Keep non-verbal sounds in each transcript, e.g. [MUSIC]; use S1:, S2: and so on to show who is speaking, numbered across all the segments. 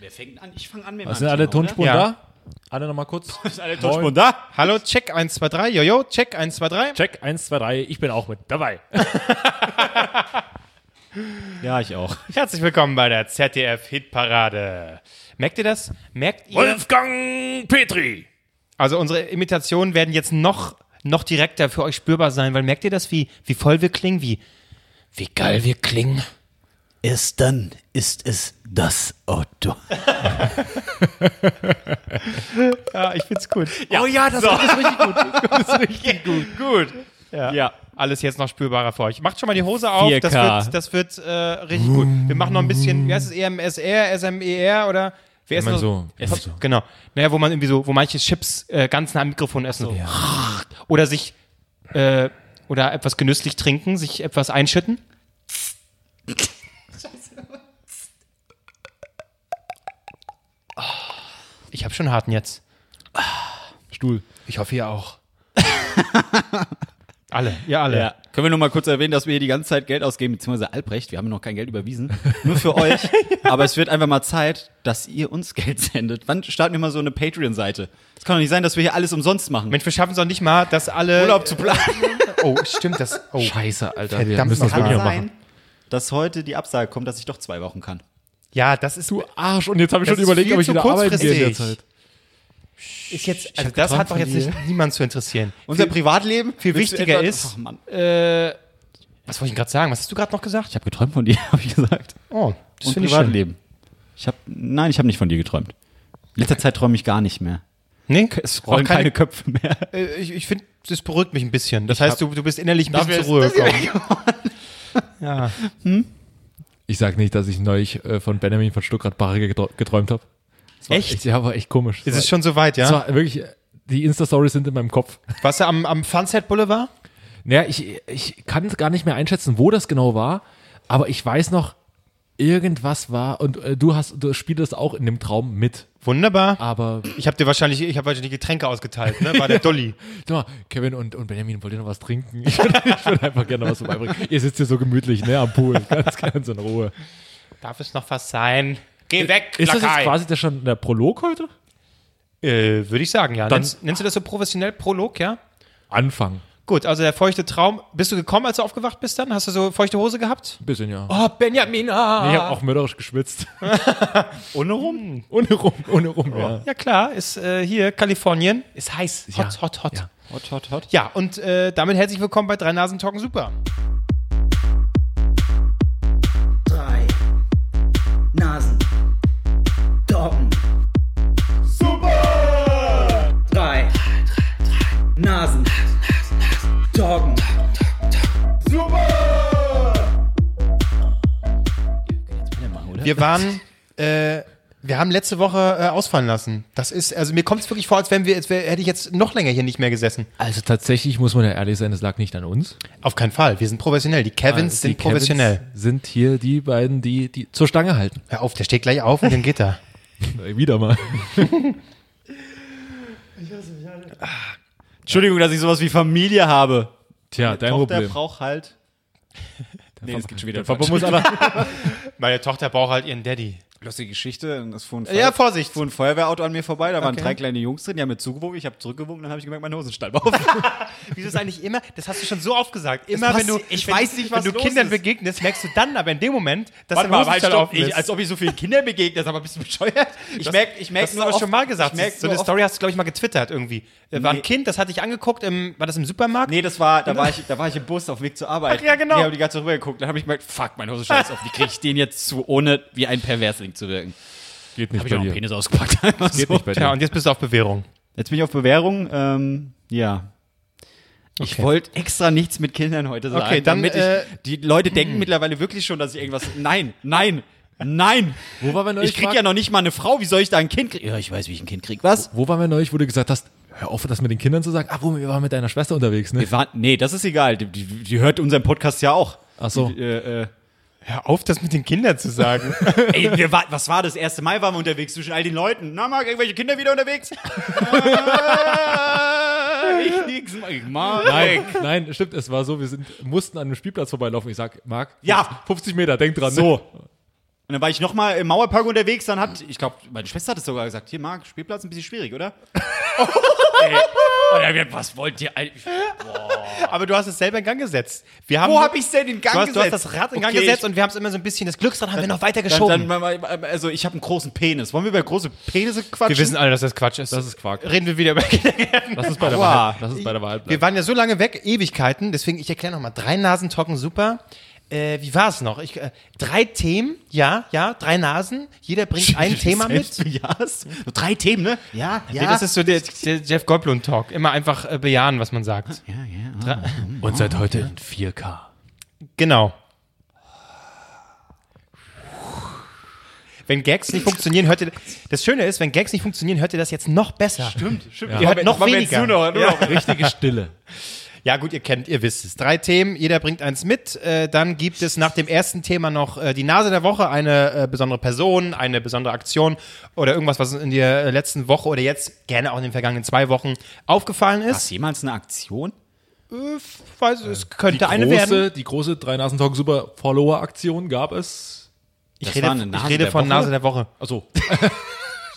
S1: Wer fängt an? Ich fange an mit
S2: Was sind alle Tonspuren
S3: Ja.
S2: da? Alle nochmal
S3: [LAUGHS]
S2: kurz.
S1: alle
S2: Moin.
S1: Tonspuren
S3: da. Hallo, check 1, 2, 3. Jojo, check 1, 2, 3.
S2: Check 1, 2, 3. Ich bin auch mit [LAUGHS] dabei.
S1: Ja, ich auch.
S3: Herzlich willkommen bei der ZDF-Hitparade. Merkt ihr das? Merkt ihr?
S2: Wolfgang Petri.
S3: Also unsere Imitationen werden jetzt noch, noch direkter für euch spürbar sein, weil merkt ihr das, wie, wie voll wir klingen, wie, wie geil wir klingen?
S1: Erst dann ist es das Auto.
S3: Ja, ich find's [LAUGHS] gut.
S1: Oh ja, das war das richtig gut.
S3: gut. Ja.
S1: Ja.
S3: Alles jetzt noch spürbarer für euch. Macht schon mal die Hose auf.
S1: 4K.
S3: Das wird, das wird äh, richtig gut. Wir machen noch ein bisschen, wie heißt es, E EMSR, SMER E oder? Wer
S2: man
S3: noch-
S2: so- also.
S3: Pop-
S2: so.
S3: Genau. Naja, wo man irgendwie so, wo manche Chips äh, ganz nah am Mikrofon essen. Oder sich, äh, oder etwas genüsslich trinken, sich etwas einschütten. Ich habe schon harten jetzt.
S2: Stuhl.
S3: Ich hoffe, ihr auch. alle, ihr alle.
S1: Ja. Können wir nur mal kurz erwähnen, dass wir hier die ganze Zeit Geld ausgeben, beziehungsweise Albrecht, wir haben noch kein Geld überwiesen, nur [LAUGHS] für euch. Aber es wird einfach mal Zeit, dass ihr uns Geld sendet. Wann starten wir mal so eine Patreon-Seite? Es kann doch nicht sein, dass wir hier alles umsonst machen. Äh,
S3: Mensch, wir schaffen es auch nicht mal, dass alle.
S1: Urlaub zu [LAUGHS] planen.
S3: Oh, stimmt das. Oh.
S2: Scheiße, Alter.
S3: Verdammt,
S2: Wir müssen das
S3: Mann.
S2: wirklich noch
S3: Kann
S2: machen.
S1: Dass heute die Absage kommt, dass ich doch zwei Wochen kann.
S3: Ja, das ist.
S2: Du Arsch. Und jetzt habe ich
S3: Das
S2: schon
S3: ist
S2: überlegt,
S3: viel
S2: ob ich
S3: zu
S2: wieder arbeiten gehe in der
S3: kurzfristig.
S2: Zeit.
S3: ist jetzt, also
S2: hab
S3: das
S2: geträumt
S3: hat doch
S2: von
S3: jetzt nicht, [LAUGHS] niemand zu interessieren.
S1: Unser Privatleben?
S3: viel
S1: Willst du
S3: wichtiger
S1: etwa-
S3: ist-
S1: Ach, Mann.
S3: Was wollte ich gerade sagen? Was hast du gerade noch
S1: Ich
S3: gesagt?
S1: habe geträumt von dir, [LAUGHS] habe ich gesagt.
S3: Oh, das
S1: Und
S3: finde ich schön.
S1: Privatleben. Ich habe nein, ich habe nicht von dir geträumt. In letzter Zeit träume ich gar nicht mehr.
S3: Nee, es
S1: Rollen
S3: keine,
S1: keine Köpfe mehr.
S3: äh, ich, ich finde, das beruhigt mich ein bisschen. Das heißt, du, du bist innerlich ein bisschen zur Ruhe
S1: Dafür
S3: gekommen. [LAUGHS] ja.
S2: Ich sag nicht, dass ich neulich äh, von Benjamin von Stuttgart-Barre geträ- geträumt habe.
S3: Echt?
S2: Ja, war echt komisch.
S3: Ist es schon soweit,
S2: Es
S3: ja?
S2: war wirklich, äh, die Insta-Stories sind in meinem Kopf.
S3: Warst du am, am Funset Boulevard?
S2: Naja, ich, ich kann gar nicht mehr einschätzen, wo das genau war, aber ich weiß noch, irgendwas war und äh, du hast, du spieltest auch in dem Traum mit.
S3: Wunderbar.
S2: Aber
S3: Ich habe dir wahrscheinlich, ich habe wahrscheinlich Getränke ausgeteilt, ne? War der Dolly.
S2: sag mal, Kevin und, und Benjamin, wollt ihr noch was trinken? [LAUGHS] Ich würde ich würd einfach gerne noch was vorbeibringen. Ihr sitzt hier so gemütlich, ne, am Pool, [LAUGHS] ganz, ganz in Ruhe.
S3: Darf es noch was sein? Geh weg,
S2: Ist das jetzt
S3: Lakai.
S2: quasi der schon der Prolog heute?
S3: Äh, Würde ich sagen, ja.
S2: Dann-
S3: nennst, nennst du das so professionell Prolog, ja?
S2: Anfang.
S3: Gut, also der feuchte Traum. Bist du gekommen, als du aufgewacht bist dann? Hast du so feuchte Hose gehabt?
S2: Ein bisschen, ja.
S3: Oh, Benjamin, ah.
S2: Ich habe auch mörderisch geschwitzt.
S3: [LAUGHS] Ohne rum.
S2: Ohne rum, ohne rum, ja.
S3: Ja klar, ist äh, hier Kalifornien. Ist heiß. Hot,
S2: Ja.
S3: hot, hot. Ja,
S2: Ja.
S1: [LAUGHS] Hot, hot, hot.
S3: und äh, damit herzlich willkommen bei Drei Nasen Talken Super.
S4: drei Nasen. Doggen. Super! Drei Nasen. Doggen.
S3: Wir waren, äh, wir haben letzte Woche äh, ausfallen lassen. Das ist, also mir kommt es wirklich vor, als wären wir, als wär, hätte ich jetzt noch länger hier nicht mehr gesessen.
S2: Also tatsächlich muss man ja ehrlich sein, es lag nicht an uns.
S3: Auf keinen Fall. Wir sind professionell. Ah, Die Kevins
S2: Also die
S3: sind professionell.
S2: Kevins sind hier die beiden, die, die zur Stange halten.
S3: Hör auf, der steht gleich auf und dann geht er.
S2: Wieder mal.
S1: Entschuldigung, dass ich sowas wie Familie habe.
S2: Tja, dein
S1: Tochter
S2: Problem.
S1: braucht [LAUGHS] halt. Nee, das geht schon wieder.
S2: Papa muss aber
S3: [LAUGHS] Meine Tochter braucht halt ihren Daddy.
S1: [LAUGHS] Lustige Geschichte. Das fuhr ein
S3: Ja, Vorsicht.
S1: fuhr ein Feuerwehrauto an mir vorbei. Da waren
S3: Okay.
S1: drei kleine Jungs drin. Die haben mir zugewogen. Ich habe zurückgewogen. Dann habe ich gemerkt, meine Hosen stand [LAUGHS] auf.
S3: Wieso ist eigentlich immer, das hast du schon so oft gesagt, immer
S1: passt-
S3: wenn du,
S1: ich
S3: wenn,
S1: weiß nicht, was
S3: wenn du
S1: los
S3: Kindern
S1: ist.
S3: begegnest, merkst du dann aber in dem Moment, dass
S1: Warte mal,
S3: dein
S1: halt,
S3: Hosenstall
S1: stopp.
S3: offen ist.
S1: Ich, als ob ich so vielen Kindern begegne. Das aber ein bisschen bescheuert. Ich
S3: Das-
S1: merke, ich merke
S3: das hast du aber schon mal gesagt.
S1: Ich merk
S3: so
S1: nur
S3: eine
S1: oft-
S3: Story hast du, glaube ich, mal getwittert irgendwie. Da war
S1: Nee.
S3: ein Kind, das hatte ich angeguckt, im, war das im Supermarkt?
S1: Nee, das war, da war ich, da war ich im Bus auf dem Weg zur Arbeit.
S3: Ach ja, genau.
S1: Die haben die ganze Zeit rübergeguckt. Dann habe ich gemerkt, fuck, meine Hose scheiß auf. Wie kriege ich den jetzt zu, ohne wie ein Perversling zu wirken?
S2: geht
S1: Hab
S2: nicht
S1: ich auch
S2: bei
S1: noch einen
S2: dir.
S1: Penis ausgepackt. Einfach [LAUGHS]
S2: Geht
S1: so.
S2: nicht bei
S3: Tja,
S2: dir.
S3: Genau, und jetzt bist du auf Bewährung.
S1: Jetzt bin ich auf Bewährung. Ähm, ja. Ich
S3: Okay.
S1: wollte extra nichts mit Kindern heute sagen.
S3: Okay, dann,
S1: damit ich,
S3: äh,
S1: die Leute denken mittlerweile wirklich schon, dass ich irgendwas. Nein, nein, nein.
S2: Wo waren wir neulich?
S1: Ich krieg
S2: Marc?
S1: ja noch nicht mal eine Frau. Wie soll ich da ein Kind kriegen? Ja, ich weiß, wie ich ein Kind krieg. Was?
S2: wo waren wir neulich, wo du gesagt hast, hör auf, das mit den Kindern zu sagen. Ach, wo wir waren mit deiner Schwester unterwegs, ne?
S1: Wir waren, nee, das ist egal. Die, die, die hört unseren Podcast ja auch.
S2: Ach so.
S1: Die, äh, äh,
S3: Hör auf, das mit den Kindern zu sagen.
S1: Ey, wir war, was war das? 1. Mai waren wir unterwegs zwischen all den Leuten. Na, Marc, irgendwelche Kinder wieder
S3: [LAUGHS]
S1: unterwegs? äh, ich nix, Marc.
S2: Nein, Oh, nein, stimmt, es war so, wir sind, mussten an einem Spielplatz vorbeilaufen. Ich sag, Marc,
S1: Ja.
S2: 50 Meter, denk dran. ne?
S1: So. Und dann war ich nochmal im Mauerpark unterwegs, dann hat, ich glaube, meine Schwester hat es sogar gesagt, hier Marc, Spielplatz ein bisschen schwierig,
S3: [LAUGHS]
S1: oder? Ey, und dann hab ich gedacht, was wollt ihr eigentlich?
S3: [LAUGHS] Aber du hast es selber in Gang gesetzt. Wir haben,
S1: Wo habe ich denn in Gang
S3: du hast,
S1: gesetzt?
S3: du hast das Rad in Gang
S1: Okay,
S3: gesetzt
S1: ich-
S3: und wir haben es immer so ein bisschen, das Glücksrad haben wir noch weiter geschoben.
S1: dann, dann, also ich habe einen großen Penis. Wollen wir über große Penisse quatschen?
S3: wir wissen alle, dass das Quatsch ist.
S2: Das ist Quark.
S3: Reden wir wieder über [LAUGHS]
S2: Lass uns bei der
S1: Aua.
S2: Wahrheit, lass uns bei der Wahrheit
S3: Wir
S2: bleiben.
S3: waren ja so lange weg, Ewigkeiten, deswegen ich erkläre nochmal. Drei Nasen talken super. Äh, wie war es noch? Ich, äh, drei Themen, ja, ja, drei Nasen. Jeder [LAUGHS]
S1: [LAUGHS]
S3: bringt ein Thema mit.
S1: Ja, drei Themen, ne?
S3: Ja, ja. das ist so der, der Jeff Goldblum-Talk. Immer einfach äh, bejahen, was man sagt.
S1: Ja, ja.
S2: Und seit heute in 4K.
S3: Genau. Wenn Gags nicht funktionieren, hört ihr. Das Schöne ist, wenn Gags nicht funktionieren, hört ihr das jetzt noch besser.
S1: Stimmt, stimmt.
S3: Ihr hört noch
S1: Machen wir jetzt
S3: weniger.
S1: Nur noch, nur noch.
S2: [LAUGHS] Richtige Stille.
S3: Ja, gut, ihr kennt, ihr wisst es. Drei Themen, jeder bringt eins mit. Äh, dann gibt es nach dem ersten Thema noch äh, die Nase der Woche, eine äh, besondere Person, eine besondere Aktion oder irgendwas, was in der äh, letzten Woche oder jetzt gerne auch in den vergangenen zwei Wochen aufgefallen
S1: Ist
S3: ist.
S1: jemals eine Aktion?
S3: Ich weiß, es könnte eine werden.
S2: Große, die große drei nasen talk super follower aktion gab es.
S3: Ich
S1: Das
S3: rede,
S1: war eine
S3: ich
S1: Nase
S3: rede
S1: der
S3: von
S1: Woche?
S3: Nase der Woche.
S2: Achso.
S1: Äh,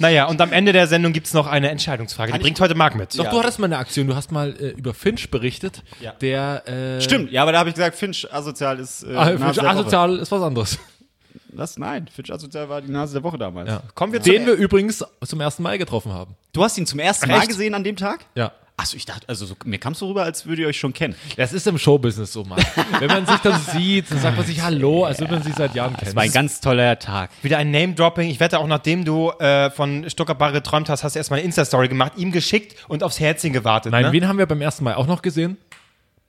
S3: Naja, und am Ende der Sendung gibt es noch eine Entscheidungsfrage. Die bringt heute Marc mit.
S2: Doch, du hattest mal eine Aktion. Du hast mal äh, über Finch berichtet,
S1: Ja.
S2: der. Äh,
S1: Stimmt, ja, aber da habe ich gesagt, Finch asozial ist äh,
S2: Ah,
S1: Nase
S2: Finch
S1: der Woche.
S2: asozial ist was anderes.
S1: Was? Nein, Finch asozial war die Nase der Woche damals.
S3: Kommen wir zu.
S2: Den wir übrigens zum ersten Mal getroffen haben.
S1: Du hast ihn zum ersten Mal
S3: Echt?
S1: gesehen an dem Tag?
S2: Ja.
S1: Achso, ich dachte, also so, mir kam es so rüber, als würde ihr euch schon kennen.
S2: Das ist im Showbusiness so, Mann. Wenn man sich dann sieht, dann sagt man sich Hallo, als würde man sich seit Jahren kennen.
S1: War ein ganz toller Tag.
S3: Wieder ein Name-Dropping. Ich wette, auch nachdem du äh, von Stuckerbar geträumt hast, hast du erstmal eine Insta-Story gemacht, ihm geschickt und aufs Herzchen gewartet.
S2: Nein,
S3: ne?
S2: wen haben wir beim ersten Mal auch noch gesehen?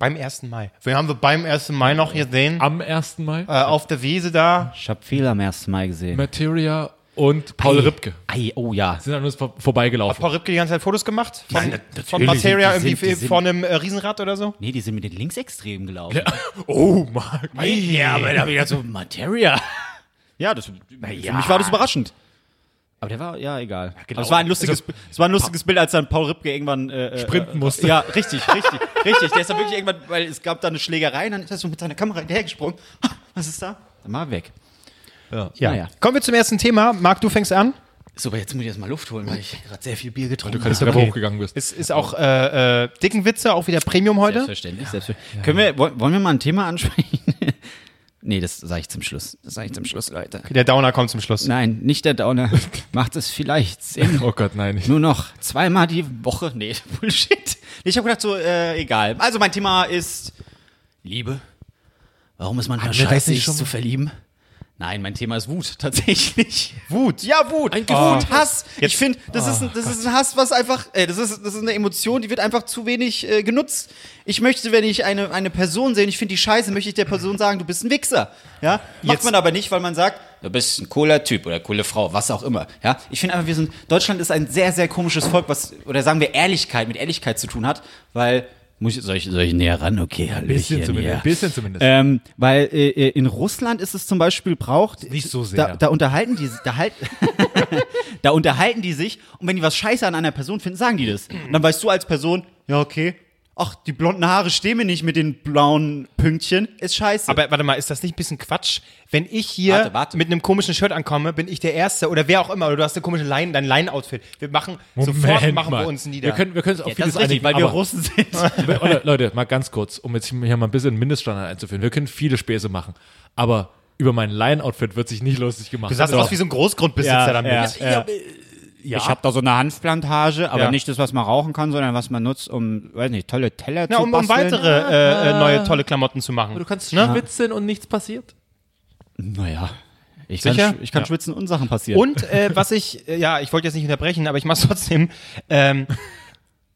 S3: Beim 1. Mai. Wen haben wir beim 1. Mai noch gesehen?
S2: Am ersten Mal?
S1: Ah.
S3: Äh, auf der Wiese da.
S1: Ich habe viel am ersten Mal gesehen.
S2: Materia und Paul Ripke
S1: Ei, oh ja.
S2: sind an uns vor- vorbeigelaufen.
S3: Paul Ripke die ganze Zeit Fotos gemacht? Von,
S1: Nein, natürlich
S3: von Materia
S1: sind die-
S3: irgendwie
S1: die sind-
S3: vor einem äh, Riesenrad oder so?
S1: Nee, die sind mit den Linksextremen gelaufen.
S2: Oh, Marc.
S1: Ja, aber da hab ich gedacht so, Materia. [LAUGHS] Ja, das, für mich war das überraschend. Aber der war, ja, egal. Aber es war ein lustiges, es war ein lustiges Bild, als dann Paul Ripke irgendwann äh, äh,
S2: Sprinten
S1: äh,
S2: musste.
S1: Ja, richtig, richtig, richtig. Der ist dann wirklich irgendwann, weil es gab da eine Schlägerei, und dann ist er so mit seiner Kamera hinterhergesprungen. Ha, Was ist da? Dann war er weg.
S3: Ja.
S1: Naja.
S3: Kommen wir zum ersten Thema. Marc, du fängst an.
S1: So, aber jetzt muss ich erstmal Luft holen, weil ich gerade sehr viel Bier getrunken
S2: Du kannst
S1: habe.
S2: okay. aber hochgegangen bist.
S3: Es ist auch äh, äh, Dickenwitze, auch wieder Premium heute.
S1: Selbstverständlich, selbstverständlich. Können wir, wollen, wollen wir mal ein Thema ansprechen? [LAUGHS] nee, das sage ich zum Schluss. Das sage ich zum Schluss, Leute.
S3: Der Downer kommt zum Schluss.
S1: Nein, nicht der Downer. Macht es vielleicht Sinn.
S2: Oh Gott, nein. Ich,
S1: Nur noch zweimal die Woche. Nee, [LAUGHS] Bullshit. Ich habe gedacht, so, äh, egal. Also mein Thema ist Liebe. Warum ist man
S2: wir das
S1: scheiße,
S2: nicht
S1: sich
S2: schon
S1: zu verlieben? Nein, mein Thema ist Wut, [LAUGHS] tatsächlich.
S3: Wut.
S1: Ja, Wut.
S2: Ein
S1: Wut,
S2: Gefühl.
S1: Hass. ich finde, das, ist ein, das
S2: Ah,
S1: ist ein Hass, was einfach, äh, das, ist, das ist eine Emotion, die wird einfach zu wenig äh, genutzt. Ich möchte, wenn ich eine, eine Person sehe und ich finde die scheiße, möchte ich der Person sagen, du bist ein Wichser. Ja? Macht
S3: Jetzt-
S1: man aber nicht, weil man sagt, du bist ein cooler Typ oder coole Frau, was auch immer. Ja? Ich finde einfach, wir sind, Deutschland ist ein sehr, sehr komisches Volk, was, oder sagen wir Ehrlichkeit, mit Ehrlichkeit zu tun hat, weil, muss ich, soll, ich, soll ich näher ran? Okay, hallo.
S2: bisschen zumindest, ein bisschen zumindest.
S1: Ähm, weil äh, in Russland ist es zum Beispiel braucht.
S2: Nicht so sehr.
S1: Da, da unterhalten die da, halt, da unterhalten die sich und wenn die was Scheiße an einer Person finden, sagen die das. Und dann weißt du als Person, ja okay, ach die blonden Haare stehen mir nicht mit den blauen Pünktchen, ist Scheiße.
S3: Aber warte mal, ist das nicht ein bisschen Quatsch? Wenn ich hier
S1: Warte, warte.
S3: mit einem komischen Shirt ankomme, bin ich der Erste oder wer auch immer. Oder du hast eine komische Line, dein Line-Outfit. Wir machen sofort machen wir uns nieder.
S2: Wir können, wir können es auf
S1: ja, das
S2: vieles
S1: ist richtig,
S2: einigen,
S1: weil wir
S2: aber-
S1: Russen sind.
S2: Wir- Leute, Leute, mal ganz kurz, um jetzt hier mal ein bisschen Mindeststandard einzuführen. Wir können viele Späße machen, aber über mein Line-Outfit wird sich nicht lustig gemacht.
S3: du sahst aus wie so ein Großgrundbesitzer damit.
S2: ja.
S1: Ich habe da so eine Hanfplantage, aber
S3: Ja.
S1: nicht das, was man rauchen kann, sondern was man nutzt, um, weiß nicht, tolle Teller
S3: Na,
S1: zu
S3: um, um
S1: basteln.
S3: weitere äh, äh, neue tolle Klamotten zu machen.
S2: Ah. du kannst
S3: ne?
S2: schwitzen und nichts passiert.
S1: Naja, ich
S3: Sicher?
S1: kann, sch- ich kann schwitzen und Sachen passieren.
S3: Und äh, was ich, äh, ja, ich wollte jetzt nicht unterbrechen, aber ich mache es trotzdem. Ähm,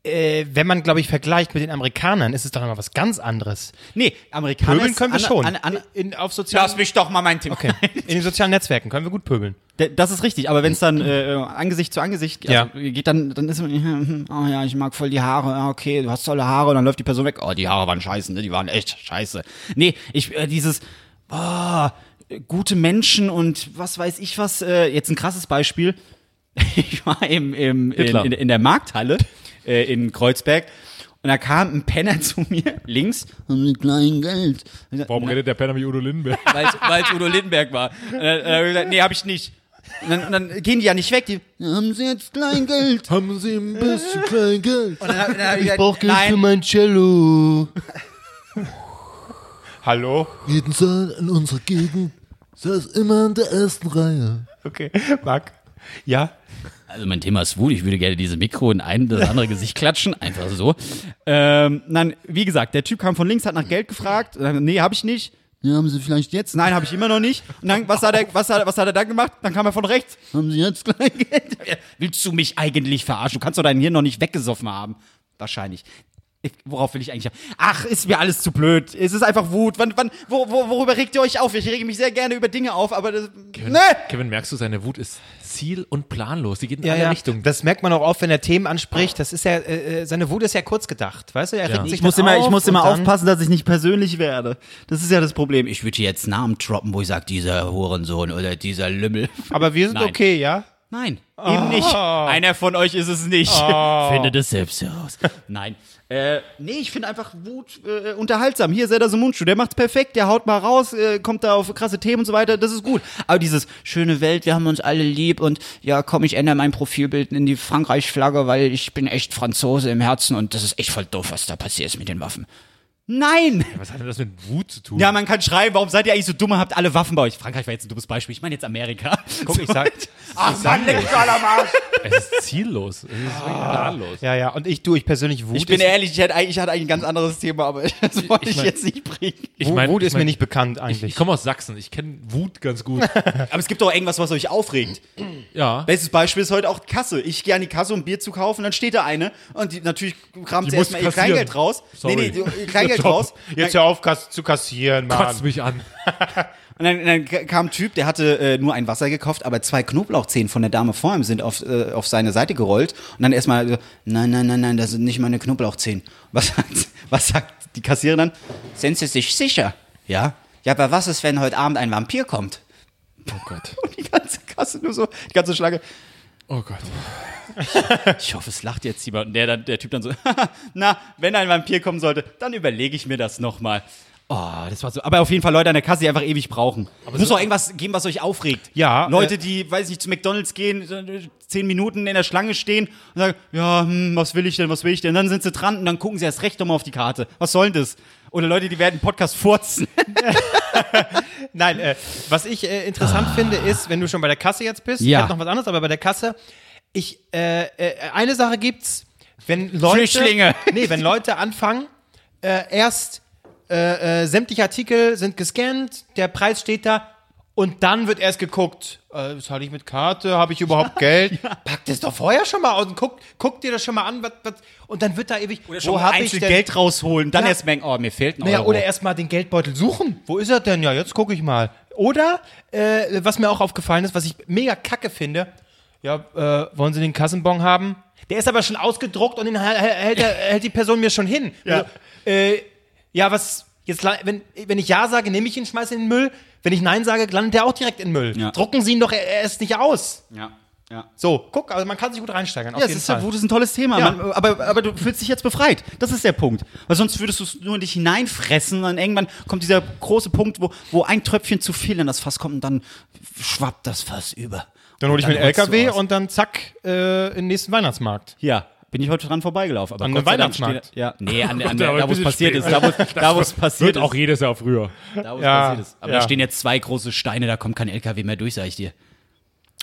S3: äh, wenn man, glaube ich, vergleicht mit den Amerikanern, ist es doch nochmal was ganz anderes.
S1: nee, Amerikaner
S3: Pöbeln
S1: ist
S3: können wir
S1: an-
S3: schon.
S1: an- an-
S3: in, auf sozialen,
S1: Lass mich doch mal mein Thema.
S3: [LAUGHS] okay. in den sozialen Netzwerken können wir gut pöbeln.
S1: D- Das ist richtig, aber wenn es dann äh, Angesicht zu Angesicht also, geht, dann, dann ist man, [LAUGHS] oh ja, ich mag voll die Haare, ah, okay, du hast tolle Haare und dann läuft die Person weg, oh, die Haare waren scheiße, ne? die waren echt scheiße. Nee, ich, äh, dieses, oh, äh, gute Menschen und was weiß ich was, äh, jetzt ein krasses Beispiel. [LAUGHS] Ich war im, im, in,
S2: Hitler.
S1: in, in der Markthalle äh, in Kreuzberg Und da kam ein Penner [LAUGHS] zu mir, links, und mit kleinem Geld. Und ich so,
S2: Warum redet der Penner wie Udo Lindenberg?
S1: weil es Udo Lindenberg war. Äh, Und dann, dann habe ich gesagt, nee, habe ich nicht. Und dann, und dann gehen die ja nicht weg, die haben sie jetzt Kleingeld.
S2: [LAUGHS] Haben Sie ein bisschen Kleingeld?
S1: Und dann, hab- dann habe ich gesagt, nein,
S2: mein Cello.
S3: Hallo?
S2: Jeden Saal in unserer Gegend saß immer in der ersten Reihe.
S3: Okay, Marc. Ja?
S1: also mein Thema ist Wut, ich würde gerne dieses Mikro in ein das andere Gesicht klatschen, einfach so. Ähm, nein, wie gesagt, der Typ kam von links, hat nach Geld gefragt, Dann, nee, habe ich nicht. Ja, haben sie vielleicht jetzt? Nein, habe ich immer noch nicht. Und dann, was hat, er, was, hat, er- was hat er dann gemacht? Dann kam er von rechts. Haben sie jetzt Kleingeld? [LAUGHS] Willst du mich eigentlich verarschen? Du kannst doch dein Hirn noch nicht weggesoffen haben. Wahrscheinlich. Ich, worauf will ich eigentlich? Ach, ist mir alles zu blöd. Es ist einfach Wut. Wann, wann, wo, wo, worüber regt ihr euch auf? Ich rege mich sehr gerne über Dinge auf, aber das, ne!
S2: [LAUGHS] Kevin, merkst du, seine Wut ist ziel- und planlos. Die geht in
S3: Ja,
S2: alle
S3: ja.
S2: Richtungen.
S3: Das merkt man auch oft, wenn er Themen anspricht. Das ist ja, äh, äh, seine Wut ist ja kurz gedacht, weißt du? Er regt sich
S1: Ich muss,
S3: dann
S1: immer,
S3: auf
S1: ich muss
S3: und
S1: immer
S3: dann-
S1: aufpassen, dass ich nicht persönlich werde. Das ist ja das Problem. Ich würde jetzt Namen droppen, wo ich sage, dieser Hurensohn oder dieser Lümmel.
S3: Aber wir sind
S1: Nein.
S3: okay, ja?
S1: Nein, eben nicht. Einer von euch ist es nicht. Findet es selbst heraus. [LAUGHS] Nein. Äh, nee, ich finde einfach Wut äh, unterhaltsam. Hier, Serdar Sumuncu, der macht's perfekt, der haut mal raus, äh, kommt da auf krasse Themen und so weiter, das ist gut. Aber dieses schöne Welt, wir haben uns alle lieb und ja, komm, ich ändere mein Profilbild in die Frankreich-Flagge, weil ich bin echt Franzose im Herzen und das ist echt voll doof, was da passiert ist mit den Waffen. Nein!
S2: Was hat denn das mit Wut zu tun?
S1: Ja, man kann schreiben, warum seid ihr eigentlich so dumm und habt alle Waffen bei euch? Frankreich war jetzt ein dummes Beispiel, ich meine jetzt Amerika.
S3: Guck,
S2: [LAUGHS]
S3: ich sag.
S1: Ach, Mann, leck mich alle am Arsch.
S2: Es ist ziellos. Es ist wirklich planlos.
S3: Ah. Ja, ja. Und ich, du, ich persönlich Wut.
S1: Ich bin
S3: ist,
S1: ehrlich, ich hatte, eigentlich, ich hatte eigentlich ein ganz anderes Thema, aber [LAUGHS] das wollte ich,
S2: mein-
S1: jetzt nicht bringen.
S2: Ich
S3: Wut,
S2: mein-
S3: Wut
S2: ich
S3: ist
S2: mein-
S3: mir nicht bekannt
S2: Ich,
S3: eigentlich.
S2: ich komme aus Sachsen. Ich kenne Wut ganz
S3: [LAUGHS]
S2: gut.
S1: Aber es gibt doch irgendwas, was euch aufregt.
S2: Ja.
S1: Bestes Beispiel ist heute auch Kasse. Ich gehe an die Kasse, um Bier zu kaufen, dann steht da eine und die natürlich kramt
S2: Die
S1: sie
S2: muss
S1: erstmal ihr
S2: kassieren.
S1: Kleingeld raus.
S2: Sorry.
S1: Nee, nee, ihr Kleingeld
S2: [LAUGHS] Stopp.
S1: raus.
S3: Jetzt hör auf kas- zu kassieren,
S2: Kotzt
S3: Mann.
S2: mich an.
S1: Und dann, dann kam ein Typ, der hatte äh, nur ein Wasser gekauft, aber zwei Knoblauchzehen von der Dame vor ihm sind auf, äh, auf seine Seite gerollt. Und dann erstmal, so, nein, nein, nein, nein, das sind nicht meine Knoblauchzehen. Was sagt, [LAUGHS] was sagt die Kassiererin dann? Sind Sie sich sicher? Ja. Ja, aber was ist, wenn heute Abend ein Vampir kommt?
S2: Oh Gott.
S1: [LAUGHS] Und die ganze Kasse nur so, die ganze Schlange.
S2: Oh Gott.
S1: [LAUGHS] Ich hoffe, es lacht jetzt jemand. Und der, dann- der Typ dann so, [LAUGHS] na, wenn ein Vampir kommen sollte, dann überlege ich mir das nochmal. Oh, das war so. Aber auf jeden Fall Leute an der Kasse, die einfach ewig brauchen. Muss doch irgendwas geben, was euch aufregt.
S3: Ja,
S1: Leute,
S3: äh,
S1: die, weiß nicht, zu McDonalds gehen, äh, zehn Minuten in der Schlange stehen und sagen, ja, hm, was will ich denn, was will ich denn? Und dann sind sie dran und dann gucken sie erst recht nochmal auf die Karte. Was soll denn das? Oder Leute, die werden Podcast furzen.
S3: Nein, äh, was ich äh, interessant finde, ist, wenn du schon bei der Kasse jetzt bist,
S1: Ah. Ja.
S3: ich hab noch was anderes, aber bei der Kasse, ich, äh, äh, eine Sache gibt's, wenn Leute.
S1: Flüchtlinge.
S3: Nee, wenn Leute anfangen, äh, erst äh, äh, sämtliche Artikel sind gescannt, der Preis steht da. Und dann wird erst geguckt, äh, zahle ich mit Karte, habe ich überhaupt Geld? Pack das doch vorher schon mal aus und guck, guck dir das schon mal an. Was, was, und dann wird da ewig, wo habe ich denn
S1: Geld rausholen, dann
S3: Ja.
S1: erst merken, oh, mir fehlt ein
S3: naja,
S1: Euro.
S3: oder erstmal den Geldbeutel suchen. Wo ist er denn? Ja, jetzt gucke ich mal. Oder, äh, was mir auch aufgefallen ist, was ich mega kacke finde, ja, äh, wollen Sie den Kassenbon haben? Der ist aber schon ausgedruckt und den hält,
S1: [LAUGHS]
S3: hält, der- hält die Person mir schon hin. Ja, also, äh, ja was, jetzt, la- wenn, wenn ich Ja sage, nehme ich ihn, schmeiße ihn in den Müll. Wenn ich Nein sage, landet der auch direkt in den Müll.
S1: Ja.
S3: Drucken Sie ihn doch e- erst nicht aus.
S1: ja, ja.
S3: So, guck, also man kann sich gut reinsteigern. Auf
S1: Ja, es
S3: jeden
S1: ist,
S3: Fall.
S1: ja- Wut ist ein tolles Thema.
S3: Ja.
S1: Man, aber, aber du fühlst dich jetzt befreit. Das ist der Punkt. Weil sonst würdest du es nur in dich hineinfressen und dann irgendwann kommt dieser große Punkt, wo, wo ein Tröpfchen zu viel in das Fass kommt und dann schwappt das Fass über.
S3: dann hole ich mir einen
S1: rotzt du
S3: LKW
S1: aus.
S3: und dann zack, äh, in den nächsten Weihnachtsmarkt.
S1: Ja. Bin ich heute dran vorbeigelaufen. Aber
S3: An
S1: Gott
S3: einem
S1: sei Dank
S3: Weihnachtsmarkt?
S1: steht- Ja, nee, an, an,
S2: Da war
S1: da, wo
S2: ein
S1: es
S2: bisschen
S1: passiert
S2: spät.
S1: ist. Da, wo es- da, wo es passiert
S2: Wird
S1: ist.
S2: [LAUGHS] auch jedes Jahr früher.
S1: da, wo es
S3: Ja,
S1: passiert ist. Aber
S3: ja.
S1: da stehen jetzt zwei große Steine, da kommt kein LKW mehr durch, sag ich dir.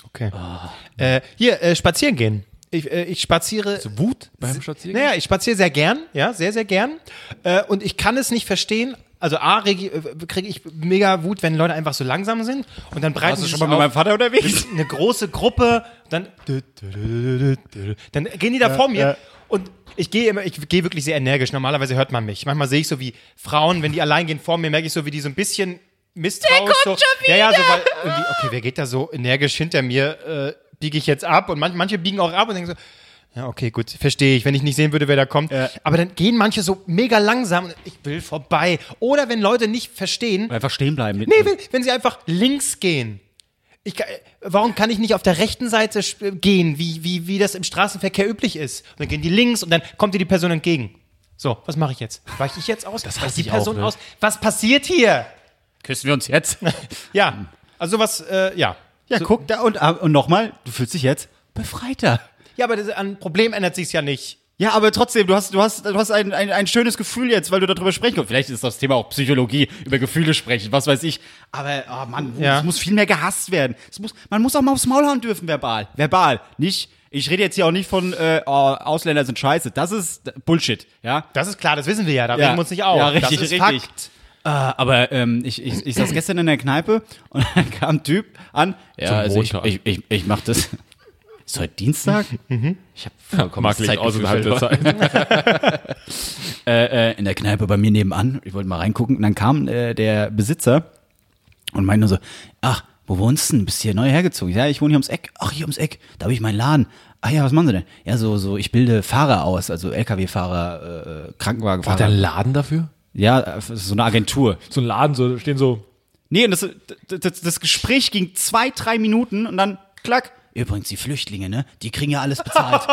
S3: Okay.
S2: Ah.
S3: Äh, hier, äh, spazieren gehen. Ich, äh, ich spaziere.
S2: Wut beim Spaziergang?
S3: Naja, ich spaziere sehr gern, ja, sehr, sehr gern. Äh, und ich kann es nicht verstehen. Also A, regi- äh, kriege ich mega Wut, wenn Leute einfach so langsam sind und dann breiten sie sich auf.
S1: Vater unterwegs?
S3: eine große Gruppe, dann, dann gehen die da vor mir und ich gehe immer, ich gehe wirklich sehr energisch. Normalerweise hört man mich. Manchmal sehe ich so wie Frauen, wenn die allein gehen vor mir, merke ich so, wie die so ein bisschen misstrauisch so. Ja, ja, so weil irgendwie, okay, wer geht da so energisch hinter mir? Äh, biege ich jetzt ab und man, manche biegen auch ab und denken so. Ja, okay, gut, verstehe ich, wenn ich nicht sehen würde, wer da kommt. Aber dann gehen manche so mega langsam und ich will vorbei. Oder wenn Leute nicht verstehen,
S1: Einfach stehen bleiben.
S3: Nee, wenn, wenn sie einfach links gehen. Ich, kann- warum kann ich nicht auf der rechten Seite sp- gehen, wie, wie, wie das im Straßenverkehr üblich ist? Und dann gehen die links und dann kommt dir die Person entgegen. So, was mache ich jetzt? Weiche ich jetzt aus?
S2: hasse
S3: Weicht die
S2: ich auch,
S3: Person
S2: ne?
S3: aus? Was passiert hier? [LAUGHS]
S1: Küssen wir uns jetzt? Hm.
S3: Ja, also was, äh, ja.
S1: Ja, guck da und, ah, und nochmal, du fühlst dich jetzt befreiter.
S3: Ja, aber das, an Problem ändert sich ja nicht.
S1: Ja, aber trotzdem, du hast, du hast, du hast ein, ein, ein schönes Gefühl jetzt, weil du darüber sprechen kannst. Vielleicht ist das Thema auch Psychologie, über Gefühle sprechen, was weiß ich. Aber, oh Mann,
S3: Ja.
S1: es muss viel mehr gehasst werden. Es muss, man muss auch mal aufs Maul hauen dürfen, verbal. Verbal, nicht. Ich rede jetzt hier auch nicht von, äh, oh, Ausländer sind scheiße. Das ist Bullshit, ja.
S3: Das ist klar, das wissen wir ja, da
S1: Ja.
S3: reden wir uns nicht auf.
S1: Ja, richtig,
S3: das ist
S1: richtig.
S3: Fakt.
S1: Äh, aber ähm, ich, ich, ich saß gestern in der Kneipe und [LAUGHS] dann kam ein Typ an. Ja,
S2: Zum
S1: also ich,
S2: Montag.
S1: ich, ich, ich mach das. Ist heute Dienstag? Ich habe vollkommen
S2: Mag liegt außerhalb der Zeit.
S1: äh, in der Kneipe bei mir nebenan. Ich wollte mal reingucken. Und dann kam äh, der Besitzer und meinte nur so, ach, wo wohnst du denn? Bist hier neu hergezogen? Ja, ich wohne hier ums Eck. Ach, hier ums Eck. Da habe ich meinen Laden. Ach ja, was machen Sie denn? Ja, so, so, ich bilde Fahrer aus, also Lkw-Fahrer, äh,
S2: Hat der
S1: Krankenwagenfahrer.
S2: einen Laden dafür?
S1: Ja, äh, so eine Agentur.
S2: So ein Laden, so stehen so.
S1: Nee, und das, das, das Gespräch ging zwei, drei Minuten und dann klack. Übrigens, die Flüchtlinge, ne? Die kriegen ja alles bezahlt. [LAUGHS]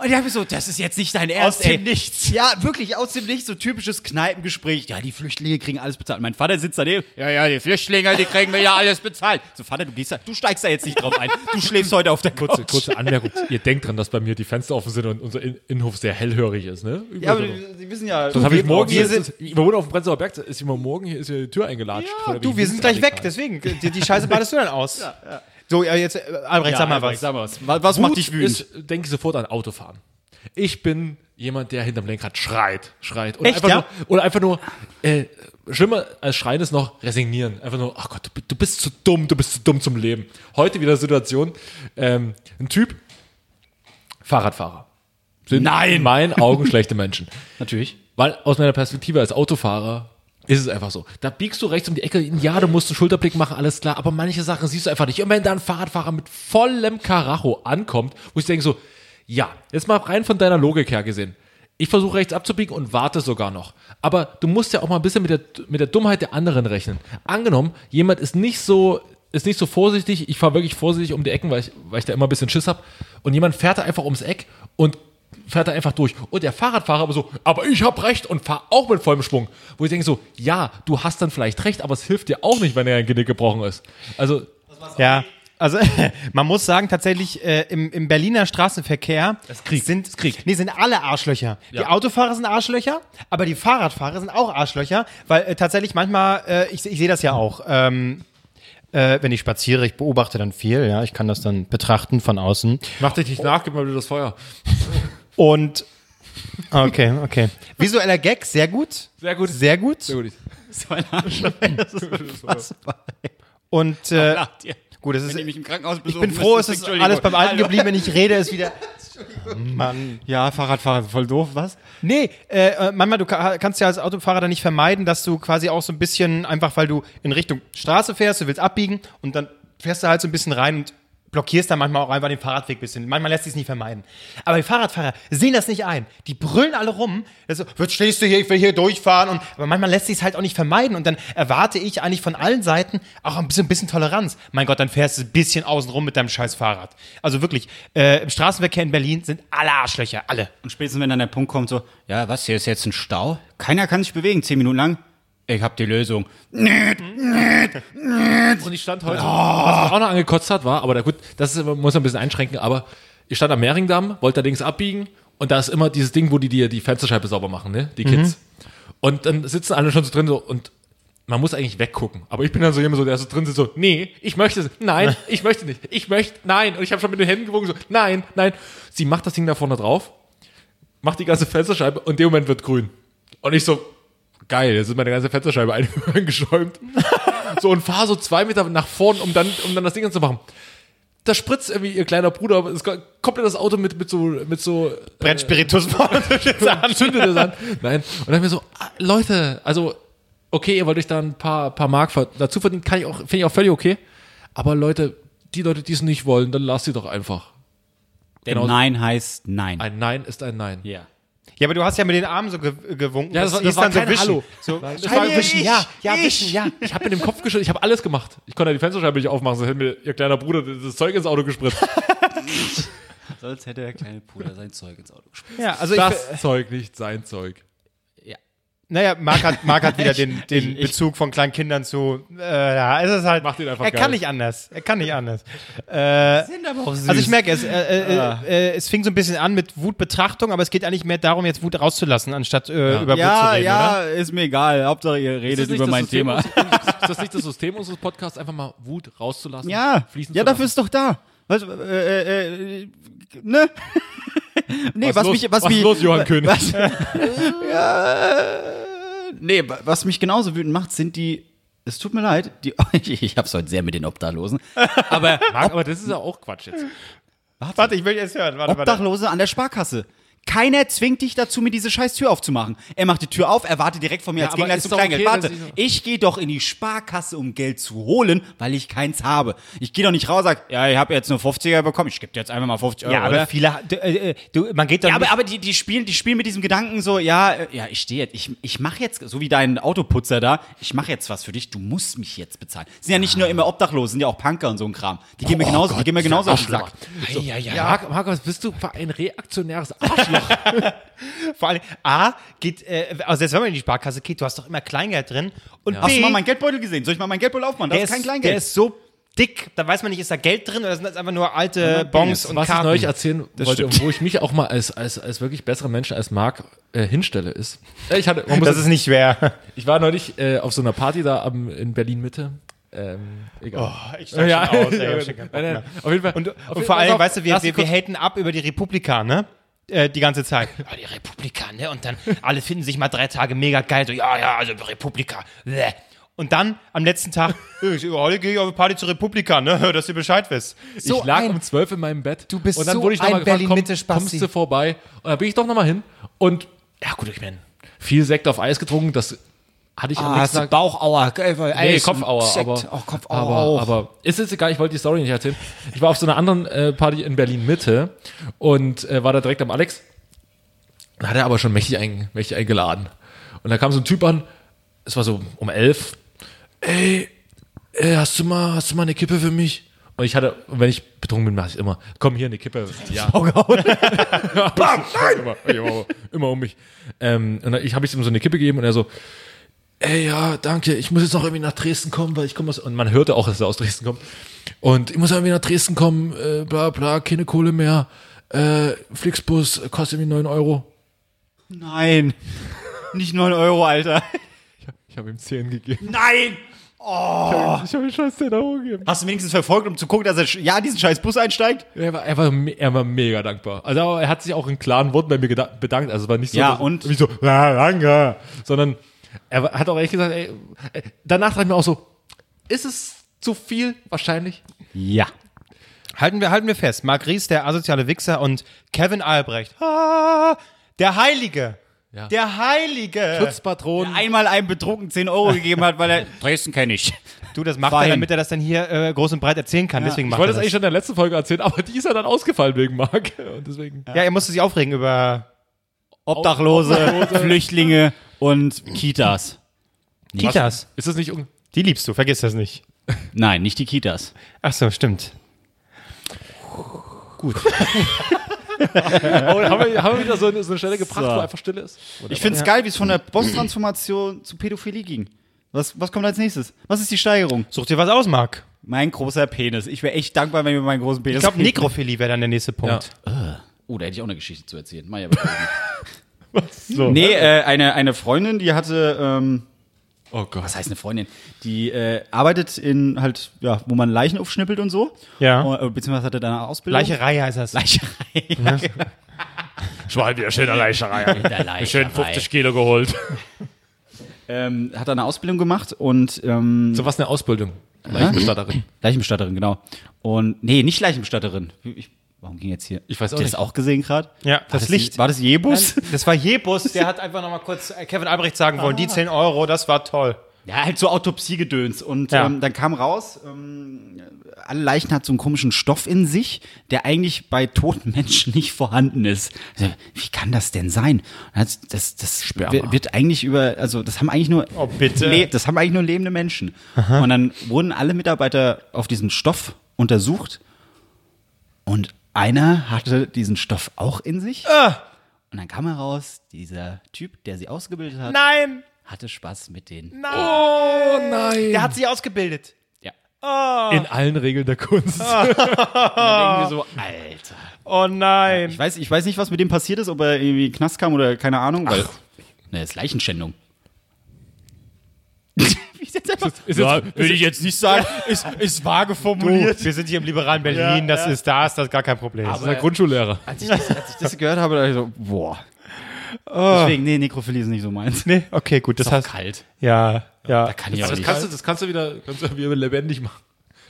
S1: und ich hab mir so, das ist jetzt nicht dein Ernst.
S3: Aus dem
S1: ey.
S3: Nichts.
S1: Ja, wirklich aus dem Nichts, so typisches Kneipengespräch. Ja, die Flüchtlinge kriegen alles bezahlt. Mein Vater sitzt daneben. Ja, ja, die Flüchtlinge, die kriegen mir ja alles bezahlt. So, Vater, du gehst da, du steigst da jetzt nicht drauf ein. Du schläfst heute auf der
S2: Kurze,
S1: Couch.
S2: kurze Anmerkung. Ihr denkt dran, dass bei mir die Fenster offen sind und unser In Innenhof sehr hellhörig ist, ne?
S1: Ja, aber sie wissen ja.
S2: das habe ich morgen.
S3: wir
S2: Wir,
S3: sind-
S2: sind, wir wohnen auf dem Prenzlauer Berg. Ist immer morgen hier ist hier die Tür eingeladen.
S3: Ah, du, wir sind gleich weg, deswegen, die, die Scheiße badest du dann aus. So, [LAUGHS] ja, jetzt, äh, Albrecht, sag mal was.
S1: Sag mal was. Was, was macht dich wütend?
S2: Ist, denke sofort an Autofahren. Ich bin jemand, der hinterm Lenkrad schreit, schreit. Oder
S3: Echt,
S2: einfach
S3: ja?
S2: nur, oder einfach nur äh, schlimmer als schreien ist noch resignieren. Einfach nur, ach Gott, du, bi- du bist zu dumm, du bist zu dumm zum Leben. Heute wieder Situation, ähm, ein Typ, Fahrradfahrer. Sind
S1: Nein!
S2: In meinen Augen schlechte Menschen.
S1: Natürlich.
S2: Weil aus meiner Perspektive als Autofahrer ist es einfach so. Da biegst du rechts um die Ecke, ja, du musst einen Schulterblick machen, alles klar, aber manche Sachen siehst du einfach nicht. Und wenn da ein Fahrradfahrer mit vollem Karacho ankommt, wo ich denke so, ja, jetzt mal rein von deiner Logik her gesehen. Ich versuche rechts abzubiegen und warte sogar noch. Aber du musst ja auch mal ein bisschen mit der, mit der Dummheit der anderen rechnen. Angenommen, jemand ist nicht so, ist nicht so vorsichtig, ich fahre wirklich vorsichtig um die Ecken, weil ich, weil ich da immer ein bisschen Schiss habe. Und jemand fährt da einfach ums Eck und fährt er einfach durch. Und der Fahrradfahrer aber so, aber ich hab recht und fahr auch mit vollem Schwung. Wo ich denke so, ja, du hast dann vielleicht recht, aber es hilft dir auch nicht, wenn er ein Genick gebrochen ist. Also,
S3: Ja, also [LAUGHS] man muss sagen, tatsächlich äh, im, im Berliner Straßenverkehr sind, Nee, sind alle Arschlöcher. Die Autofahrer sind Arschlöcher, aber die Fahrradfahrer sind auch Arschlöcher, weil äh, tatsächlich manchmal, äh, ich, ich sehe das ja auch, ähm, äh, wenn ich spaziere, ich beobachte dann viel, ja, ich kann das dann betrachten von außen.
S2: mach dich nicht nach, gib mal wieder das Feuer.
S3: [LAUGHS] Und okay, okay. Visueller Gag, sehr gut.
S2: Sehr gut.
S3: Sehr gut.
S2: Sehr gut.
S1: So [LAUGHS] ein Arschloch. Das ist unfassbar.
S3: Und äh,
S1: Lacht ihr.
S3: gut, es ist,
S1: Wenn ihr mich im Krankenhaus
S3: ich bin froh, es ist alles beim Alten geblieben, wenn ich rede, ist wieder. Mann.
S1: Ja, Fahrradfahrer, voll doof, was?
S3: Nee, äh, äh, manchmal, du ka kannst ja als Autofahrer dann nicht vermeiden, dass du quasi auch so ein bisschen, einfach weil du in Richtung Straße fährst, du willst abbiegen und dann fährst du halt so ein bisschen rein und blockierst dann manchmal auch einfach den Fahrradweg ein bisschen. Manchmal lässt sich nicht vermeiden. Aber die Fahrradfahrer sehen das nicht ein. Die brüllen alle rum. Also, was stehst du hier? Ich will hier durchfahren. Und, aber manchmal lässt sich es halt auch nicht vermeiden. Und dann erwarte ich eigentlich von allen Seiten auch ein bisschen, ein bisschen Toleranz. Mein Gott, dann fährst du ein bisschen außen rum mit deinem scheiß Fahrrad. Also wirklich, äh, im Straßenverkehr in Berlin sind alle Arschlöcher, alle.
S1: Und spätestens, wenn dann der Punkt kommt, so, ja, was, hier ist jetzt ein Stau? Keiner kann sich bewegen, zehn Minuten lang. Ich hab die Lösung.
S2: Und ich stand heute, was mich auch noch angekotzt hat, war, aber da, gut, das ist, muss man ein bisschen einschränken, aber ich stand am Mehringdamm, wollte da links abbiegen und da ist immer dieses Ding, wo die dir die Fensterscheibe sauber machen, ne? Die Kids. Und dann sitzen alle schon so drin so und man muss eigentlich weggucken. Aber ich bin dann so jemand, so, der so drin sitzt, so, nee, ich möchte es, nein, ich möchte nicht, ich möchte, nein. Und ich habe schon mit den Händen gewogen, so, nein, nein. Sie macht das Ding da vorne drauf, macht die ganze Fensterscheibe und in dem Moment wird grün. Und ich so, geil, jetzt ist meine ganze Fensterscheibe [LAUGHS] eingeschäumt. so und fahr so zwei Meter nach vorn, um dann, um dann das Ding anzumachen. Da spritzt irgendwie ihr kleiner Bruder, es ko- kommt in das Auto mit, mit so, mit so
S3: Brennt Spiritus vorne.
S2: zündet es an. Nein. Und dann mir so, ah, Leute, also, okay, ihr wollt euch da ein paar, paar Mark ver dazu verdienen, kann ich auch, finde ich auch völlig okay. Aber Leute, die Leute, die es nicht wollen, dann lasst sie doch einfach.
S1: Denn
S2: Genau.
S1: Nein heißt Nein.
S2: Ein Nein ist ein Nein.
S1: Ja.
S3: Ja, aber du hast ja mit den Armen so ge gewunken.
S2: Ja, das war-
S3: hieß
S2: das war kein
S3: Wischen.
S2: Hallo.
S3: So,
S2: Nein,
S3: das war
S1: ich,
S3: Wischen, ja, ja,
S1: ich.
S3: Wischen, ja.
S2: Ich habe mit dem Kopf geschüttelt, ich habe alles gemacht. Ich konnte ja die Fensterscheibe nicht aufmachen, sonst hätte mir ihr kleiner Bruder das Zeug ins Auto gespritzt.
S1: Sonst hätte der kleine Bruder sein Zeug ins Auto gespielt.
S3: Ja, also ich,
S2: Das Zeug, nicht sein Zeug.
S3: Naja, Marc hat, Marc hat wieder den, den
S1: ich- ich-
S3: Bezug von kleinen Kindern zu. Äh, ja, es ist halt.
S2: Macht ihn einfach
S3: er
S2: geil.
S3: kann nicht anders. Er kann nicht anders. Äh, also ich merke, es, äh, äh, äh, es fing so ein bisschen an mit Wutbetrachtung, aber es geht eigentlich mehr darum, jetzt Wut rauszulassen, anstatt äh, über Wut zu
S1: ja,
S3: reden,
S1: ja, ist mir egal. Hauptsache ihr
S2: Ist das
S1: redet
S2: nicht
S1: über
S2: das
S1: mein
S2: System
S1: Thema.
S2: unseres- Ist das nicht das System unseres Podcasts, einfach mal Wut rauszulassen?
S1: Ja,
S2: fließen
S1: ja,
S2: zu
S1: dafür
S2: lassen?
S1: ist doch da. Was, äh, äh, äh, ne? [LAUGHS] nee, was,
S2: los?
S1: mich, was,
S2: Was
S1: mich,
S2: los, Johann König?
S1: [LAUGHS]
S2: [LAUGHS]
S1: Was, ja, nee, wa- was mich genauso wütend macht, sind die. Es tut mir leid, die, [LAUGHS] ich hab's heute sehr mit den Obdachlosen. Aber
S2: Marc, aber das ist ja auch Quatsch jetzt.
S3: Oder? Warte, ich will jetzt hören. Warte, warte.
S1: Obdachlose an der Sparkasse. Keiner zwingt dich dazu, mir diese scheiß Tür aufzumachen. Er macht die Tür auf, er wartet direkt von mir
S2: Ja,
S1: als
S2: aber
S1: Gegner
S2: ist
S1: zum
S2: doch
S1: Kleingeld.
S2: okay,
S1: Warte,
S2: wenn sie so-
S1: ich gehe doch in die Sparkasse, um Geld zu holen, weil ich keins habe. Ich gehe doch nicht raus und sag, ja, ich habe jetzt nur 50er bekommen, ich gebe dir jetzt einfach mal 50 Euro,
S3: Ja, aber
S1: oder?
S3: viele. ha- Du, äh, äh, du, man geht doch.
S1: Ja, aber,
S3: nicht-
S1: aber die, die, spielen, die spielen mit diesem Gedanken so, ja, äh, ja, ich stehe jetzt, ich, ich mache jetzt, so wie dein Autoputzer da, ich mache jetzt was für dich, du musst mich jetzt bezahlen. Sind ja nicht nur immer Obdachlose, sind ja auch Punker und so ein Kram. Die gehen mir genauso, Oh die gehen mir genauso auf den Sack.
S2: So. Ja, ja, ja. Marc, Marc, was bist du für ein reaktionäres Arsch?
S3: vor allem, A, geht, äh, also selbst wenn man in die Sparkasse geht, du hast doch immer Kleingeld drin. Und
S2: Ja.
S3: B,
S1: Hast du mal meinen Geldbeutel gesehen? Soll ich mal meinen Geldbeutel aufmachen? Das
S3: der
S1: ist kein Kleingeld.
S3: Der ist so dick, da weiß man nicht, ist da Geld drin oder sind das einfach nur alte Bons und
S2: was ich
S3: Karten.
S2: neulich erzählen wollte, und wo ich mich auch mal als, als, als wirklich besserer Mensch als Marc äh, hinstelle, ist. Äh, Ich, hatte, man muss
S3: das ist nicht schwer.
S2: ich war neulich äh, auf so einer Party da am, in Berlin Mitte. Ähm, egal.
S3: ich steig schon aus, ey, ich hab schon keinen Bock
S2: Nein, nein,
S3: mehr.
S2: auf jeden Fall.
S3: Und,
S2: auf
S3: und
S2: jeden
S3: vor
S2: Fall-
S3: allem, weißt du, wir,
S2: lass
S3: wir,
S2: kurz-
S3: wir haten ab über die Republika, ne? Äh, Die ganze Zeit. Ja, die Republika, ne? Und dann alle finden sich mal drei Tage mega geil. So, ja, ja, also Republika. bleh. Und dann am letzten Tag, äh, ich- heute gehe ich auf eine Party zur Republika, ne? [LAUGHS] Dass ihr Bescheid wisst.
S2: ich lag
S3: ein-
S2: um zwölf in meinem Bett. Du
S3: bist
S2: und dann
S3: so
S2: wurde ich noch
S3: ein
S2: mal gefragt, komm,
S3: Berlin-Mitte-Spasti.
S2: kommst du vorbei? Und dann bin ich doch nochmal hin und ja gut, ich meine, viel Sekt auf Eis getrunken, das hatte
S3: Ah,
S2: ich am nächsten Tag.
S1: Ah, Bauchauer,
S2: Nee, Kopfauer, aber,
S1: Oh,
S2: aber, aber ist jetzt egal, ich wollte die Story nicht erzählen. Ich war auf so einer anderen äh, Party in Berlin Mitte und äh, war da direkt am Alex. Da hat er aber schon mächtig, ein, mächtig eingeladen. Und da kam so ein Typ an, es war so um elf. Ey, äh, hast du mal, hast du mal eine Kippe für mich? Und ich hatte, und wenn ich betrunken bin, mache ich immer, komm hier eine Kippe. [LAUGHS] Ja. Bam, nein! Immer, immer, immer um mich. Ähm, und dann- ich habe ihm so eine Kippe gegeben und er so, ey, ja, danke, ich muss jetzt noch irgendwie nach Dresden kommen, weil ich komme aus, und man hörte auch, dass er aus Dresden kommt. Und ich muss irgendwie nach Dresden kommen, äh, bla, bla, keine Kohle mehr, äh, Flixbus äh, kostet irgendwie 9 Euro.
S1: Nein. Nicht 9 Euro, Alter.
S2: Ich habe ihm 10 gegeben.
S1: Nein!
S2: Ich habe ihm scheiß 10 Euro gegeben.
S1: Hast du wenigstens verfolgt, um zu gucken, dass er sch- ja in diesen scheiß Bus einsteigt?
S2: Er war, er, war, me- er war mega dankbar. Also aber er hat sich auch in klaren Worten bei mir geda- bedankt. Also es war nicht so,
S1: Ja,
S2: dass-
S1: und?
S2: wie so, ja, danke. Sondern er war- hat auch echt gesagt, ey, äh, danach dachte ich mir auch so, ist es zu viel wahrscheinlich?
S1: Ja.
S3: Halten wir, halten wir fest. Marc Ries, der asoziale Wichser und Kevin Albrecht. Ah, der Heilige.
S2: Ja.
S3: Der Heilige.
S2: Äh. Schutzpatron.
S1: Einmal einem Betrunken 10 Euro gegeben hat, weil er. Dresden kenne ich.
S3: Du, das macht
S1: War
S3: er,
S1: hin.
S3: damit er das dann hier äh, groß und breit erzählen kann. Deswegen
S2: Ich
S3: macht
S2: wollte
S3: er
S2: das eigentlich
S3: das.
S2: schon in der letzten Folge erzählen, aber die ist ja dann ausgefallen wegen Marc. Und deswegen.
S3: Ja, er musste sich aufregen über
S1: Obdachlose, Flüchtlinge und Kitas.
S3: Kitas.
S2: Ist das nicht un
S3: Die liebst du, vergiss das nicht.
S1: Nein, nicht die Kitas.
S3: Ach so, stimmt.
S2: oh, haben, wir, haben wir wieder so eine, so eine Stelle gebracht,
S1: So.
S2: wo einfach Stille ist?
S1: Ich finde es geil, wie es von der Boss-Transformation zu Pädophilie ging. Was, was kommt als nächstes? Was ist die Steigerung?
S3: Such dir was aus, Marc.
S1: Mein großer Penis. Ich wäre echt dankbar, wenn wir meinen großen Penis.
S3: Ich glaube, Nekrophilie wäre dann der nächste
S2: Ja.
S3: Punkt.
S1: Oh, da hätte ich auch eine Geschichte zu erzählen. Mach ich aber
S2: [LAUGHS]
S1: Nee, äh, eine, eine Freundin, die hatte, ähm,
S2: Oh Gott.
S1: was heißt eine Freundin? Die äh, arbeitet in halt, ja, wo man Leichen aufschnippelt und so.
S3: Ja.
S1: Äh, beziehungsweise hatte danach Ausbildung.
S3: Leicherei heißt
S2: [LAUGHS]
S3: das.
S1: Leicherei.
S2: Schwein wieder schöner Leischerei.
S1: Schön
S2: 50 Kilo geholt.
S1: [LAUGHS] Ähm, hat dann eine Ausbildung gemacht und ähm,
S2: So was eine Ausbildung. Leichenbestatterin.
S1: Leichenbestatterin, genau. Und nee, nicht Leichenbestatterin. Ich, warum ging jetzt hier?
S2: Ich weiß auch
S1: Habt ihr das
S2: nicht.
S1: auch gesehen gerade?
S3: Ja, das
S1: das
S3: Licht.
S1: War das Jebus?
S3: [LAUGHS] Das war Jebus, der hat einfach nochmal kurz äh, Kevin Albrecht sagen wollen,
S2: Ah.
S3: die 10 Euro, das war toll.
S1: Ja, halt so Autopsiegedöns. Und
S3: Ja.
S1: ähm, dann kam raus, ähm, alle Leichen hat so einen komischen Stoff in sich, der eigentlich bei toten [LAUGHS] Menschen nicht vorhanden ist. Also, Wie kann das denn sein? Und Das, das, das wird wird eigentlich über, also das haben eigentlich nur,
S3: Oh, bitte.
S1: Le- das haben eigentlich nur lebende Menschen. Und dann wurden alle Mitarbeiter auf diesen Stoff
S3: Ah.
S1: untersucht und einer hatte diesen Stoff auch in sich. Und dann kam heraus, dieser Typ, der sie ausgebildet hat,
S3: Nein!
S1: hatte Spaß mit denen.
S3: Nein!
S2: Oh nein!
S3: Der hat sie ausgebildet.
S1: Ja.
S2: in allen Regeln der
S1: Und
S2: Kunst.
S1: dann denken wir so, Alter.
S3: Oh nein.
S1: Ich weiß, ich weiß nicht, was mit dem passiert ist, ob er irgendwie in den Knast kam oder keine Ahnung. Weil, ne, ist [LAUGHS] Leichenschändung. ich setz einfach,
S2: Ist jetzt-
S1: will ich jetzt nicht
S3: [LAUGHS]
S1: sagen. Ist, ist vage formuliert.
S3: wir sind hier im liberalen Berlin, das ist da, ist das gar kein Problem.
S2: Das ist der Grundschullehrer.
S1: Als ich, das, als ich das gehört habe, dachte ich so, boah. Deswegen, nee, Nekrophilie ist nicht so meins.
S3: nee, okay, gut, das
S1: Ist auch
S3: heißt.
S1: kalt.
S3: Ja, ja.
S1: Da kann ich auch
S2: das
S1: nicht.
S2: kannst, du, das kannst du wieder, kannst du wieder lebendig machen.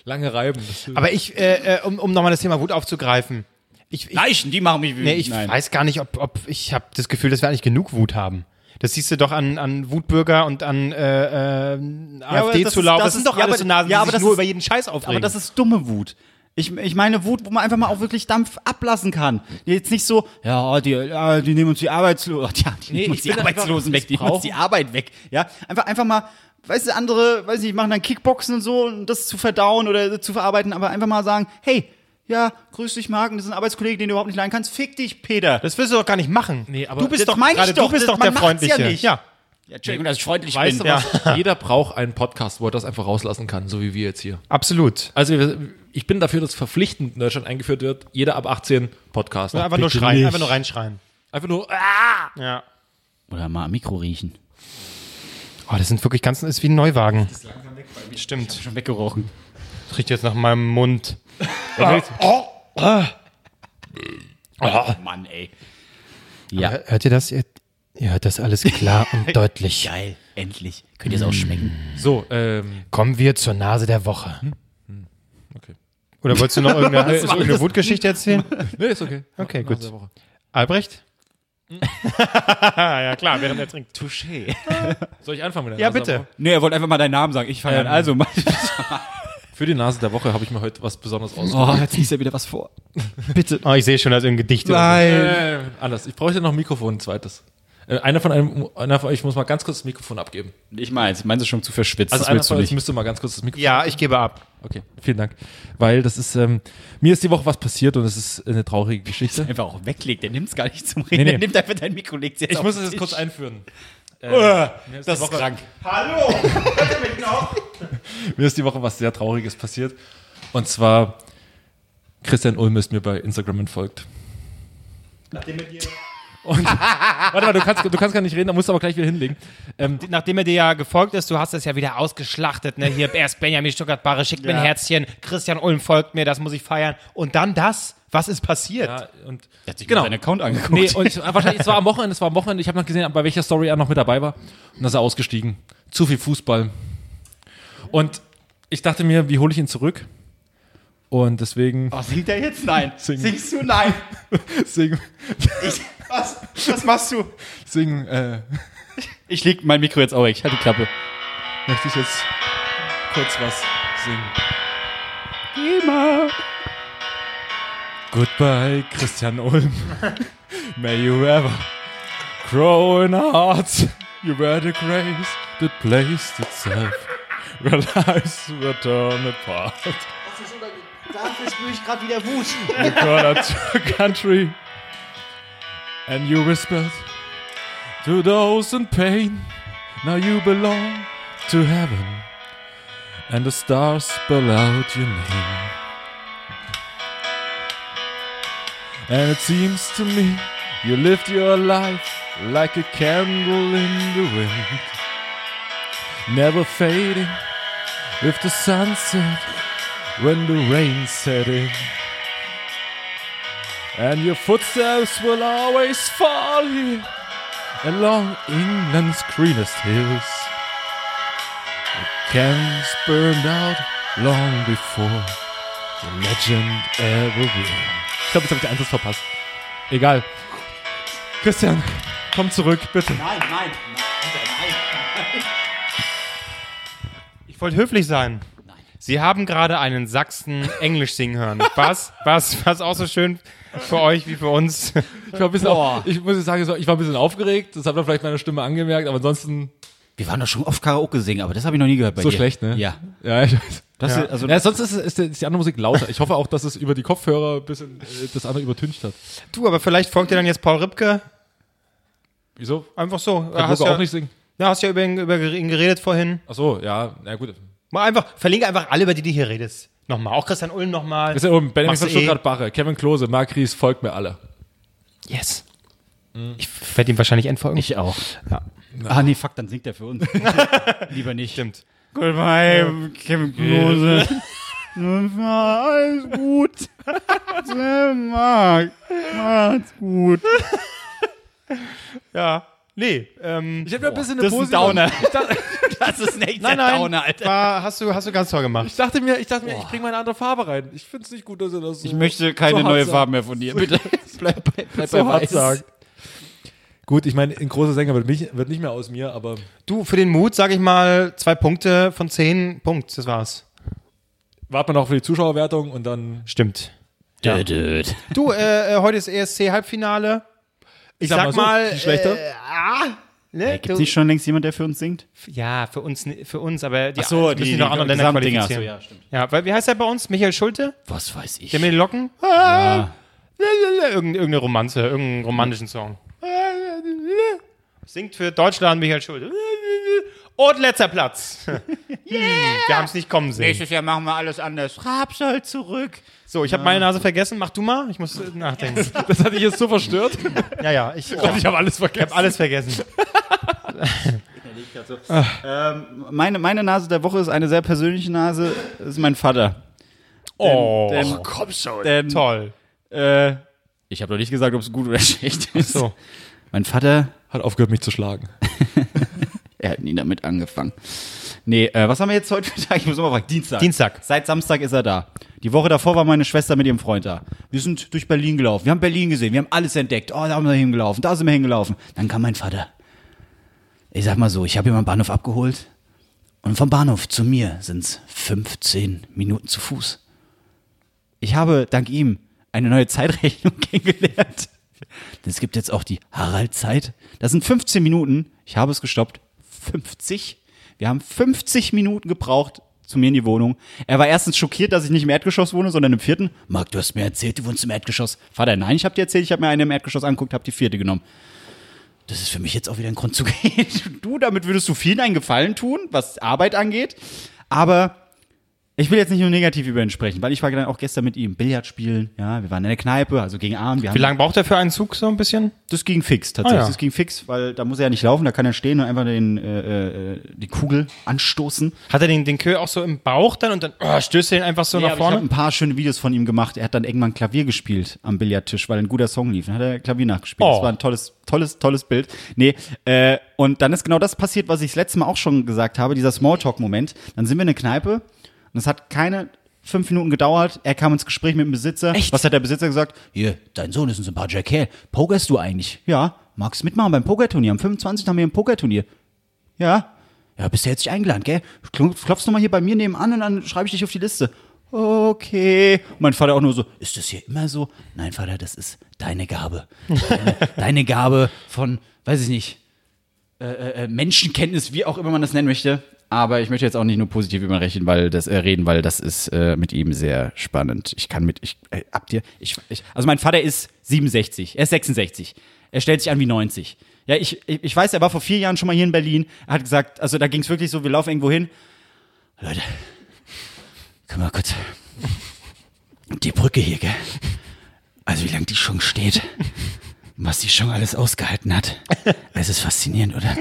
S2: Lange reiben. Das-
S3: Aber ich, äh, äh, um, um nochmal das Thema Wut aufzugreifen. Ich, ich,
S1: Leichen, die machen mich wütend.
S3: nee, ich weiß gar nicht, ob, ob ich habe das Gefühl, dass wir eigentlich genug Wut haben. Das siehst du doch an, an Wutbürger und an äh, äh,
S1: das
S3: AfD-Zulauf.
S1: ist- das
S3: Das, sind
S1: ist-
S3: doch
S1: ja,
S3: alles
S1: aber-
S3: so Nasen,
S1: ja,
S3: die
S1: aber
S3: sich
S1: das
S3: nur
S1: ist-
S3: über jeden Scheiß aufregen.
S1: Aber das ist dumme Wut. Ich, ich meine Wut, wo man einfach mal auch wirklich Dampf ablassen kann. Jetzt nicht so, ja, die, äh, die nehmen uns die Arbeitslosen, [LAUGHS] ja, die nehmen uns
S2: ich
S1: die
S2: bin einfach-
S1: Arbeitslosen weg, [LAUGHS] die nehmen uns die Arbeit weg. Ja, einfach, einfach mal, weißt du, andere, weiß nicht, machen dann Kickboxen und so, um das zu verdauen oder zu verarbeiten, aber einfach mal sagen, hey, ja, grüß dich, Marken, das ist ein Arbeitskollege, den du überhaupt nicht leiden kannst. Fick dich, Peter.
S3: das willst du doch gar nicht machen.
S2: Nee, aber
S3: du bist
S1: das
S3: doch
S1: meine ich
S3: gerade,
S1: doch,
S3: du bist
S1: das-
S3: doch der
S1: man macht's ja
S3: Freundliche.
S1: nicht.
S3: Ja.
S1: Ja, Entschuldigung, dass ich freundlich
S2: Weißt du
S1: Ja.
S2: was? Jeder braucht einen Podcast, wo er das einfach rauslassen kann, so wie wir jetzt hier.
S3: absolut.
S2: Also wir- ich bin dafür, dass verpflichtend in Deutschland eingeführt wird, jeder ab 18 Podcast.
S3: Einfach nur
S2: Bitte
S3: schreien,
S2: nicht.
S3: einfach nur reinschreien.
S2: Einfach nur, ah!
S3: Ja.
S1: Oder mal am Mikro riechen.
S3: Oh, das sind wirklich ganz, ist wie ein Neuwagen. Das ist langsam weg bei mir. Stimmt.
S1: Schon weggerochen.
S3: Das riecht jetzt nach meinem Mund.
S1: Oh, Mann, ey. Ja.
S3: Hört ihr das? Ihr, ihr hört das alles [LAUGHS] klar und deutlich.
S1: Geil, endlich. Könnt ihr es auch schmecken?
S2: so, ähm,
S3: Kommen wir zur Nase der Woche.
S2: okay.
S3: Oder wolltest du [LAUGHS] noch irgendeine, Hm? ist irgendeine Wutgeschichte [LAUGHS] erzählen?
S2: Nee, ist okay.
S3: Okay,
S2: Nach
S3: gut.
S2: der Woche.
S3: Albrecht? [LAUGHS] ja, klar, während er trinkt.
S1: Touché.
S2: Soll ich anfangen mit der
S3: Ja,
S2: Nase der
S3: bitte.
S2: Woche?
S1: Nee, er wollte einfach mal deinen Namen sagen. Ich feiere. Also, mein
S2: [LAUGHS] Für die Nase der Woche habe ich mir heute was Besonderes ausgedacht.
S1: oh, jetzt liest er wieder was vor. Bitte.
S3: Oh, ich sehe schon, also ein Gedicht. oder so.
S2: Äh, anders. Ich bräuchte noch ein Mikrofon, ein zweites. Äh, Einer von, einem, einer von euch muss mal ganz kurz das Mikrofon abgeben.
S1: Ich meins, meins ist schon zu verschwitzt.
S2: Also
S1: das
S2: einer
S1: willst du
S2: von euch
S1: nicht.
S2: müsste mal ganz kurz das Mikrofon
S3: Ja, ich gebe ab.
S2: Okay, vielen Dank. Weil das ist, ähm, mir ist die Woche was passiert und es ist eine traurige Geschichte.
S1: Einfach auch weglegt, der nimmt es gar nicht zum Reden.
S2: Nee, nee.
S1: Der nimmt einfach dein Mikro, legt jetzt
S2: Ich
S1: auf
S2: muss
S1: den
S2: es jetzt
S1: Tisch.
S2: kurz einführen. Äh,
S1: Das ist krank.
S2: [LAUGHS] Mir ist die Woche was sehr Trauriges passiert. Und zwar, Christian Ulm ist mir bei Instagram entfolgt. Nachdem er dir. Und, warte mal, du kannst, du kannst gar nicht reden, da musst du aber gleich wieder hinlegen. Ähm,
S3: Nachdem er dir ja gefolgt ist, du hast es ja wieder ausgeschlachtet. Ne? Hier erst Benjamin Stuttgart-Barre schickt mir ein Herzchen, Christian Ulm folgt mir, das muss ich feiern. Und dann das? Was ist passiert?
S2: ja, und,
S1: Der hat sich
S2: Genau.
S1: genau. seinen Account angeguckt.
S2: nee,
S1: [LAUGHS]
S2: und ich, wahrscheinlich, es war am Wochenende, es war am Wochenende, ich habe noch gesehen, bei welcher Story er noch mit dabei war. Und dann ist er ausgestiegen. Zu viel Fußball. Und ich dachte mir, wie hole ich ihn zurück? Und deswegen,
S1: oh, singt er jetzt?
S2: [LAUGHS]
S1: Nein.
S2: Singen.
S1: Singst du?
S2: [LAUGHS]
S1: Nein.
S2: deswegen,
S1: Ich, was, was machst du?
S2: deswegen äh,
S1: Ich leg mein Mikro jetzt auch weg. Ich halte die Klappe.
S2: möchte ich jetzt kurz was singen.
S1: Immer.
S2: Goodbye, Christian Ulm. [LAUGHS] May you ever grow in hearts. You were the grace that placed itself where lives were torn apart.
S4: Dafür spüre ich gerade wieder Wut.
S2: You called out to a country and you whispered to those in pain. Now you belong to heaven and the stars spell out your name. And it seems to me you lived your life like a candle in the wind, never fading with the sunset when the rain set in. And your footsteps will always fall here along England's greenest hills. The candles burned out long before the legend ever will. Ich glaube, jetzt habe ich den Einsatz verpasst. Egal. Christian, komm zurück, bitte.
S1: Nein, nein. Nein.
S3: Ich wollte höflich sein. Sie haben gerade einen Sachsen Englisch singen hören. Was, was, was auch so schön für euch wie für uns.
S2: Ich war ein bisschen,
S1: Boah.
S2: auf, ich muss sagen, so- ich war ein bisschen aufgeregt. Das hat man vielleicht meiner Stimme angemerkt, aber ansonsten
S1: Wir waren doch schon oft Karaoke singen, aber das habe ich noch nie gehört bei
S2: so
S1: dir.
S2: schlecht, ne?
S1: Ja.
S2: Ja, ich weiß.
S1: Das Ist, also,
S2: Ja, sonst ist, ist, ist die andere Musik lauter. Ich hoffe auch, dass es über die Kopfhörer ein bisschen äh, das andere übertüncht hat.
S3: Du, aber vielleicht folgt dir dann jetzt Paul Ripke
S2: Wieso? Ah,
S3: Einfach so.
S2: Kann
S3: hast
S2: Luca
S3: ja,
S2: auch nicht singen?
S3: ja, hast ja über ihn, über ihn geredet vorhin.
S2: Ach so, ja, na gut.
S3: Mal einfach, verlinke einfach alle, über die du hier redest. Nochmal. Auch Christian Ulm nochmal.
S2: Ist ja oben oh, Benjamin
S3: Machst
S2: von
S3: du eh.
S2: Stuttgart-Bache, Kevin Klose, Marc Ries, folgt mir alle.
S3: Yes. Ich werde ihm wahrscheinlich entfolgen.
S1: Mhm. Ich auch. Ah, nee, fuck, dann singt er für
S2: [LAUGHS]
S1: uns. Lieber nicht.
S3: Stimmt.
S1: Goodbye, Kevin Klose. [LAUGHS] Das war alles gut. Marc, macht's gut.
S3: Ja. Nee. Ähm,
S2: Ich habe ja ein bisschen
S1: Das ist ein Downer. [LAUGHS] Das ist nicht
S3: nein, nein.
S1: Downer, Alter.
S3: war, hast, du, hast du ganz toll gemacht.
S2: Ich dachte mir, ich dachte mir, ich bringe mal eine andere Farbe rein. Ich finde es nicht gut, dass er das so
S1: Ich möchte keine
S2: so hart
S1: neue
S2: sagt.
S1: Farbe mehr von dir, bitte. bleib bei, bleib bei
S2: so hart
S1: weiß.
S2: sagen. Gut, ich meine, ein großer Sänger wird, mich, wird nicht mehr aus mir, aber
S3: Du, für den Mut, sage ich mal, zwei Punkte von zehn. Punkt, das war's.
S2: warten wir noch für die Zuschauerwertung und dann.
S3: Stimmt.
S1: Dö, dö, dö.
S3: Du, äh, äh, heute ist ESC-Halbfinale. Ich sag,
S2: so,
S3: mal,
S2: viel schlechter.
S3: Äh, ah, ne?
S1: Gibt es nicht schon längst jemand, der für uns singt?
S3: ja, für uns, ni- für uns, aber die,
S1: Ach so,
S3: es müssen
S1: die-
S3: noch
S1: die
S3: andere Länder
S1: Gesamtdinger.
S3: qualifizieren.
S1: Ach so, ja, stimmt.
S3: ja, weil wie heißt der bei uns? Michael Schulte?
S1: Was weiß ich.
S3: Der mit den Locken? Ah, lalalala, irgend- Irgendeine Romanze, irgendeinen romantischen Song. Ah, lalalala. Singt für Deutschland Michael Schulte. Und letzter Platz. yeah. Wir haben es nicht kommen sehen.
S1: Jahr machen wir alles anders. Rapsol zurück.
S3: So, ich habe meine Nase vergessen. Mach du mal. Ich muss äh, nachdenken.
S1: [LAUGHS]
S2: Das hat dich jetzt so verstört.
S3: ja, ja, ich, ich
S2: ich habe alles
S3: habe
S2: vergessen.
S3: alles vergessen.
S1: Ähm, meine, meine Nase der Woche ist eine sehr persönliche Nase. Das ist mein Vater.
S3: Oh,
S1: Denn-
S3: komm schon.
S1: Denn,
S3: Toll.
S1: Äh, ich habe noch nicht gesagt, ob es gut oder [LAUGHS] schlecht ist.
S3: So.
S1: Mein Vater,
S2: Hat aufgehört, mich zu schlagen.
S1: er hat nie damit angefangen. Nee, äh, was haben wir jetzt heute für Tag? Ich muss immer fragen. Dienstag.
S3: Dienstag.
S1: Seit Samstag ist er da. Die Woche davor war meine Schwester mit ihrem Freund da. Wir sind durch Berlin gelaufen. Wir haben Berlin gesehen. Wir haben alles entdeckt. Oh, da haben wir hingelaufen. Da sind wir hingelaufen. Dann kam mein Vater. Ich sag mal so, ich habe ihn am Bahnhof abgeholt. Und vom Bahnhof zu mir sind es 15 Minuten zu Fuß. Ich habe dank ihm eine neue Zeitrechnung [LAUGHS] kennengelernt. Es gibt jetzt auch die Harald-Zeit. Das sind 15 Minuten. Ich habe es gestoppt. 50. Wir haben 50 Minuten gebraucht zu mir in die Wohnung. Er war erstens schockiert, dass ich nicht im Erdgeschoss wohne, sondern im vierten. Marc, du hast mir erzählt, du wohnst im Erdgeschoss. Vater, nein, ich habe dir erzählt, ich habe mir eine im Erdgeschoss angeguckt, habe die vierte genommen. Das ist für mich jetzt auch wieder ein Grund zu [LAUGHS] gehen. Du, damit würdest du vielen einen Gefallen tun, was Arbeit angeht. Aber ich will jetzt nicht nur negativ über ihn sprechen, weil ich war dann auch gestern mit ihm Billard spielen. Ja, wir waren in der Kneipe, also gegen Abend. Wir haben
S3: Wie lange braucht er für einen Zug so ein bisschen?
S1: das ging fix tatsächlich.
S3: Ah, ja.
S1: Das ging fix, weil da muss er ja nicht laufen, da kann er stehen und einfach den, äh, äh, die Kugel anstoßen.
S3: Hat er den, den Kö auch so im Bauch dann und dann oh, stößt er ihn einfach so
S1: Ja,
S3: nach
S1: aber ich habe
S3: vorne?
S1: ein paar schöne Videos von ihm gemacht. Er hat dann irgendwann Klavier gespielt am Billardtisch, weil ein guter Song lief. Dann hat er Klavier nachgespielt.
S3: Oh.
S1: Das war ein tolles, tolles, tolles Bild. Nee, äh, und dann ist genau das passiert, was ich das letzte Mal auch schon gesagt habe, dieser Smalltalk-Moment. Dann sind wir in eine Kneipe und es hat keine fünf Minuten gedauert. Er kam ins Gespräch mit dem Besitzer.
S3: Echt?
S1: Was hat der Besitzer gesagt? Hier, dein Sohn ist ein sympathischer Kerl. Pokerst du eigentlich? Ja. Magst mitmachen beim Pokerturnier? Am 25. haben wir ein Pokerturnier. Ja. Ja, bist du jetzt nicht eingeladen, gell? Kl- Klopfst nochmal hier bei mir nebenan und dann schreibe ich dich auf die Liste. Okay. Und mein Vater auch nur so, ist das hier immer so? Nein, Vater, das ist deine Gabe. Deine, deine Gabe von, weiß ich nicht, äh, äh, Menschenkenntnis, wie auch immer man das nennen möchte. Aber ich möchte jetzt auch nicht nur positiv über ihn reden, weil das, äh, reden, weil das ist äh, mit ihm sehr spannend. Ich kann mit, ich, äh, ab dir, ich, ich, also mein Vater ist 67, er ist 66. Er stellt sich an wie 90. Ja, ich, ich ich weiß, er war vor vier Jahren schon mal hier in Berlin. Er hat gesagt, also da ging es wirklich so, wir laufen irgendwo hin. Leute, können wir kurz, die Brücke hier, gell? Also wie lange die schon steht was die schon alles ausgehalten hat. Es ist faszinierend, oder?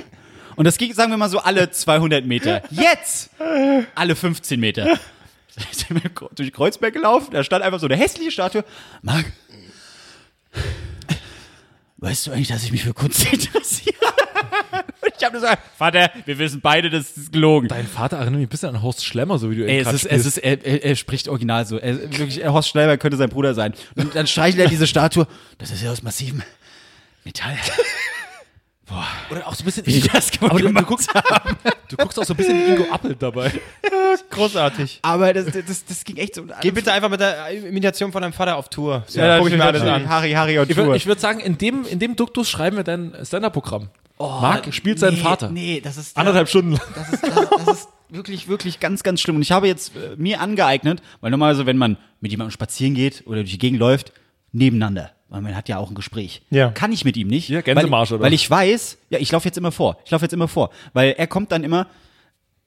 S1: Und das ging, sagen wir mal so, alle 200 Meter. Jetzt! Alle 15 Meter. Sind wir durch Kreuzberg gelaufen, da stand einfach so eine hässliche Statue. Marc, weißt du eigentlich, dass ich mich für Kunst [LAUGHS] interessiere? Und ich habe nur gesagt, Vater, wir wissen beide, das ist gelogen.
S2: Dein Vater erinnert mich ein bisschen an Horst Schlemmer, so wie du
S1: Ey,
S2: eben
S1: es
S2: gerade
S1: ist, es ist,
S2: spielst.
S1: er, er, er spricht original so. Er, wirklich, er, Horst Schleiber könnte sein Bruder sein. Und dann streichelt er diese Statue. Das ist ja aus massivem [LAUGHS] Metall.
S2: Oder auch so ein bisschen.
S1: Wie die das gemacht
S2: aber du, du,
S1: haben.
S2: guckst, du guckst auch so ein bisschen Ingo Appelt [LAUGHS] dabei.
S3: Großartig.
S1: Aber das, das, das ging echt so.
S3: Geh bitte einfach mit der Imitation von deinem Vater auf Tour. So,
S1: Ja,
S3: dann
S1: dann
S3: guck ich mir alles an.
S1: Harry, Harry und
S2: Ich würde
S1: Tour.
S2: ich würd sagen, in dem, in dem Duktus schreiben wir dein Stand-Up-Programm. Marc spielt seinen Vater.
S1: Nee, das ist.
S2: Anderthalb Stunden lang.
S1: Das ist, das, das ist wirklich, wirklich ganz, ganz schlimm. Und ich habe jetzt äh, mir angeeignet, weil normalerweise, wenn man mit jemandem spazieren geht oder durch die Gegend läuft, nebeneinander. Man Aber man hat ja auch ein Gespräch.
S3: Ja.
S1: Kann ich mit ihm nicht.
S2: Ja, Gänsemarsch,
S1: weil,
S2: oder?
S1: Weil ich weiß, ja, ich laufe jetzt immer vor. Ich laufe jetzt immer vor. Weil er kommt dann immer,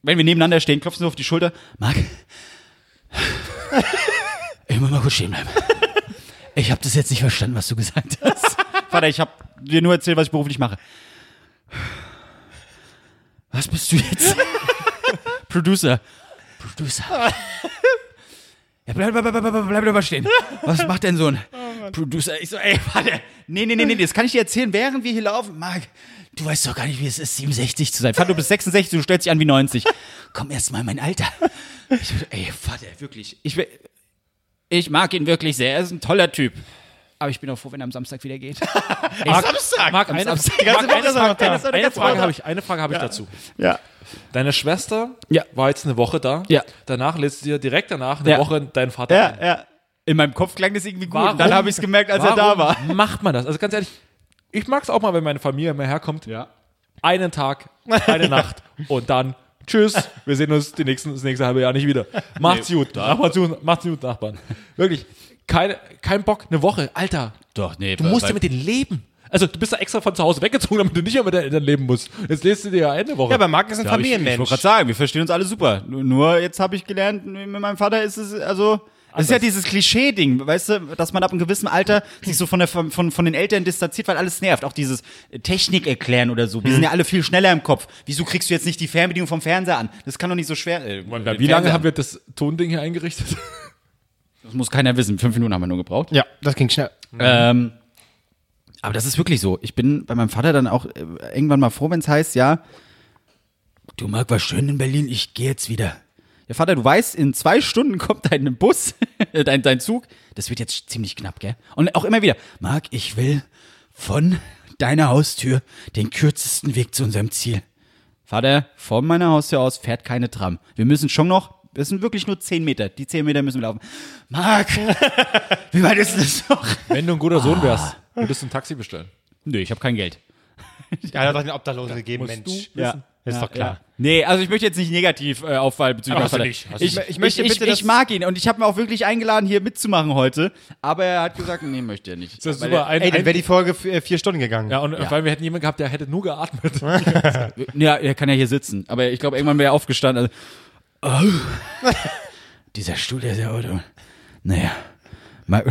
S1: wenn wir nebeneinander stehen, klopfst du auf die Schulter. Marc, [LAUGHS] ich muss mal kurz stehen bleiben. Ich habe das jetzt nicht verstanden, was du gesagt
S2: [LAUGHS]
S1: hast. Vater, ich habe dir nur erzählt, was ich beruflich mache. Was bist du
S2: [LAUGHS]
S1: jetzt? Producer. Producer. Ja, bleib, bleib, bleib, bleib, bleib doch mal stehen. Was macht denn so ein
S2: Oh
S1: Producer? Ich so, ey, warte. Nee, nee, nee, nee, das kann ich dir erzählen, während wir hier laufen. Marc, du weißt doch gar nicht, wie es ist, 67 zu sein. Vater, du bist 66, du stellst dich an wie 90. Komm erst mal in mein Alter. Ich so, ey, Vater, wirklich. Ich, will- ich mag ihn wirklich sehr. Er ist ein toller Typ. Aber ich bin auch froh, wenn er am Samstag wieder
S2: [LAUGHS]
S1: geht. Ey,
S3: Samstag.
S2: Marc, eine,
S1: Samstag.
S2: Marc,
S3: ganze Woche
S2: eine
S3: ist er noch
S2: Frage,
S3: da.
S2: eine
S3: Ist er
S2: Frage,
S3: eine ganze
S2: habe ich, eine Frage habe ich dazu.
S1: Ja.
S2: Deine Schwester
S1: Ja.
S2: war jetzt eine Woche da.
S1: Ja.
S2: Danach lädst du dir direkt danach eine
S1: Ja.
S2: Woche deinen Vater
S1: Ja,
S2: ein.
S1: ja. In meinem Kopf klang das irgendwie gut.
S2: Warum?
S1: Dann habe ich es gemerkt, als er da
S2: Warum
S1: war.
S2: macht man das? Also ganz ehrlich, ich mag es auch mal, wenn meine Familie mal herkommt.
S1: Ja.
S2: Einen Tag,
S1: [LAUGHS]
S2: eine Nacht und dann tschüss. Wir sehen uns die nächsten, das nächste halbe Jahr nicht wieder. Macht's gut. Nachbarn zu, macht's gut, Nachbarn. Wirklich. Keine, kein Bock, eine Woche. Alter,
S1: Doch, nee.
S2: Du musst ja mit denen leben. Also du bist ja extra von zu Hause weggezogen, damit du nicht mehr mit deinen Eltern leben musst. Jetzt lädst du dir ja eine Woche.
S3: Ja, aber Marc ist ein
S1: Ja, aber ich- Ich
S3: Familienmensch.
S1: wollte gerade sagen, wir verstehen uns alle super. Nur- Nur jetzt habe ich gelernt, mit meinem Vater ist es also. Es ist ja dieses Klischee-Ding, weißt du, dass man ab einem gewissen Alter sich so von, der, von, von von den Eltern distanziert, weil alles nervt. Auch dieses äh, Technik erklären oder so. Wir sind ja alle viel schneller im Kopf. Wieso kriegst du jetzt nicht die Fernbedienung vom Fernseher an? Das kann doch nicht so schwer. Äh,
S2: wie lange haben wir das Tonding hier eingerichtet?
S1: Das muss keiner wissen. Fünf Minuten haben wir nur gebraucht.
S3: Ja, das ging schnell.
S1: Ähm, aber das ist wirklich so. Ich bin bei meinem Vater dann auch äh, irgendwann mal froh, wenn es heißt, ja, du Marc, war schön in Berlin, ich gehe jetzt wieder. Ja, Vater, du weißt, in zwei Stunden [LAUGHS] kommt dein Bus, dein, dein Zug. Das wird jetzt ziemlich knapp, gell? Und auch immer wieder, Marc, ich will von deiner Haustür den kürzesten Weg zu unserem Ziel. Vater, von meiner Haustür aus fährt keine Tram. Wir müssen schon noch, das sind wirklich nur 10 Meter. Die 10 Meter müssen wir laufen. Marc, [LAUGHS] wie weit ist das noch?
S2: Wenn du ein guter
S1: Ah.
S2: Sohn wärst, würdest du ein Taxi bestellen.
S1: Nee, ich habe kein Geld.
S3: Ja, er hat doch den Obdachlosen gegeben,
S2: musst
S3: Mensch.
S2: du
S1: Ja.
S3: Ist doch klar.
S1: Nee, also ich möchte jetzt nicht negativ äh, auffallen bezüglich
S2: Hast du
S1: meiner-
S2: nicht, hast du
S1: Ich,
S3: nicht.
S1: ich möchte ich, bitte, ich,
S3: dass-
S1: mag ihn und ich habe mir auch wirklich eingeladen, hier mitzumachen heute. Aber er hat gesagt, nee, möchte er nicht.
S2: Das ist
S1: Weil
S2: super. Ein,
S3: Ey, dann wäre
S2: ein,
S3: die Folge f- äh, vier Stunden gegangen.
S2: ja, und vor allem, wir hätten jemanden gehabt, der hätte nur geatmet.
S1: er- [LAUGHS] Ja, er kann ja hier sitzen. Aber ich glaube, irgendwann wäre er aufgestanden. Also, oh. [LAUGHS] Dieser Stuhl, der ist ja Auto. Naja. Mal-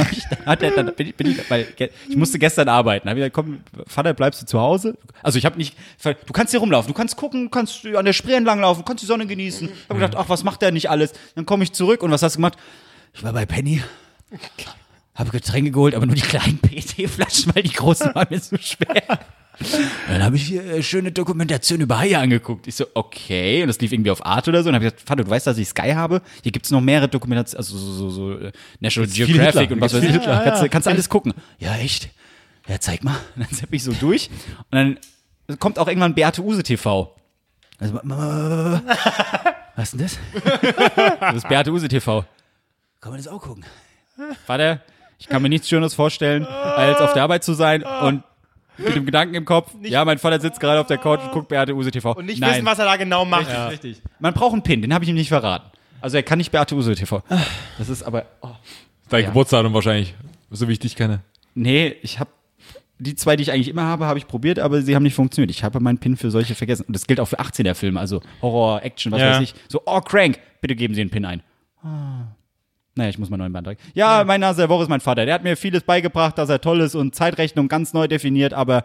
S1: [LAUGHS] hat er dann, bin ich, bin ich, weil ge- ich musste gestern arbeiten. Hab ich gesagt, komm, Vater, bleibst du zu Hause? Also ich habe nicht, du kannst hier rumlaufen, du kannst gucken, du kannst an der Spree entlanglaufen, kannst die Sonne genießen. Ich habe gedacht, ach, was macht der nicht alles? Dann komme ich zurück und was hast du gemacht? Ich war bei Penny, habe Getränke geholt, aber nur die kleinen [LAUGHS] PET-Flaschen, weil die großen waren mir zu schwer. Dann habe ich hier äh, schöne Dokumentation über Haie angeguckt. Ich so, okay. Und das lief irgendwie auf Art oder so. Und habe ich gesagt, Vater, du weißt, dass ich Sky habe? Hier gibt's noch mehrere Dokumentationen, also so, so, so äh, National Geographic
S2: Hitler.
S1: und was weiß
S2: Gibt's
S1: ich.
S2: viel Hitler.
S1: Kannst, kannst alles gucken. Ja, echt? Ja, zeig mal. [LAUGHS] Und dann zapp ich so durch. Und dann kommt auch irgendwann Beate Use TV. Also, ma- ma- ma- ma- was ist denn das? Das ist
S3: Ah.
S1: Beate Use TV. Kann man das auch gucken? Vater, ich kann mir nichts Schöneres vorstellen, als auf der Arbeit zu sein und mit dem Gedanken im Kopf, ja, mein Vater sitzt gerade auf der Couch und guckt Beate Use TV.
S3: Und nicht
S1: Nein.
S3: wissen, was er da genau macht.
S1: Richtig. Man braucht einen Pin, den habe ich ihm nicht verraten. Also er kann nicht Beate Use TV. Das ist aber. Oh.
S2: Dein
S1: Ja.
S2: Geburtsdatum wahrscheinlich, so wie ich dich kenne.
S1: Nee, ich habe die zwei, die ich eigentlich immer habe, habe ich probiert, aber sie haben nicht funktioniert. Ich habe meinen Pin für solche vergessen. Und das gilt auch für 18er-Filme, also Horror, Action, was
S3: Ja.
S1: weiß ich. So, oh, Crank, bitte geben Sie den Pin ein. Ah. Naja, ich muss meinen neuen Beitrag. Ja, mein Nase der Woche ist mein Vater. Der hat mir vieles beigebracht, dass er toll ist und Zeitrechnung ganz neu definiert, aber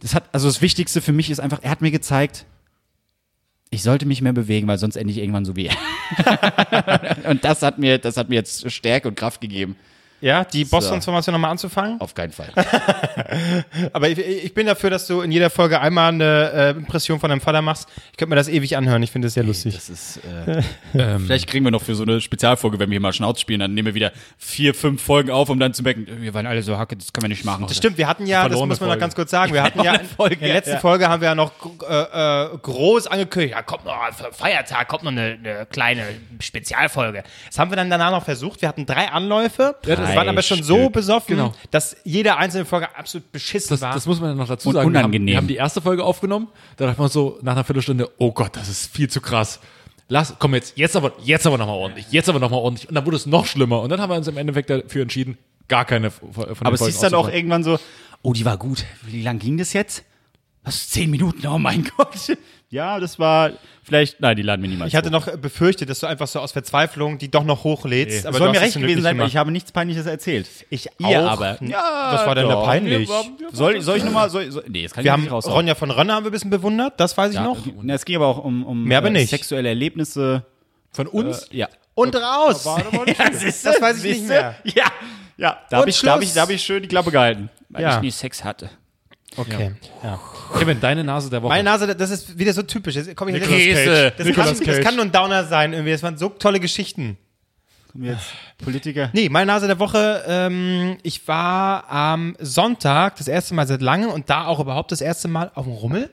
S1: das hat, also das Wichtigste für mich ist einfach, er hat mir gezeigt, ich sollte mich mehr bewegen, weil sonst ende ich irgendwann so wie er. [LAUGHS] und das hat mir, das hat mir jetzt Stärke und Kraft gegeben.
S3: Ja, die Boss-Transformation nochmal anzufangen.
S1: Auf keinen Fall.
S3: Aber ich, ich bin dafür, dass du in jeder Folge einmal eine äh, Impression von deinem Vater machst. Ich könnte mir das ewig anhören. Ich finde das sehr lustig.
S1: Das ist. Äh, vielleicht kriegen wir noch für so eine Spezialfolge, wenn wir hier mal Schnauz spielen, dann nehmen wir wieder vier, fünf Folgen auf, um dann zu merken, wir waren alle so hacke, das können wir nicht machen.
S3: Stimmt, wir hatten ja, das
S2: Verlorene
S3: muss man noch
S2: Folge.
S3: ganz kurz sagen, wir hatten ja,
S1: Verlorene Folge,
S3: in der letzten
S1: ja.
S3: Folge haben wir ja noch äh, äh, groß angekündigt, ja, kommt noch, für Feiertag kommt noch eine, eine kleine Spezialfolge. Das haben wir dann danach noch versucht, wir hatten drei Anläufe, ja,
S2: das-
S3: wir waren aber schon so
S1: Stück.
S3: besoffen,
S2: Genau.
S3: dass jede einzelne Folge absolut beschissen
S2: Das,
S3: war.
S2: das muss man ja noch dazu
S1: Und
S2: sagen. Wir haben-
S1: unangenehm.
S2: Wir haben die erste Folge aufgenommen, da dachte man so nach einer Viertelstunde, oh Gott, das ist viel zu krass. Lass, komm jetzt, jetzt aber, jetzt aber nochmal ordentlich, jetzt aber nochmal ordentlich. Und dann wurde es noch schlimmer. Und dann haben wir uns im Endeffekt dafür entschieden, gar keine von von den
S1: Aber es
S2: Folgen
S1: hieß dann auch
S2: auszupacken.
S1: irgendwann so, oh, die war gut. Wie lang ging das jetzt? Was? Zehn Minuten? Oh mein [LAUGHS] Gott. Ja, das war vielleicht, nein, die laden wir niemals
S3: Ich hatte
S1: hoch.
S3: noch äh, befürchtet, dass du einfach so aus Verzweiflung die doch noch hochlädst.
S1: Aber soll
S3: du
S1: mir
S3: hast
S1: recht
S3: es
S1: gewesen
S3: glücklich
S1: sein, weil
S3: gemacht.
S1: ich habe nichts Peinliches erzählt.
S3: Ich
S1: Ihr
S3: auch.
S1: aber.
S3: Ja, was war denn da
S2: doch. Wir
S3: peinlich?
S2: waren- wir
S1: Soll, soll ich nochmal, soll, soll, nee, das kann
S3: Wir
S1: ich nicht
S3: haben
S1: raus.
S3: Ronja von Rönne haben wir ein bisschen bewundert, das weiß ich noch.
S1: Na, es ging aber auch um, um
S3: Mehr aber
S1: äh,
S3: nicht.
S1: sexuelle Erlebnisse. Äh,
S2: Von uns?
S1: Ja.
S3: Und
S1: [LAUGHS]
S3: raus! [LAUGHS]
S1: das
S3: weiß ich nicht mehr.
S1: Ja, ja. Da
S3: Und
S1: habe ich, da hab ich,
S3: Schluss.
S1: da hab ich schön die Klappe gehalten. Weil
S3: Ja.
S1: ich nie Sex hatte.
S3: Okay.
S2: Kevin, deine Nase der Woche.
S3: Meine Nase, das ist wieder so typisch. Jetzt komm ich jetzt-
S2: Nicolas Cage.
S3: Das,
S2: Nicolas
S3: kann, das
S2: Cage.
S3: kann nur ein Downer sein irgendwie. Das waren so tolle Geschichten.
S1: Kommen wir jetzt Politiker.
S3: Nee, meine Nase der Woche. Ähm, ich war am Sonntag das erste Mal seit lange und da auch überhaupt das erste Mal auf dem Rummel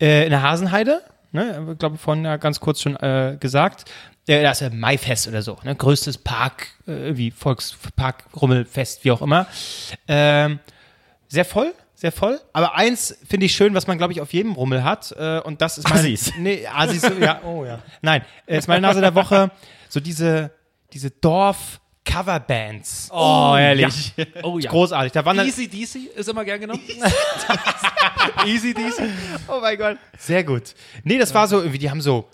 S3: äh, in der Hasenheide. Ne, ich glaube, vorhin ja ganz kurz schon äh, gesagt. Äh, das ist ja Maifest oder so. Ne? Größtes Park, äh, wie Volkspark, Rummelfest, wie auch immer. Ähm, sehr voll, sehr voll. Aber eins finde ich schön, was man, glaube ich, auf jedem Rummel hat. Äh, und das ist mein,
S1: Assis.
S3: Nee, Assis, so- ja, oh ja. Nein, äh, ist meine Nase der Woche. So diese, diese Dorf-Coverbands. Oh, [LAUGHS] ehrlich.
S2: oh ja.
S3: Großartig. Da waren dann,
S2: Easy DC ist immer
S1: [LAUGHS]
S2: gern genommen. Easy DC.
S3: Oh mein Gott. Sehr gut. Nee, das war so irgendwie, die haben so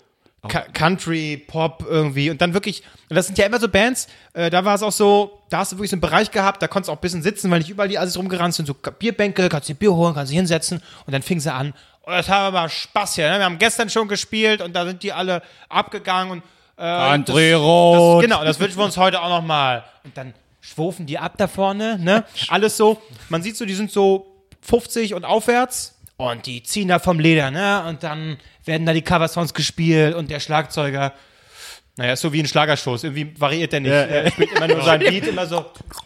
S3: Ka- Country, Pop irgendwie und dann wirklich, und das sind ja immer so Bands, äh, da war es auch so, da hast du wirklich so einen Bereich gehabt, da konntest du auch ein bisschen sitzen, weil nicht überall die alles rumgerannt sind, so Ka- Bierbänke, kannst dir Bier holen, kannst dich hinsetzen und dann fing sie an, oh, das haben wir mal Spaß hier, ne? wir haben gestern schon gespielt und da sind die alle abgegangen und äh,
S1: André
S3: das-
S1: Roth.
S3: Das, genau, das wünschen wir uns heute auch nochmal. Und dann schwufen die ab da vorne, ne? Alles so, man sieht so, die sind so 50 und aufwärts und die ziehen da vom Leder, ne? Und dann werden da die Coversongs gespielt und der Schlagzeuger, naja, ist so wie ein Schlagershows, irgendwie variiert der nicht. Er spielt immer nur sein Beat, immer so,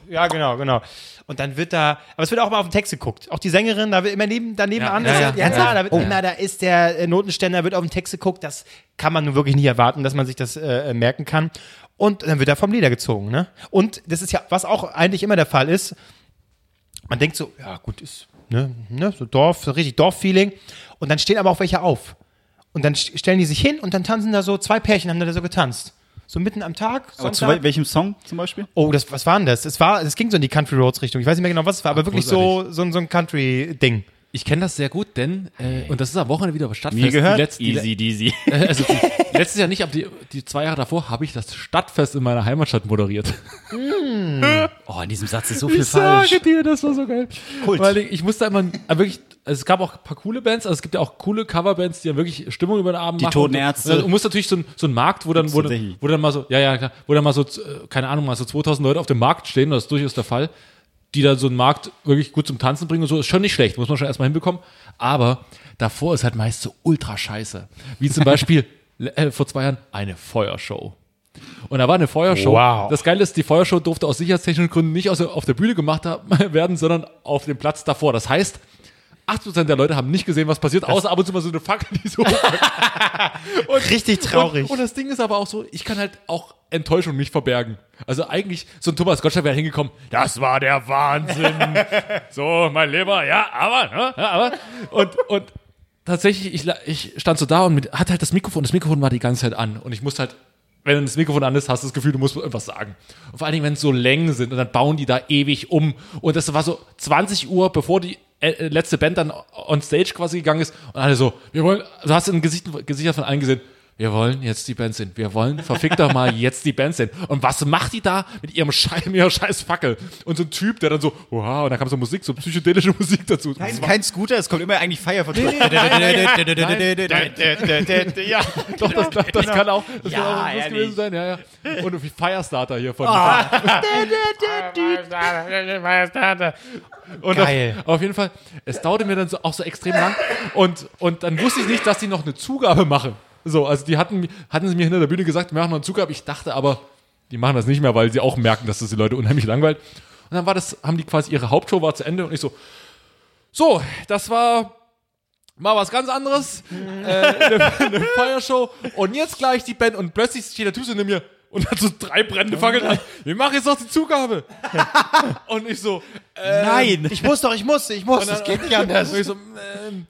S3: ja, genau, genau. Und dann wird da, aber es wird auch immer auf den Text geguckt. Auch die Sängerin, da wird immer neben, daneben an,
S2: ja,
S3: ist
S2: ja. Oh.
S3: ja, klar, da wird immer, da ist der äh, Notenständer, wird auf den Text geguckt. Das kann man nun wirklich nie erwarten, dass man sich das äh, äh, merken kann. Und dann wird er vom Leder gezogen, ne? Und das ist ja, was auch eigentlich immer der Fall ist, man denkt so, ja gut, ist, ne, ne, so Dorf, so richtig Dorffeeling. Und dann stehen aber auch welche auf. Und dann st- stellen die sich hin und dann tanzen da so, zwei Pärchen haben da so getanzt. So mitten am Tag.
S1: Aber zu
S3: Sonntag.
S1: wel- welchem Song zum Beispiel?
S3: Oh, das, was war denn das? Es war, es ging so in die Country Roads Richtung. Ich weiß nicht mehr genau, was es war, aber wirklich so, so, ein- so ein Country-Ding.
S2: Ich kenne das sehr gut, denn, äh, und das ist am Wochenende wieder was Stadtfest.
S1: Mir gehört.
S2: Die letzten, die,
S1: Easy, Deasy.
S2: Äh, [LAUGHS] Also die, letztes Jahr nicht, aber die, die zwei Jahre davor habe ich das Stadtfest in meiner Heimatstadt moderiert.
S1: Oh, in diesem Satz ist so viel
S2: Mm. Ich
S1: falsch.
S2: sage dir, das war so geil.
S3: Kult.
S2: Weil ich, ich musste immer aber wirklich, also es gab auch ein paar coole Bands, also es gibt ja auch coole Coverbands, die dann wirklich Stimmung über den Abend
S1: Die
S2: machen.
S1: Toten
S2: und,
S1: Ärzte.
S2: Und dann muss natürlich so ein, so ein Markt, wo dann, wo, dann,
S1: tatsächlich.
S2: wo dann mal so, ja, ja, klar, wo dann mal so, äh, keine Ahnung, mal so 2000 Leute auf dem Markt stehen, das ist durchaus der Fall, die dann so einen Markt wirklich gut zum Tanzen bringen und so, ist schon nicht schlecht, muss man schon erstmal hinbekommen. Aber davor ist halt meist so ultra scheiße. Wie zum Beispiel äh, vor zwei Jahren eine Feuershow. Und da war eine Feuershow.
S3: Wow.
S2: Das Geile ist, die Feuershow durfte aus sicherheitstechnischen Gründen nicht aus, auf der Bühne gemacht haben- [LAUGHS] werden, sondern auf dem Platz davor. Das heißt, 80% der Leute haben nicht gesehen, was passiert, außer ab und zu mal so eine Fackel, die so.
S3: richtig traurig.
S2: Und, und das Ding ist aber auch so, ich kann halt auch Enttäuschung nicht verbergen. Also eigentlich, so ein Thomas Gottschalk wäre hingekommen, das war der
S3: [LAUGHS]
S2: Wahnsinn. so, mein Lieber, ja, aber, ne, ja, aber. Und, und tatsächlich, ich, la- ich stand so da und mit, hatte halt das Mikrofon, das Mikrofon war die ganze Zeit an. Und ich musste halt, wenn das Mikrofon an ist, hast du das Gefühl, du musst irgendwas sagen. Und vor allen Dingen, wenn es so Längen sind und dann bauen die da ewig um. Und das war so 20 Uhr, bevor die äh, äh, letzte Band dann on stage quasi gegangen ist und alle so, wir wollen, du hast in Gesicht, Gesichter von allen gesehen, wir wollen jetzt die Band sehen. Wir wollen, verfickt doch mal, jetzt die Band sehen. Und was macht die da mit ihrem Schei mit ihrer scheiß Fackel? Und so ein Typ, der dann so, wow, und da kam so Musik, so psychedelische Musik dazu. Das war-
S1: Kein Scooter, es kommt immer eigentlich Feier [LAUGHS] von
S3: ja,
S2: Doch, das, das, das kann auch, das
S1: Genau. Ja,
S2: kann auch lustig
S1: ehrlich. Ah,
S2: gewesen sein, ja, ja. Und wie Firestarter hier von. Und
S3: Geil.
S2: Auf, auf jeden Fall, es dauerte mir dann so, auch so extrem lang. Und, und dann wusste ich nicht, dass die noch eine Zugabe machen. So, also die hatten, hatten sie mir hinter der Bühne gesagt, wir machen noch eine Zugabe. Ich dachte aber, die machen das nicht mehr, weil sie auch merken, dass das die Leute unheimlich langweilt. Und dann war das, haben die quasi ihre Hauptshow war zu Ende und ich so, so, das war mal was ganz anderes. äh, eine, eine Feiershow. Und jetzt gleich die Band. Und plötzlich steht der Typ so neben mir und hat so drei brennende Fackeln an. Wir machen jetzt noch die Zugabe. und ich so, äh,
S3: Nein. Ich muss doch, ich muss, ich muss.
S2: Und dann-
S3: Es geht nicht anders.
S2: und ich so, ähm,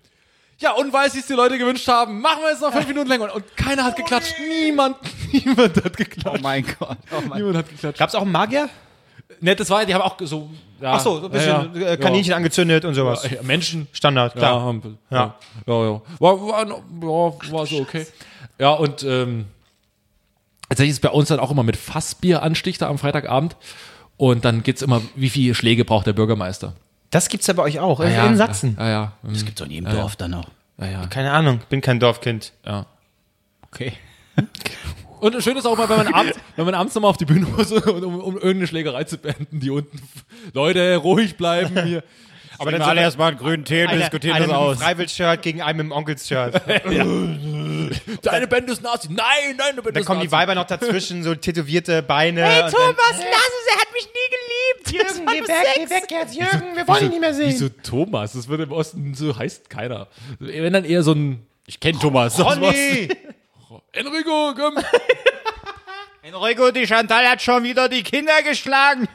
S2: ja, und weil sie es die Leute gewünscht haben, machen wir jetzt noch fünf Minuten länger. Und, und keiner hat
S3: Oh,
S2: geklatscht. Niemand, niemand
S1: [LAUGHS]
S2: hat
S1: Oh
S2: geklatscht.
S1: mein Gott. Oh mein
S2: niemand hat geklatscht.
S3: Gab's auch einen Magier?
S2: Ne, das war, die haben auch so. Ja,
S3: Ach so, so ein bisschen
S2: ja, ja.
S3: äh, Kaninchen angezündet und sowas.
S2: Ja, Menschen.
S3: Standard,
S2: Ja,
S3: klar.
S2: haben- ja. ja, ja. War, war, ja, war so okay. Ja, und ähm, tatsächlich ist es bei uns dann auch immer mit Fassbieranstich da am Freitagabend. Und dann geht's immer, wie viele Schläge braucht der Bürgermeister?
S3: Das gibt's ja bei euch auch,
S2: Ja,
S3: in Sachsen.
S2: Ja, ja. ja.
S1: Das gibt's doch in jedem Dorf dann auch.
S2: ja, ja,
S3: Keine Ahnung, bin kein Dorfkind.
S2: ja.
S1: Okay.
S2: Und schön ist auch mal, wenn man
S3: [LAUGHS]
S2: abends, wenn man abends nochmal auf die Bühne muss, um, um, um irgendeine Schlägerei zu beenden, die unten, Leute, ruhig bleiben hier.
S3: [LAUGHS] Aber
S1: Dann alle erstmal einen grünen Tee und
S3: einer,
S1: diskutieren
S3: einer
S1: das
S3: mit einem
S1: aus.
S3: Freiwild-Shirt gegen einen mit einem [LAUGHS] Onkels-Shirt.
S2: Deine Band ist Nazi. Nein, deine Band
S3: Dann kommen die Weiber noch dazwischen, so tätowierte Beine. und
S4: lass es, er hat mich nie geliebt. Jürgen, geh weg, geh weg jetzt, Jürgen, wir wollen ihn nicht mehr sehen.
S2: Wieso Thomas? Das wird im Osten so heißt keiner. Wenn dann eher so ein
S1: Ich kenne Thomas. das
S3: dann,
S1: war's.
S3: Ronny!
S2: Enrico,
S3: [LAUGHS]
S2: komm.
S1: Enrico, die Chantal hat schon wieder die Kinder [LAUGHS] geschlagen.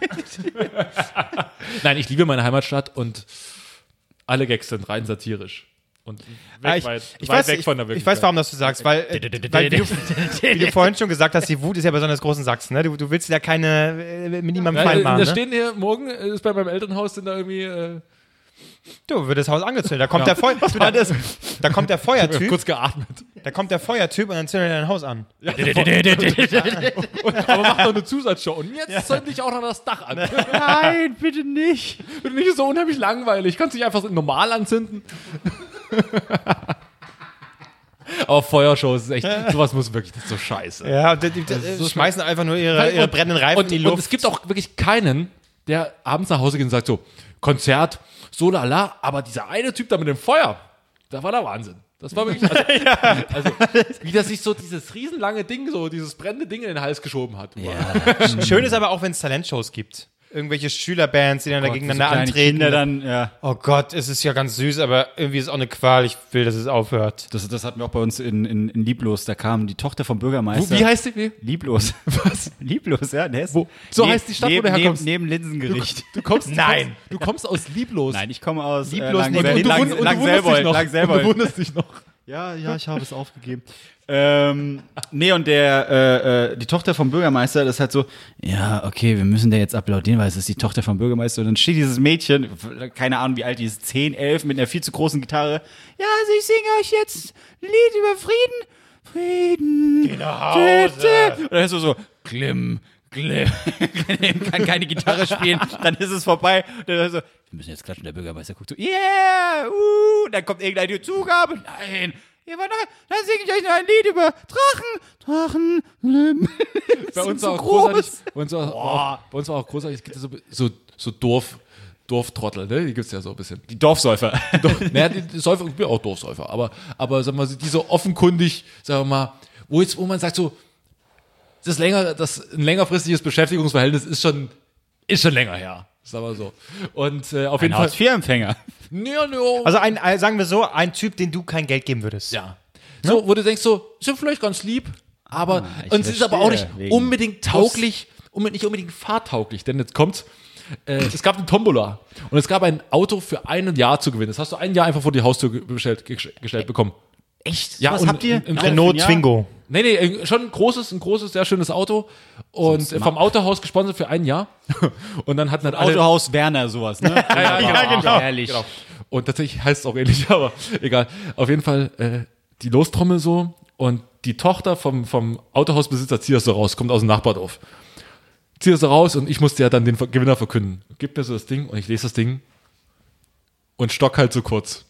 S2: Nein, ich liebe meine Heimatstadt und alle Gags sind rein satirisch. Und
S3: Ah,
S2: weg,
S3: ich,
S2: weit,
S3: ich,
S2: weit
S3: weiß,
S2: weg
S3: ich,
S2: von der
S3: ich
S2: Wirklichkeit.
S3: weiß, warum das du sagst, weil, äh,
S1: [LAUGHS]
S3: weil wie, du, wie du vorhin schon gesagt hast, die Wut ist ja besonders groß in Sachsen. Ne? Du, du willst ja keine äh, mit niemandem
S2: Ja,
S3: Feind
S2: da
S3: machen. Ne?
S2: stehen hier morgen, äh, ist bei meinem Elternhaus, sind da irgendwie äh,
S3: Du wird das Haus angezündet. Da kommt der [LAUGHS] Feu du, da, da kommt [LAUGHS] der Feuertyp,
S2: kurz geatmet.
S3: da kommt der Feuertyp und dann zündet er dein Haus an.
S2: Aber macht noch eine Zusatzshow. Und jetzt zünd dich auch noch das Dach an.
S1: [LAUGHS] Nein, bitte nicht.
S2: Bin nicht so unheimlich langweilig. Kannst dich einfach so normal anzünden. [LAUGHS] Aber Feuershows ist echt, sowas muss wirklich, das ist so scheiße.
S3: Ja, und die, die, die
S2: so
S3: schmeißen einfach nur ihre, ihre Äh, brennenden Reifen
S2: und,
S3: in die
S2: Und
S3: Luft.
S2: es gibt auch wirklich keinen, der abends nach Hause geht und sagt so, Konzert, so lala, aber dieser eine Typ da mit dem Feuer, da war der Wahnsinn. Das war wirklich,
S3: [LAUGHS]
S2: also, also wie das sich so dieses riesenlange Ding, so dieses brennende Ding in den Hals geschoben hat.
S3: Schön ist aber auch, wenn es Talentshows gibt. Irgendwelche Schülerbands, die dann da gegeneinander
S1: Kleine
S3: antreten.
S1: Kinder dann, ja.
S3: Oh Gott, es ist ja ganz süß, aber irgendwie ist es auch eine Qual. Ich will, dass es aufhört.
S1: Das, das hatten wir auch bei uns in, in, in Lieblos. Da kam die Tochter vom Bürgermeister.
S2: Wie heißt die? Wie? [LAUGHS]
S1: Lieblos. Was? Lieblos, ja. in Hessen.
S2: Wo? So heißt die Stadt, wo
S1: neben,
S2: du herkommst.
S1: Neben, neben Linsengericht.
S2: Du kommst, du
S3: Nein.
S2: kommst, du kommst aus Lieblos.
S1: Nein, ich komme aus
S3: Lieblos
S1: äh,
S3: neben-
S1: Langsel-
S3: und du
S1: Lang-
S2: wund- du
S1: Lang- Langselbold,
S2: wunderst dich noch. Und
S1: Langselbold.
S2: du wunderst
S1: [LAUGHS]
S2: dich noch.
S1: Ja, ja, ich habe es aufgegeben. [LAUGHS] ähm, nee, und der, äh, äh, die Tochter vom Bürgermeister, das ist halt so, ja, okay, wir müssen der jetzt applaudieren, weil es ist die Tochter vom Bürgermeister. Und dann steht dieses Mädchen, keine Ahnung, wie alt die ist, 10, 11, mit einer viel zu großen Gitarre. Ja, also ich singe euch jetzt ein Lied über Frieden. Frieden. Geh
S3: nach Hause.
S1: [LAUGHS] Und dann hörst du so, Glimm, Glimm. Glimm kann keine Gitarre spielen, dann ist es vorbei. Und dann hörst du so, wir müssen jetzt klatschen. Der Bürgermeister guckt so, yeah, uh. Und dann kommt irgendeine Zugabe. Nein. Ihr wollt noch, dann singe ich euch noch ein Lied über Drachen, Drachen, Glimm.
S2: bei uns war auch großartig. Bei uns war,
S1: Oh,
S2: auch, bei uns war auch großartig. Es gibt ja so, so, so Dorf, Dorftrottel, ne? Die gibt's ja so ein bisschen.
S1: Die Dorfsäufer.
S2: naja, die, die Säufer, ich bin auch Dorfsäufer, aber, aber sagen wir mal, die so offenkundig, sagen wir mal, wo jetzt, wo man sagt so, das länger, das ein längerfristiges Beschäftigungsverhältnis ist schon, ist schon länger her. Sagen wir so. Und äh, auf jeden Fall.
S1: Hartz-IV-Empfänger.
S2: Nö, nö.
S3: Also ein, äh, sagen wir so, ein Typ, den du kein Geld geben würdest.
S2: Ja. So, wo du denkst, so, ist ja vielleicht ganz lieb, aber
S1: Ah, ich
S2: und es ist aber auch nicht
S1: verstehe, wegen
S2: unbedingt tauglich, um, nicht unbedingt fahrtauglich, denn jetzt kommt's. Äh, es gab eine Tombola und es gab ein Auto für ein Jahr zu gewinnen. Das hast du ein Jahr einfach vor die Haustür ge- bestellt, ge- gestellt bekommen.
S1: Echt?
S2: Ja,
S1: Was
S2: und
S1: habt ihr?
S2: im- im
S1: Ja,
S3: Renault
S1: ja.
S3: Twingo.
S2: Nee, nee, äh, schon ein großes, ein großes, sehr schönes Auto. Und äh, vom Autohaus gesponsert für ein Jahr. [LAUGHS] Und dann hatten dann alle,
S1: Autohaus Werner, sowas, ne? ja,
S2: ja,
S3: genau.
S1: Herrlich.
S2: Genau. Und tatsächlich heißt es auch ähnlich, [LAUGHS] aber egal. Auf jeden Fall äh, die Lostrommel so und die Tochter vom, vom Autohausbesitzer zieht das so raus, kommt aus dem Nachbardorf. Zieht das so raus und ich musste ja dann den Ver- Gewinner verkünden. Gib mir so das Ding und ich lese das Ding und stock halt so kurz.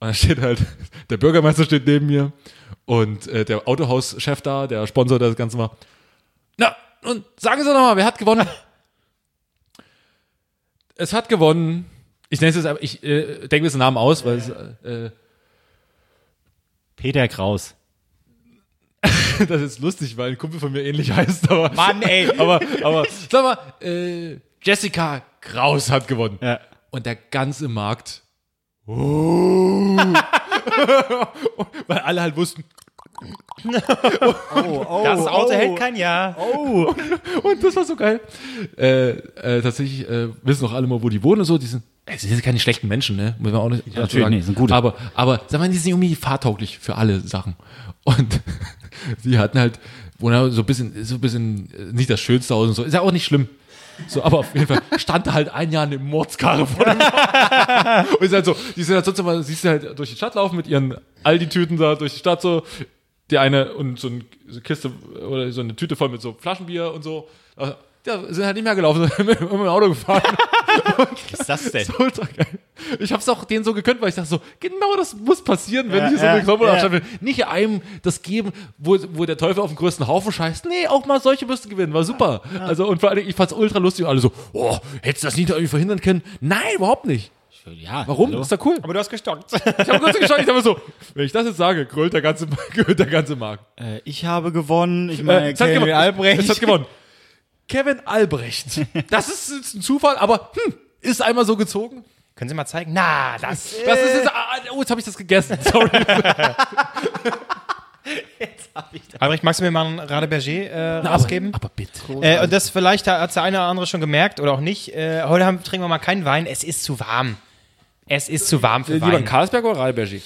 S2: Und dann steht halt, [LAUGHS] der Bürgermeister steht neben mir und äh, der Autohauschef da, der Sponsor, der das Ganze war. Na, und sagen Sie doch mal, wer hat gewonnen? es hat gewonnen. Ich nenne es jetzt, aber- ich äh, denke mir den Namen aus, weil es, äh,
S1: Peter Kraus.
S2: das ist lustig, weil ein Kumpel von mir ähnlich [LAUGHS] heißt. Aber,
S1: Mann, ey.
S2: aber, aber sag mal, äh, Jessica Kraus hat gewonnen.
S1: Ja.
S2: Und der ganze Markt. Oh. [LAUGHS] weil alle halt wussten,
S3: das
S1: Oh,
S3: Auto hält kein Jahr.
S2: Und das war so geil. Äh, äh, tatsächlich äh, wissen auch alle mal, wo die wohnen und so. Die sind, es sind keine schlechten Menschen, ne? Muss man auch nicht. dazu
S1: natürlich
S2: sagen.
S1: nicht, sind gute.
S2: Aber, [LAUGHS] aber sag mal, die sind irgendwie fahrtauglich für alle Sachen. Und die hatten halt wo er so ein bisschen, so ein bisschen äh, nicht das Schönste aus und so. Ist ja auch nicht schlimm. So, aber auf jeden Fall stand da halt ein Jahr eine Mordskarre vor dem Und ist halt so, die sind halt sonst immer, siehst du halt durch die Stadt laufen mit ihren Aldi-Tüten da durch die Stadt so. Die eine und so ein- so eine Kiste oder so eine Tüte voll mit so Flaschenbier und so. Äh, Ja, sind halt nicht mehr gelaufen, [LAUGHS] sind mit mit dem Auto gefahren.
S1: [LAUGHS] Was ist das denn?
S2: So ultra geil. Ich hab's auch denen so gekönnt, weil ich dachte so, genau das muss passieren, wenn ich so eine
S1: ja,
S2: Knoblauch
S1: ja.
S2: will. Nicht einem das geben, wo, wo der Teufel auf den größten Haufen scheißt. Nee, auch mal solche müssten gewinnen, war super. Also und vor allem, ich fand's ultra lustig und alle so, oh, hättest du das nicht irgendwie verhindern können? Nein, überhaupt nicht.
S1: Ja,
S2: Warum?
S1: hallo?
S2: Ist doch cool.
S3: Aber du hast gestockt.
S2: Ich habe kurz geschaut, ich dachte mir so, wenn ich das jetzt sage, grölt der ganze, [LAUGHS] grölt der ganze Markt.
S1: Äh, ich habe gewonnen. Ich
S2: Äh,
S1: meine,
S2: es hat
S1: Kevin
S2: gewonnen.
S1: Albrecht.
S2: Es hat gewonnen. Kevin Albrecht.
S1: [LAUGHS]
S2: Das ist jetzt ein Zufall, aber hm, ist einmal so gezogen.
S3: [LAUGHS] Können Sie mal zeigen? Na, das.
S2: [LAUGHS] Das ist
S1: Äh.
S2: jetzt, ah, oh, jetzt habe ich das gegessen. Sorry.
S1: [LAUGHS]
S3: Albrecht, magst du mir mal einen Radeberger äh,
S2: Na,
S3: rausgeben?
S2: Aber, aber bitte.
S3: Äh, und das vielleicht hat der eine oder andere schon gemerkt oder auch nicht. Äh, heute haben, trinken wir mal keinen Wein. Es ist zu warm. Es ist zu warm für Wein.
S2: Karlsberg oder Radeberger?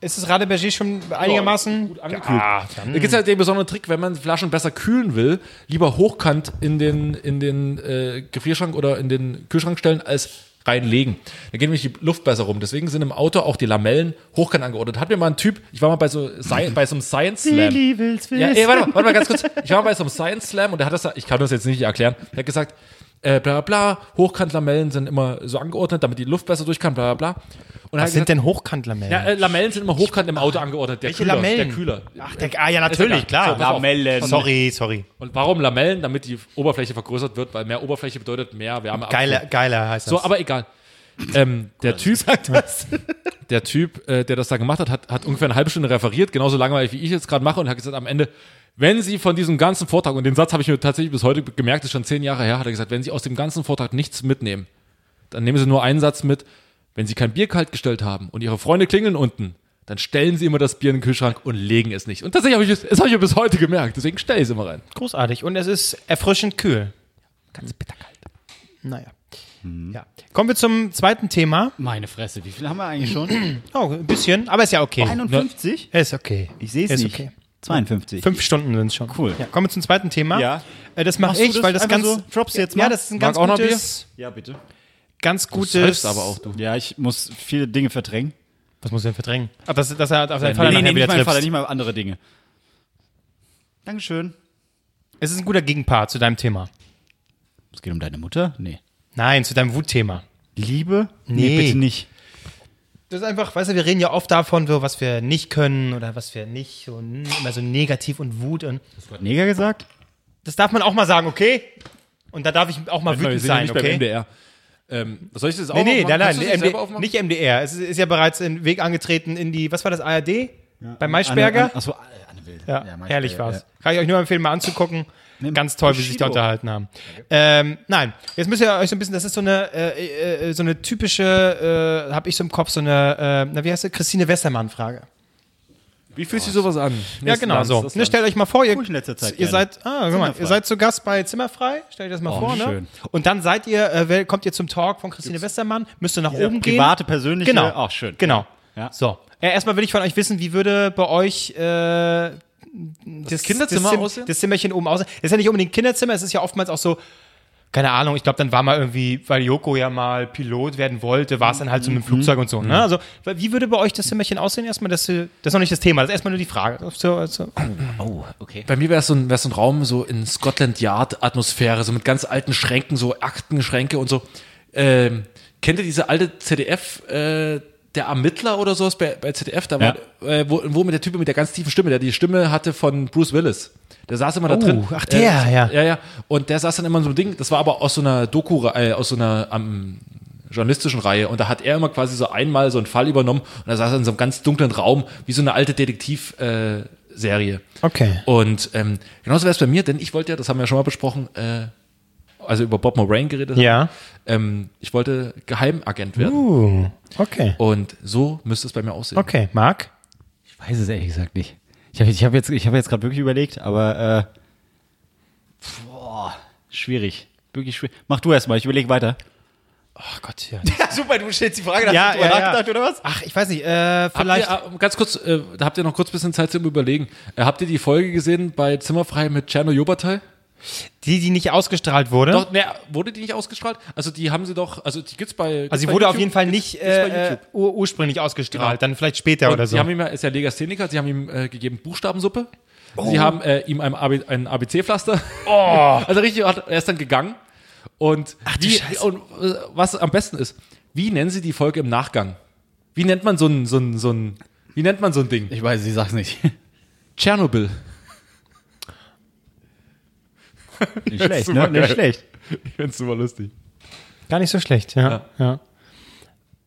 S3: Ist das Radeberger schon einigermaßen?
S2: Gut angekühlt. da gibt es halt den besonderen Trick, wenn man Flaschen besser kühlen will, lieber hochkant in den, in den äh, Gefrierschrank oder in den Kühlschrank stellen, als reinlegen. Da geht nämlich die Luft besser rum. Deswegen sind im Auto auch die Lamellen hochkant angeordnet. Hat mir mal ein Typ, ich war mal bei so, Sci- bei so einem Science Slam. Ja, ey, warte mal, warte mal ganz kurz. Ich war bei so einem Science Slam und der hat das, ich kann das jetzt nicht erklären, der hat gesagt, äh, bla bla, Hochkantlamellen sind immer so angeordnet, damit die Luft besser durch kann, bla bla bla. Und er hat
S3: Was sind
S2: gesagt,
S3: denn Hochkantlamellen?
S2: ja, äh, Lamellen sind immer hochkant im Auto angeordnet. Der
S3: Welche
S2: Kühler,
S3: Lamellen?
S2: Der Kühler.
S3: Ach, der, ah ja,
S2: Ist egal.
S3: natürlich,
S2: So,
S3: klar.
S2: pass auf.
S1: Lamellen.
S3: Sorry, sorry.
S2: Und warum Lamellen? Damit die Oberfläche vergrößert wird, weil mehr Oberfläche bedeutet mehr Wärme.
S3: Geiler, geiler heißt das.
S2: So, aber egal. Ähm, der Typ, [LAUGHS] der Typ, äh, der das da gemacht hat, hat, hat ungefähr eine halbe Stunde referiert, genauso langweilig wie ich jetzt gerade mache und hat gesagt am Ende, wenn Sie von diesem ganzen Vortrag und den Satz habe ich mir tatsächlich bis heute gemerkt, ist schon zehn Jahre her, hat er gesagt, wenn Sie aus dem ganzen Vortrag nichts mitnehmen, dann nehmen Sie nur einen Satz mit. Wenn Sie kein Bier kalt gestellt haben und Ihre Freunde klingeln unten, dann stellen Sie immer das Bier in den Kühlschrank und legen es nicht. Und tatsächlich habe ich es, das habe ich mir bis heute gemerkt. Deswegen stelle ich es immer rein.
S3: großartig. Und es ist erfrischend kühl.
S2: Ganz bitterkalt.
S3: Naja.
S1: Mhm.
S3: Ja. Kommen wir zum zweiten Thema.
S1: Meine Fresse, wie viel haben wir eigentlich [CLEARS THROAT] schon?
S3: Oh, ein bisschen, aber ist ja okay.
S1: 51?
S3: Ist okay.
S1: Ich sehe es
S3: Ist
S1: nicht.
S3: okay.
S1: 52.
S3: Fünf Stunden sind schon.
S1: Cool.
S3: Ja, kommen wir zum zweiten Thema.
S1: Ja.
S3: Äh, das mache
S1: Machst du
S3: ich,
S1: das
S3: weil das
S1: einfach
S3: ganz.
S1: so? Drops jetzt mal?
S3: Ja, das ist ein
S2: Mag
S3: ganz
S2: auch noch
S3: gutes,
S1: Ja, bitte.
S3: ganz
S2: Selbst
S3: gutes.
S2: aber auch du.
S1: Ja, ich muss viele Dinge verdrängen.
S3: Was muss ich denn verdrängen? Ach, dass, dass er auf seinen
S1: Nee, nee,
S3: Vater nachher
S1: nicht
S3: wieder
S1: mein
S3: trifft.
S1: Vater, nicht mal andere Dinge. Dankeschön.
S3: Es ist ein guter Gegenpart zu deinem Thema.
S1: Es geht um deine Mutter? Nee.
S3: Nein, zu deinem Wutthema.
S1: Liebe?
S3: Nee.
S1: bitte nicht.
S3: Das ist einfach, weißt du, wir reden ja oft davon, so, was wir nicht können oder was wir nicht, so, n- immer so negativ und Wut. Und
S1: Hat Neger gesagt?
S3: das darf man auch mal sagen, okay? Und da darf ich auch mal
S2: Wir
S3: wütend
S2: sind ja
S3: sein,
S2: nicht beim
S3: okay?
S2: MDR. Ähm, soll ich das auch
S3: Nee, nee, nein,
S2: aufmachen?
S3: nein,
S2: Kannst du das
S3: MD,
S2: selber aufmachen?
S3: nicht MDR. Es ist, ist ja bereits einen Weg angetreten in die, was war das, ARD? bei Maischberger?
S1: Achso, Anne Will.
S3: Ja,
S1: Maischberger,
S3: herrlich war's.
S1: ja.
S3: Kann ich euch nur empfehlen, mal anzugucken.
S1: Nimm
S3: Ganz toll, wie sie sich da
S1: Bushido.
S3: unterhalten haben. Ähm, nein, jetzt müsst ihr euch so ein bisschen, das ist so eine, äh, äh, so eine typische, äh, habe ich so im Kopf, so eine, äh, na, wie heißt sie? Christine Westermann-Frage.
S2: Wie fühlt sich sowas an?
S3: Ja, genau so. Ne, stellt euch mal vor, ihr,
S1: Guck ich in letzter Zeit
S3: ihr
S1: gerne.
S3: seid, ah, guck mal,
S1: Zimmerfrei.
S3: ihr seid zu Gast bei Zimmerfrei. Stellt euch das mal
S1: Oh,
S3: vor, ne?
S1: schön.
S3: Und dann seid ihr, äh, wel- kommt ihr zum Talk von Christine Westermann, müsst ihr nach
S1: Diese
S3: oben gehen.
S1: Private, persönliche.
S3: Genau.
S1: Auch schön.
S3: Genau.
S1: Ja.
S3: So. Äh, erstmal will ich von euch wissen, wie würde bei euch äh, das,
S2: Kinderzimmer
S3: das, Zim-
S2: aussehen?
S3: das Zimmerchen oben aussehen? Das ist ja nicht unbedingt Kinderzimmer, es ist ja oftmals auch so, keine Ahnung, ich glaube, dann war mal irgendwie, weil Joko ja mal Pilot werden wollte, war es dann halt so mit dem Flugzeug und so. Ne? Also, weil- wie würde bei euch das Zimmerchen aussehen? Erstmal, dass, ihr- das ist noch nicht das Thema, das ist erstmal nur die Frage. So, also. so.
S1: Oh, okay.
S2: Bei mir wäre so es so ein Raum so in Scotland Yard Atmosphäre, so mit ganz alten Schränken, so Aktenschränke und so. Ähm, kennt ihr diese alte ZDF, äh, der Ermittler oder sowas bei, bei ZDF? Da war, äh, wo, wo mit der Typ mit der ganz tiefen Stimme, der die Stimme hatte von Bruce Willis. Der saß immer da drin.
S3: Oh, ach, der,
S2: äh,
S3: ja.
S2: Ja, ja. Und der saß dann immer in so einem Ding, das war aber aus so einer Doku, äh, aus so einer ähm, journalistischen Reihe. Und da hat er immer quasi so einmal so einen Fall übernommen und da saß er in so einem ganz dunklen Raum, wie so eine alte Detektiv-Serie. Äh, Serie.
S3: Okay.
S2: Und ähm, genauso wäre es bei mir, denn ich wollte ja, das haben wir ja schon mal besprochen, äh, also über Bob Moraine geredet. haben.
S3: Ja.
S2: Ähm, ich wollte Geheimagent werden.
S3: Uh, okay.
S2: Und so müsste es bei mir aussehen.
S3: Okay, Marc?
S1: Ich weiß es ehrlich gesagt nicht. Ich habe ich hab jetzt, ich hab jetzt gerade wirklich überlegt, aber äh, boah, schwierig. Wirklich schwierig. Mach du erstmal, ich überlege weiter.
S3: Ach Oh Gott, ja.
S1: Super, du stellst die Frage, dass
S3: Ja,
S1: du drüber
S3: ja, ja.
S1: nachgedacht, oder was?
S3: Ach, ich weiß nicht, äh, vielleicht.
S2: Vielleicht. Habt ihr, äh, ganz kurz, äh, da habt ihr noch kurz ein bisschen Zeit zum Überlegen. Äh, habt ihr die Folge gesehen bei Zimmerfrei mit Tscherno Jobatai?
S3: die, die nicht ausgestrahlt wurde.
S2: Doch, ne, wurde die nicht ausgestrahlt? Also die haben sie doch, also die gibt's bei gibt's
S3: also, sie
S2: bei
S3: wurde auf
S2: YouTube?
S3: jeden Fall nicht
S2: Gibt's bei
S3: äh, äh,
S2: YouTube.
S3: ur ursprünglich ausgestrahlt, dann vielleicht später
S2: Und
S3: oder so.
S2: Sie haben ihm, ja- ist ja Legastheniker, sie haben ihm äh, gegeben Buchstabensuppe.
S3: Oh.
S2: Sie haben äh, ihm ein, AB, ein ABC-Pflaster. [LAUGHS] Also richtig, hat, er ist dann gegangen. Und, wie, und äh, was am besten ist, wie nennen sie die Folge im Nachgang? Wie nennt man so ein, so ein, so ein, wie nennt man so ein Ding?
S1: Ich weiß, ich sag's nicht.
S2: Tschernobyl.
S1: [LAUGHS] Nicht schlecht, ne? Nicht schlecht.
S2: Ich find's super lustig.
S3: Gar nicht so schlecht, ja. ja.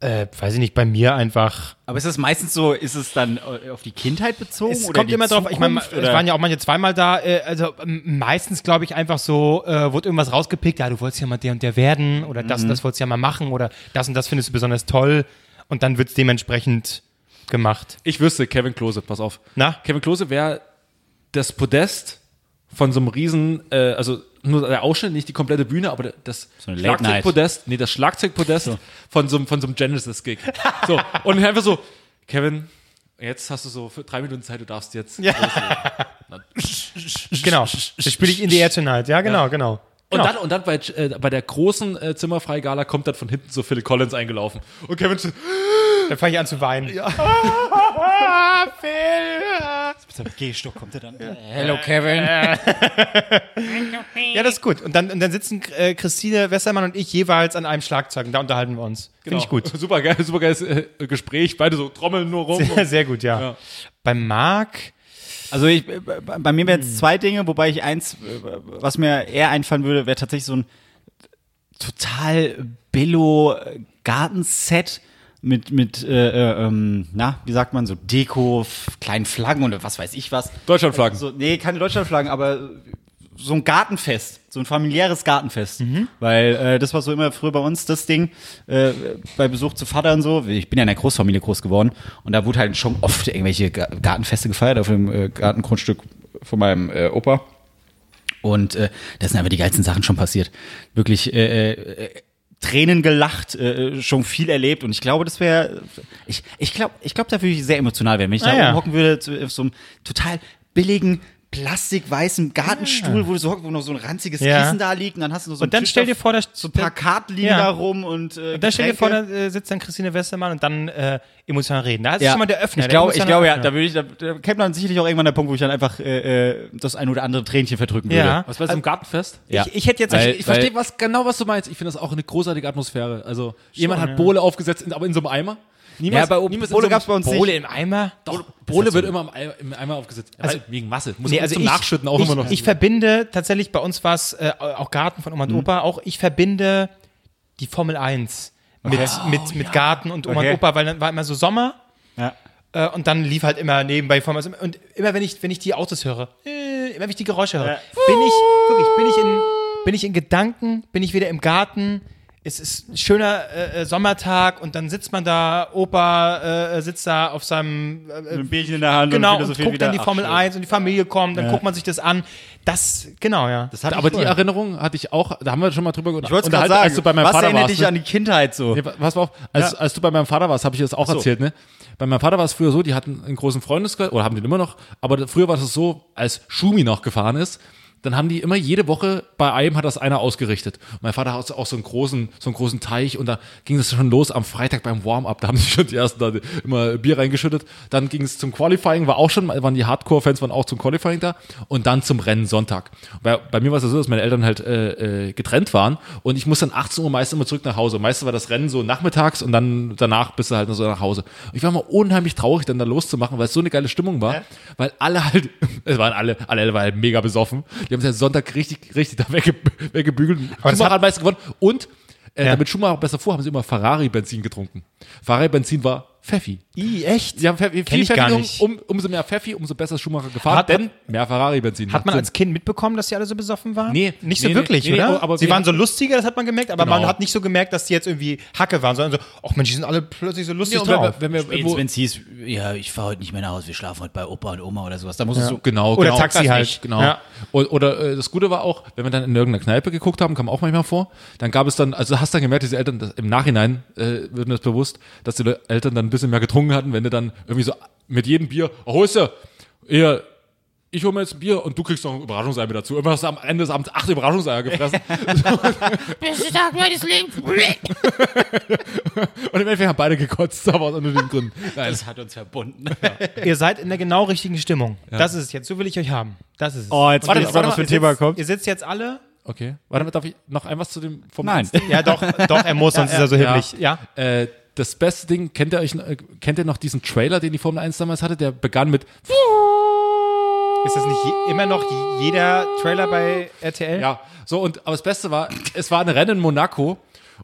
S3: Äh, weiß ich nicht, bei mir einfach.
S1: Aber ist das meistens so, ist es dann äh, auf die Kindheit bezogen?
S3: Es
S1: oder
S3: kommt
S1: die
S3: immer drauf, ich meine,
S1: Zukunft,
S3: es
S1: oder?
S3: waren ja auch manche zweimal da, äh, also m- meistens glaube ich einfach so, äh, wurde irgendwas rausgepickt, ja, du wolltest ja mal der und der werden oder das und das wolltest du ja mal machen oder das und das findest du besonders toll und dann wird es dementsprechend gemacht.
S2: Ich wüsste, Kevin Klose, pass auf.
S3: Na?
S2: Kevin Klose wäre das Podest von so einem riesen, äh, also nur der Ausschnitt, nicht die komplette Bühne, aber der- das
S1: So eine Late Night.
S2: Schlagzeugpodest, nee, das Schlagzeugpodest von so einem, von so einem Genesis-Gig. So, und einfach so, Kevin, jetzt hast du so für drei Minuten Zeit, du darfst jetzt.
S3: Genau. Das spiele ich in die Air Tonight, ja, genau, genau.
S2: Und
S3: genau.
S2: dann, und dann bei, äh, bei der großen äh, Zimmerfreigala kommt dann von hinten so Phil Collins eingelaufen. Und Kevin, so,
S3: Dann fange ich an zu weinen. Ja.
S1: Gehstock kommt er dann.
S3: Ja, das ist gut. Und dann, und dann sitzen äh, Christine Wessermann und ich jeweils an einem Schlagzeug und da unterhalten wir uns. Finde ich [LAUGHS] gut.
S2: Super geil, super geiles äh, Gespräch, beide so trommeln nur rum.
S3: Sehr, sehr gut, Oh, ja.
S2: Ja.
S3: Bei Marc,
S1: Also ich, äh, bei bei mir wären es zwei Dinge, wobei ich eins, äh, was mir eher einfallen würde, wäre tatsächlich so ein total billo äh, Gartenset mit, mit äh, äh, ähm, na, wie sagt man, so Deko, f- kleinen Flaggen und was weiß ich was.
S2: Deutschlandflaggen.
S1: So, nee, keine Deutschlandflaggen, aber so ein Gartenfest, so ein familiäres Gartenfest.
S3: Mhm.
S1: Weil äh, das war so immer früher bei uns das Ding, äh, bei Besuch zu Vater und so. Ich bin ja in einer Großfamilie groß geworden und da wurde halt schon oft irgendwelche Ga- Gartenfeste gefeiert auf dem äh, Gartengrundstück von meinem äh, Opa. Und äh, da sind aber die geilsten Sachen schon passiert. Wirklich äh, äh, äh, Tränen gelacht, äh, schon viel erlebt. Und ich glaube, das wäre. Ich, ich glaube, ich glaub, da würde ich sehr emotional werden, wenn ich
S3: Ah,
S1: da
S3: ja.
S1: oben hocken würde, zu, auf so einem total billigen plastikweißen Gartenstuhl, wo du so hockst, wo noch so ein ranziges
S3: Ah. Ja.
S1: Kissen da liegt und dann hast du noch so
S3: Und dann stell dir vor, da-
S1: so ein paar Karten liegen
S3: Ja.
S1: da rum und, äh,
S3: da stell dir
S1: Getränke.
S3: vor, da äh, sitzt dann Christine Wessermann und dann äh, emotional reden. Da ist
S1: Ja.
S3: schon mal der Öffner.
S1: Ich
S3: der
S1: glaube, ich
S3: emotionale
S1: glaube ja,
S3: Öffner.
S1: da würde ich, da, da käme dann sicherlich auch irgendwann der Punkt, wo ich dann einfach äh, äh, das ein oder andere Tränchen verdrücken würde.
S3: Ja.
S2: Was war das im Gartenfest?
S1: Ja.
S3: Ich, ich hätte jetzt.
S1: Weil-
S2: Also Ich verstehe was, genau, was du meinst. Ich finde das auch eine großartige Atmosphäre. Also, jemand hat Bohle aufgesetzt, in, aber in so einem Eimer. Niemals,
S1: Ja, bei
S2: niemals in
S1: Bohle
S2: so einem-
S1: gab's bei uns nicht.
S3: im Eimer?
S2: Doch, Bohle wird immer im Eimer, im Eimer aufgesetzt. Also, wegen Masse. Muss
S3: Nee,
S2: man
S3: also
S2: zum
S3: ich,
S2: Nachschütten auch
S3: ich,
S2: immer noch.
S3: Ich verbinde tatsächlich bei uns war es äh, auch Garten von Oma und Opa, auch ich verbinde die Formel 1 mit, mit, mit Garten und Oma
S1: Okay.
S3: und Opa, weil dann war immer so Sommer
S1: Ja.
S3: äh, und dann lief halt immer nebenbei Formel 1. Und immer wenn ich, wenn ich die Autos höre, äh, immer wenn ich die Geräusche höre, bin ich, wirklich, bin ich in, bin ich in Gedanken, bin ich wieder im Garten. Es ist ein schöner äh, äh, Sommertag und dann sitzt man da, Opa äh, sitzt da auf seinem
S1: Mit einem Bierchen in der Hand und,
S3: Genau, und
S1: philosophiert
S3: guckt dann die
S1: wieder. Ach,
S3: Formel
S1: schön.
S3: 1 und die Familie kommt, dann guckt man sich das an. Das, genau, ja.
S1: Das hatte
S2: aber
S1: ich
S2: die Erinnerung hatte ich auch, da haben wir schon mal drüber gesprochen.
S1: Ich wollte es gerade sagen,
S2: als du bei meinem
S1: was
S2: Vater
S1: erinnert
S2: warst.
S1: dich
S2: ne?
S1: an die Kindheit so?
S2: Nee, pass mal auf, als, als du bei meinem Vater warst, habe ich das auch erzählt, ne? Bei meinem Vater war es früher so, die hatten einen großen Freundeskreis, oder haben den immer noch, aber früher war es so, als Schumi noch gefahren ist, dann haben die immer jede Woche bei einem hat das einer ausgerichtet. Und mein Vater hat auch so einen großen, so einen großen Teich und da ging es schon los am Freitag beim Warm-up. Da haben sich schon die ersten da immer Bier reingeschüttet. Dann ging es zum Qualifying, war auch schon, waren die Hardcore-Fans waren auch zum Qualifying da und dann zum Rennen Sonntag. Bei, bei mir war es ja so, dass meine Eltern halt äh, äh, getrennt waren und ich musste dann 18 Uhr meist immer zurück nach Hause. Meistens war das Rennen so nachmittags und dann danach bist du halt noch so nach Hause. Und ich war immer unheimlich traurig, dann da loszumachen, weil es so eine geile Stimmung war, weil alle halt, [LAUGHS] es waren alle, alle, alle waren halt mega besoffen. Die haben es ja Sonntag richtig, richtig da wegge weggebügelt.
S3: das
S2: Schumacher
S3: hat-
S2: hat meist gewonnen und äh,
S3: Ja.
S2: damit Schumacher besser fuhr, haben sie immer Ferrari-Benzin getrunken. Ferrari-Benzin war Pfeffi.
S3: I, echt?
S2: Sie haben Pfeffi,
S3: Kenn
S2: viel
S3: ich gar
S2: Pfeffi, um,
S3: nicht.
S2: um, umso mehr Pfeffi, umso besser ist Schumacher gefahren,
S3: Hat-
S2: denn mehr Ferrari-Benzin.
S3: Hat man
S2: macht
S3: als Kind mitbekommen, dass die alle so besoffen waren?
S2: Nee,
S3: Nicht
S2: nee,
S3: so wirklich,
S2: nee, nee,
S3: oder?
S2: oh, aber
S3: sie
S2: wir-
S3: waren so lustiger, das hat man gemerkt, aber man
S2: Genau.
S3: hat nicht so gemerkt, dass die jetzt irgendwie Hacke waren, sondern so, ach Mensch, die sind alle plötzlich so lustig
S2: Sinn. Nee, und
S3: drauf.
S2: wenn, wir- wenn wir
S1: Spätestens,
S2: irgendwo,
S1: wenn es hieß, ja, ich fahre heute nicht mehr nach Hause, wir schlafen heute bei Opa und Oma oder sowas. Da musst du so,
S2: genau,
S3: Oder
S2: genau,
S3: Taxi
S2: das
S3: halt.
S2: nicht, Genau.
S3: Ja.
S2: Oder, oder äh, das Gute war auch, wenn wir dann in irgendeiner Kneipe geguckt haben, kam auch manchmal vor, dann gab es dann, also hast dann gemerkt, diese Eltern, das, im Nachhinein äh, wird mir das bewusst, dass die Le- Eltern dann ein bisschen mehr getrunken hatten, wenn du dann irgendwie so mit jedem Bier, oh, holst du, ihr, ich hole mir jetzt ein Bier und du kriegst noch ein Überraschungsei mit dazu. Immer hast du am Ende des Abends acht Überraschungseier gefressen.
S4: Beste Tag meines
S2: [LAUGHS]
S4: Lebens.
S2: und im Endeffekt haben beide gekotzt, aber aus unnötigen Gründen. Nein,
S1: das hat uns
S3: [LAUGHS]
S1: verbunden.
S3: Ihr seid in der genau richtigen Stimmung. Das ist es jetzt. So will ich euch haben. Das ist es.
S1: Oh, jetzt
S3: Und
S1: bin ich
S3: ihr
S1: gespannt,
S3: sitzt-
S1: was für ein
S3: ihr
S1: Thema
S3: sitzt-
S1: kommt.
S3: Ihr sitzt jetzt alle.
S2: okay. Warte mal, darf ich noch ein was zu dem vom
S1: Nein.
S3: Ja, doch, doch, er muss, sonst ist er so hibbelig. Ja.
S2: Äh, das beste Ding, kennt ihr euch, äh, kennt ihr noch diesen Trailer, den die Formel 1 damals hatte? Der begann mit
S3: Ist das nicht je, immer noch je- jeder Trailer bei RTL?
S2: Ja, so und aber das Beste war, es war ein Rennen in Monaco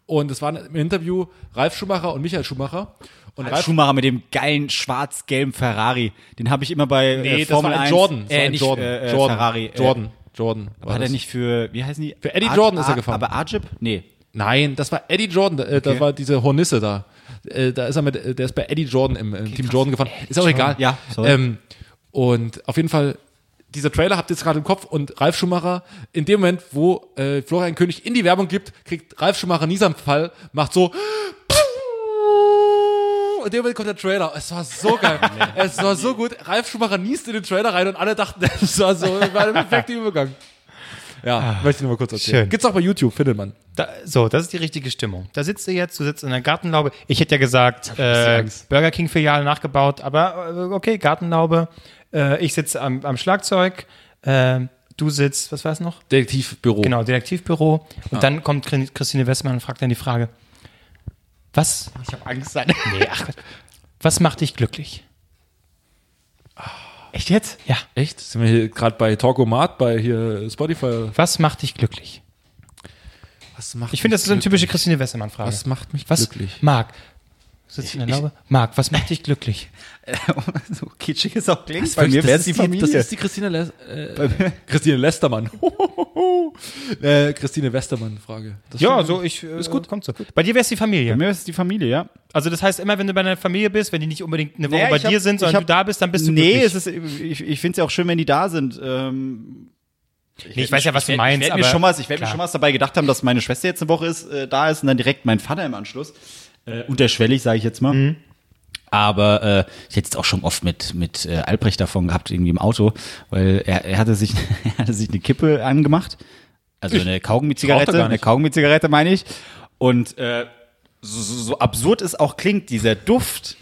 S2: und es waren im Interview Ralf Schumacher und Michael Schumacher und
S1: Ralf Schumacher mit dem geilen schwarz-gelben Ferrari. Den habe ich immer bei
S2: nee,
S1: äh,
S2: das
S1: Formel
S2: war ein
S1: 1.
S2: Jordan, das war
S1: äh,
S2: ein
S1: nicht,
S2: Jordan,
S1: äh, äh,
S2: Jordan,
S1: Ferrari. äh,
S2: Jordan, Jordan. war
S1: Hat er
S2: das.
S1: nicht für, wie heißen die?
S2: Für Eddie Jordan ist er gefahren.
S1: Aber Ajib? Nee. [LAUGHS]
S2: Nein, das war Eddie Jordan, äh, da
S1: Okay.
S2: war diese Hornisse da. Äh, da ist er mit, äh, der ist bei Eddie Jordan im äh, Team Jordan gefahren. Ist auch egal.
S1: Ja, sorry.
S2: ähm, und auf jeden Fall, dieser Trailer habt ihr jetzt gerade im Kopf und Ralf Schumacher, in dem Moment, wo äh, Florian König in die Werbung gibt, kriegt Ralf Schumacher einen Niesanfall, macht so. Und dem Moment kommt der Trailer. Es war so
S1: [LAUGHS]
S2: geil. es war so gut. Ralf Schumacher niest in den Trailer rein und alle dachten, [LAUGHS] das war so, war der perfekte Übergang.
S1: Ah.
S2: Ja, möchte ich nur mal kurz erzählen.
S3: schön.
S2: Gibt's auch bei YouTube, findet man.
S3: Da, so, das ist die richtige Stimmung. Da sitzt ihr jetzt, du sitzt in der Gartenlaube. Ich hätte ja gesagt, äh, Burger King Filiale nachgebaut, aber äh, okay, Gartenlaube. Äh, ich sitze am, am Schlagzeug. Äh, du sitzt, was war es noch?
S2: Detektivbüro.
S3: Genau, Detektivbüro. Und dann kommt Christine Christine Westmann und fragt dann die Frage: Was? Ich habe Angst sein. Nee, ach Gott. Was macht dich glücklich?
S1: Echt jetzt?
S3: Ja.
S2: Echt? Sind wir hier gerade bei Talkomat, bei hier Spotify?
S3: Was macht dich glücklich?
S2: Was macht
S3: Ich finde, das ist so eine typische Christine Wessemann-Frage.
S2: Was macht mich
S3: Was?
S2: glücklich?
S3: Marc. Sitzt in der Laube? Marc, was macht dich glücklich?
S1: so kitschig ist auch klingt. Bei mir
S2: Das
S1: wäre
S2: ist
S1: es die Familie.
S2: Das ist die Christine, Les äh, Christine Lestermann. [LAUGHS] äh, Christine Westermann-Frage. Das
S3: Ja,
S2: stimmt.
S3: so ich. Ist gut, kommt so. Bei dir wäre es die
S1: bei
S3: Familie.
S1: mir ist es die Familie, ja.
S3: Also das heißt, immer wenn du bei deiner Familie bist, wenn die nicht unbedingt eine Woche
S1: Naja,
S3: bei
S1: ich hab-
S3: dir sind,
S1: ich
S3: sondern
S1: hab-
S3: du da bist, dann bist du
S1: nee,
S3: glücklich.
S1: es ist, ich, ich finde es ja auch schön, wenn die da sind. Ähm,
S3: nee, ich weiß ja, was du meinst.
S1: Ich werde mir,
S3: aber-
S1: schon was- ich werd mir
S3: klar.
S1: schon was dabei gedacht haben, dass meine Schwester jetzt eine Woche ist, äh, da ist und dann direkt mein Vater im Anschluss. Äh, unterschwellig, sage ich jetzt mal.
S3: Mhm.
S1: Aber äh, ich hätte jetzt auch schon oft mit, mit äh, Albrecht davon gehabt, irgendwie im Auto, weil er, er, hatte sich, [LAUGHS] er hatte sich eine Kippe angemacht. Also eine
S2: rauch doch
S1: Kaugummi-Zigarette,
S2: gar
S1: eine
S2: nicht.
S1: Kaugummi-Zigarette meine ich. Und äh, so, so so absurd es auch klingt, dieser Duft.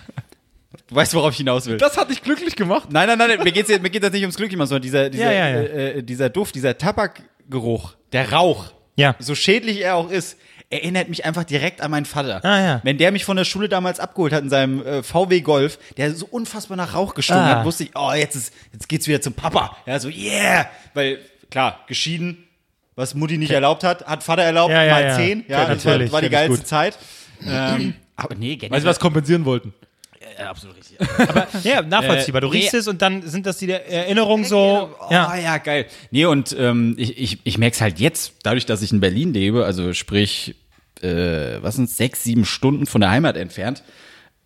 S1: Du weißt, worauf ich hinaus will.
S2: Das hat dich glücklich gemacht.
S1: Nein, nein, nein, nein, mir geht's jetzt, mir geht's jetzt nicht ums Glücklichmachen, sondern dieser, dieser,
S3: Ja, ja, ja.
S1: Äh, äh, dieser Duft, dieser Tabakgeruch, der Rauch,
S3: Ja.
S1: so schädlich er auch ist, erinnert mich einfach direkt an meinen Vater.
S3: Ah, ja.
S1: Wenn der mich von der Schule damals abgeholt hat in seinem äh, VW Golf, der so unfassbar nach Rauch gestunken
S3: Ah.
S1: hat, wusste ich, oh, jetzt, ist, jetzt geht's wieder zum Papa. Ja, so, yeah! Weil, klar, geschieden, was Mutti nicht erlaubt hat, hat Vater erlaubt,
S3: Ja, ja,
S1: mal
S3: ja.
S1: zehn. Ja,
S3: Ja,
S1: das war,
S3: natürlich,
S1: war die
S3: kenn ich
S1: geilste
S3: gut.
S1: Zeit. Ähm, aber nee, generell.
S2: Weil sie was kompensieren wollten.
S1: Ja, absolut richtig.
S3: Ja, nachvollziehbar. Du
S1: Äh, nee.
S3: riechst es und dann sind das die Erinnerungen so.
S1: Oh, ja.
S3: Ja.
S1: ja, geil. Nee, und ähm, ich, ich, ich merke es halt jetzt, dadurch, dass ich in Berlin lebe, also sprich, äh, was sind sechs, sieben Stunden von der Heimat entfernt,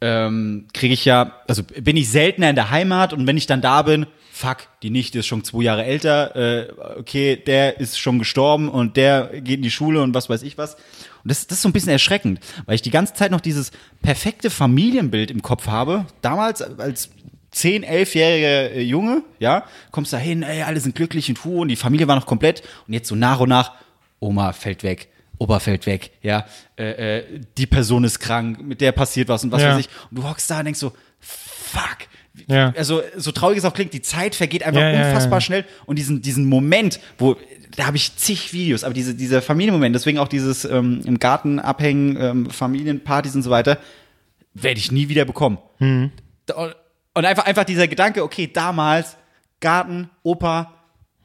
S1: ähm, kriege ich ja, also bin ich seltener in der Heimat und wenn ich dann da bin, fuck, die Nichte ist schon zwei Jahre älter, äh, okay, der ist schon gestorben und der geht in die Schule und was weiß ich was. Und das, das ist so ein bisschen erschreckend, weil ich die ganze Zeit noch dieses perfekte Familienbild im Kopf habe. Damals als 10, 11-jähriger äh, Junge, ja, kommst da hin, ey, alle sind glücklich und hu, und die Familie war noch komplett. Und jetzt so nach und nach, Oma fällt weg, Opa fällt weg, ja, äh, äh, die Person ist krank, mit der passiert was und was
S3: Ja.
S1: weiß ich. Und du hockst da und denkst so, fuck.
S3: Ja.
S1: Also, so traurig es auch klingt, die Zeit vergeht einfach
S3: Ja, ja,
S1: unfassbar
S3: ja.
S1: schnell. Und diesen, diesen Moment, wo, da habe ich zig Videos, aber diese, dieser Familienmoment, deswegen auch dieses ähm, im Garten abhängen, ähm, Familienpartys und so weiter, werde ich nie wieder bekommen.
S3: Hm.
S1: Da- Und einfach, einfach dieser Gedanke, okay, damals, Garten, Opa,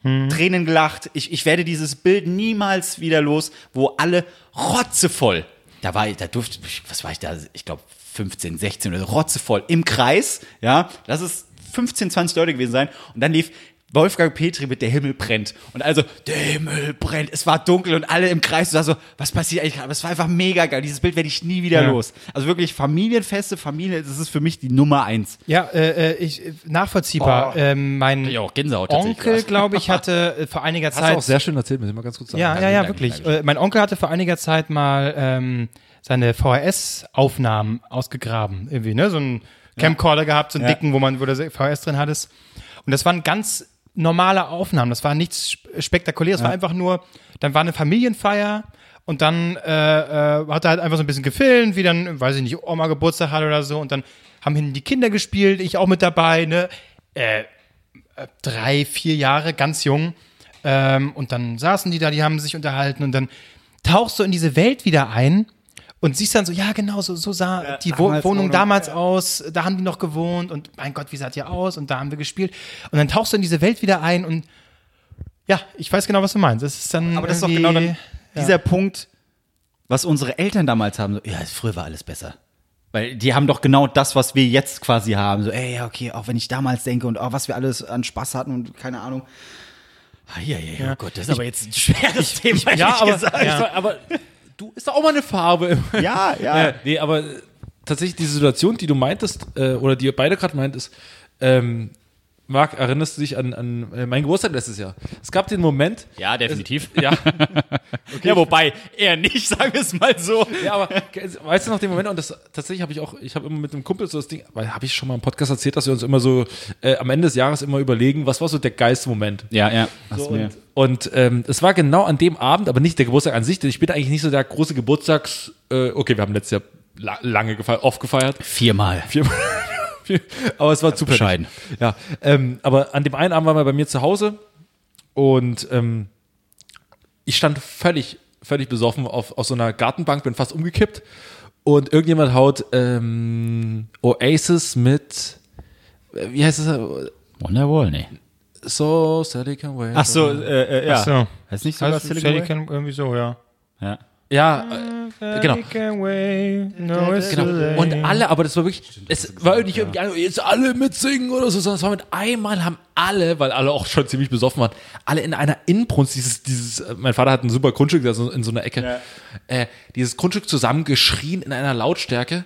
S1: Tränen gelacht. Ich, ich werde dieses Bild niemals wieder los, wo alle rotzevoll da war ich, da durfte, ich- was war ich da, ich glaube 15, 16 oder so, rotzevoll im Kreis, ja, lass es 15, 20 Leute gewesen sein und dann lief Wolfgang Petri mit Der Himmel brennt und also, der Himmel brennt, es war dunkel und alle im Kreis, da so, was passiert eigentlich gerade, aber es war einfach mega geil, dieses Bild werde ich nie wieder
S3: Ja.
S1: los. Also wirklich Familienfeste, Familie, das ist für mich die Nummer eins.
S3: Ja, äh, äh, ich, nachvollziehbar. Ähm, mein
S1: Ich auch Gänsehaut tatsächlich
S3: Onkel,
S1: gerade.
S3: glaube ich, hatte äh, vor einiger
S2: Hast du auch
S3: Zeit.
S2: sehr schön erzählt, muss ich mal ganz kurz sagen.
S3: ja, ja, ja,
S1: Dankeschön,
S3: wirklich.
S1: Dankeschön.
S3: Äh, mein Onkel hatte vor einiger Zeit mal ähm, seine VHS-Aufnahmen ausgegraben. Irgendwie, ne? So einen Camcorder gehabt, so einen
S1: Ja.
S3: dicken, wo man wo du VHS drin hattest. Und das waren ganz normale Aufnahmen. Das war nichts sp- Spektakuläres. war einfach nur, dann war eine Familienfeier. Und dann äh, äh, hat er halt einfach so ein bisschen gefilmt, wie dann, weiß ich nicht, Oma Geburtstag hatte oder so. Und dann haben hinten die Kinder gespielt, ich auch mit dabei, ne? drei, vier Jahre, ganz jung. Ähm, und dann saßen die da, die haben sich unterhalten und dann tauchst du in diese Welt wieder ein und siehst dann so, ja genau, so, so sah die Wo
S1: damals
S3: Wohnung
S1: Wohnung,
S3: damals aus, da haben die noch gewohnt und mein Gott, wie sah die aus und da haben wir gespielt. Und dann tauchst du in diese Welt wieder ein und ja, ich weiß genau, was du meinst. Das ist dann
S1: Aber das ist doch
S3: irgendwie-
S1: genau dann dieser Punkt, was unsere Eltern damals haben. So, ja, früher war alles besser. Weil die haben doch genau das, was wir jetzt quasi haben. So, ey, ja, okay, auch wenn ich damals denke und oh, was wir alles an Spaß hatten und keine Ahnung. Ah, ja, ja, ja, Gott, das ist aber jetzt ein schweres [LAUGHS] Thema. hätte
S2: ja,
S1: ich
S2: aber,
S1: gesagt.
S2: ich sag, aber du ist doch auch mal eine Farbe. [LAUGHS]
S1: Ja, ja.
S2: Äh, nee, aber äh, tatsächlich die Situation, die du meintest, äh, oder die ihr beide gerade meintest, ähm, Marc, erinnerst du dich an, an äh, meinen Geburtstag letztes Jahr? Es gab den Moment.
S1: Ja, definitiv.
S2: Ja,
S1: Ja, wobei, eher nicht, [LAUGHS] sagen wir es mal so.
S2: ja, aber ke- weißt du noch den Moment? Und das tatsächlich habe ich auch, ich habe immer mit einem Kumpel so das Ding, weil habe ich schon mal im Podcast erzählt, dass wir uns immer so äh, am Ende des Jahres immer überlegen, was war so der geilste Moment?
S1: Ja, ja.
S2: So, und und ähm, es war genau an dem Abend, aber nicht der Geburtstag an sich, denn ich bin eigentlich nicht so der große Geburtstags. Äh, okay, wir haben letztes Jahr la lange gefeiert, oft gefeiert.
S1: Viermal.
S2: Viermal. Vier- [LAUGHS] aber es war zu
S1: Bescheiden.
S2: Ja, ähm, aber an dem einen Abend waren wir bei mir zu Hause und ähm, ich stand völlig, völlig besoffen auf, auf so einer Gartenbank, bin fast umgekippt und irgendjemand haut ähm, Oasis mit, äh, wie heißt es?
S1: Wonderwall, ne?
S2: So, Silicon Way.
S1: Ach so, äh, äh, ja.
S3: Ach so.
S1: Heißt nicht sogar
S3: Also,
S1: Silicon
S3: Silicon
S1: Valley?
S3: irgendwie so, ja.
S1: Ja.
S2: Ja, äh, genau. Genau. Und alle, aber das war wirklich, es war nicht irgendwie, alle, jetzt alle mitsingen oder so, sondern es war mit einmal haben alle, weil alle auch schon ziemlich besoffen waren, alle in einer Inbrunst, dieses, dieses, äh, mein Vater hat ein super Grundstück da so, in so einer Ecke, äh, dieses Grundstück zusammengeschrien in einer Lautstärke.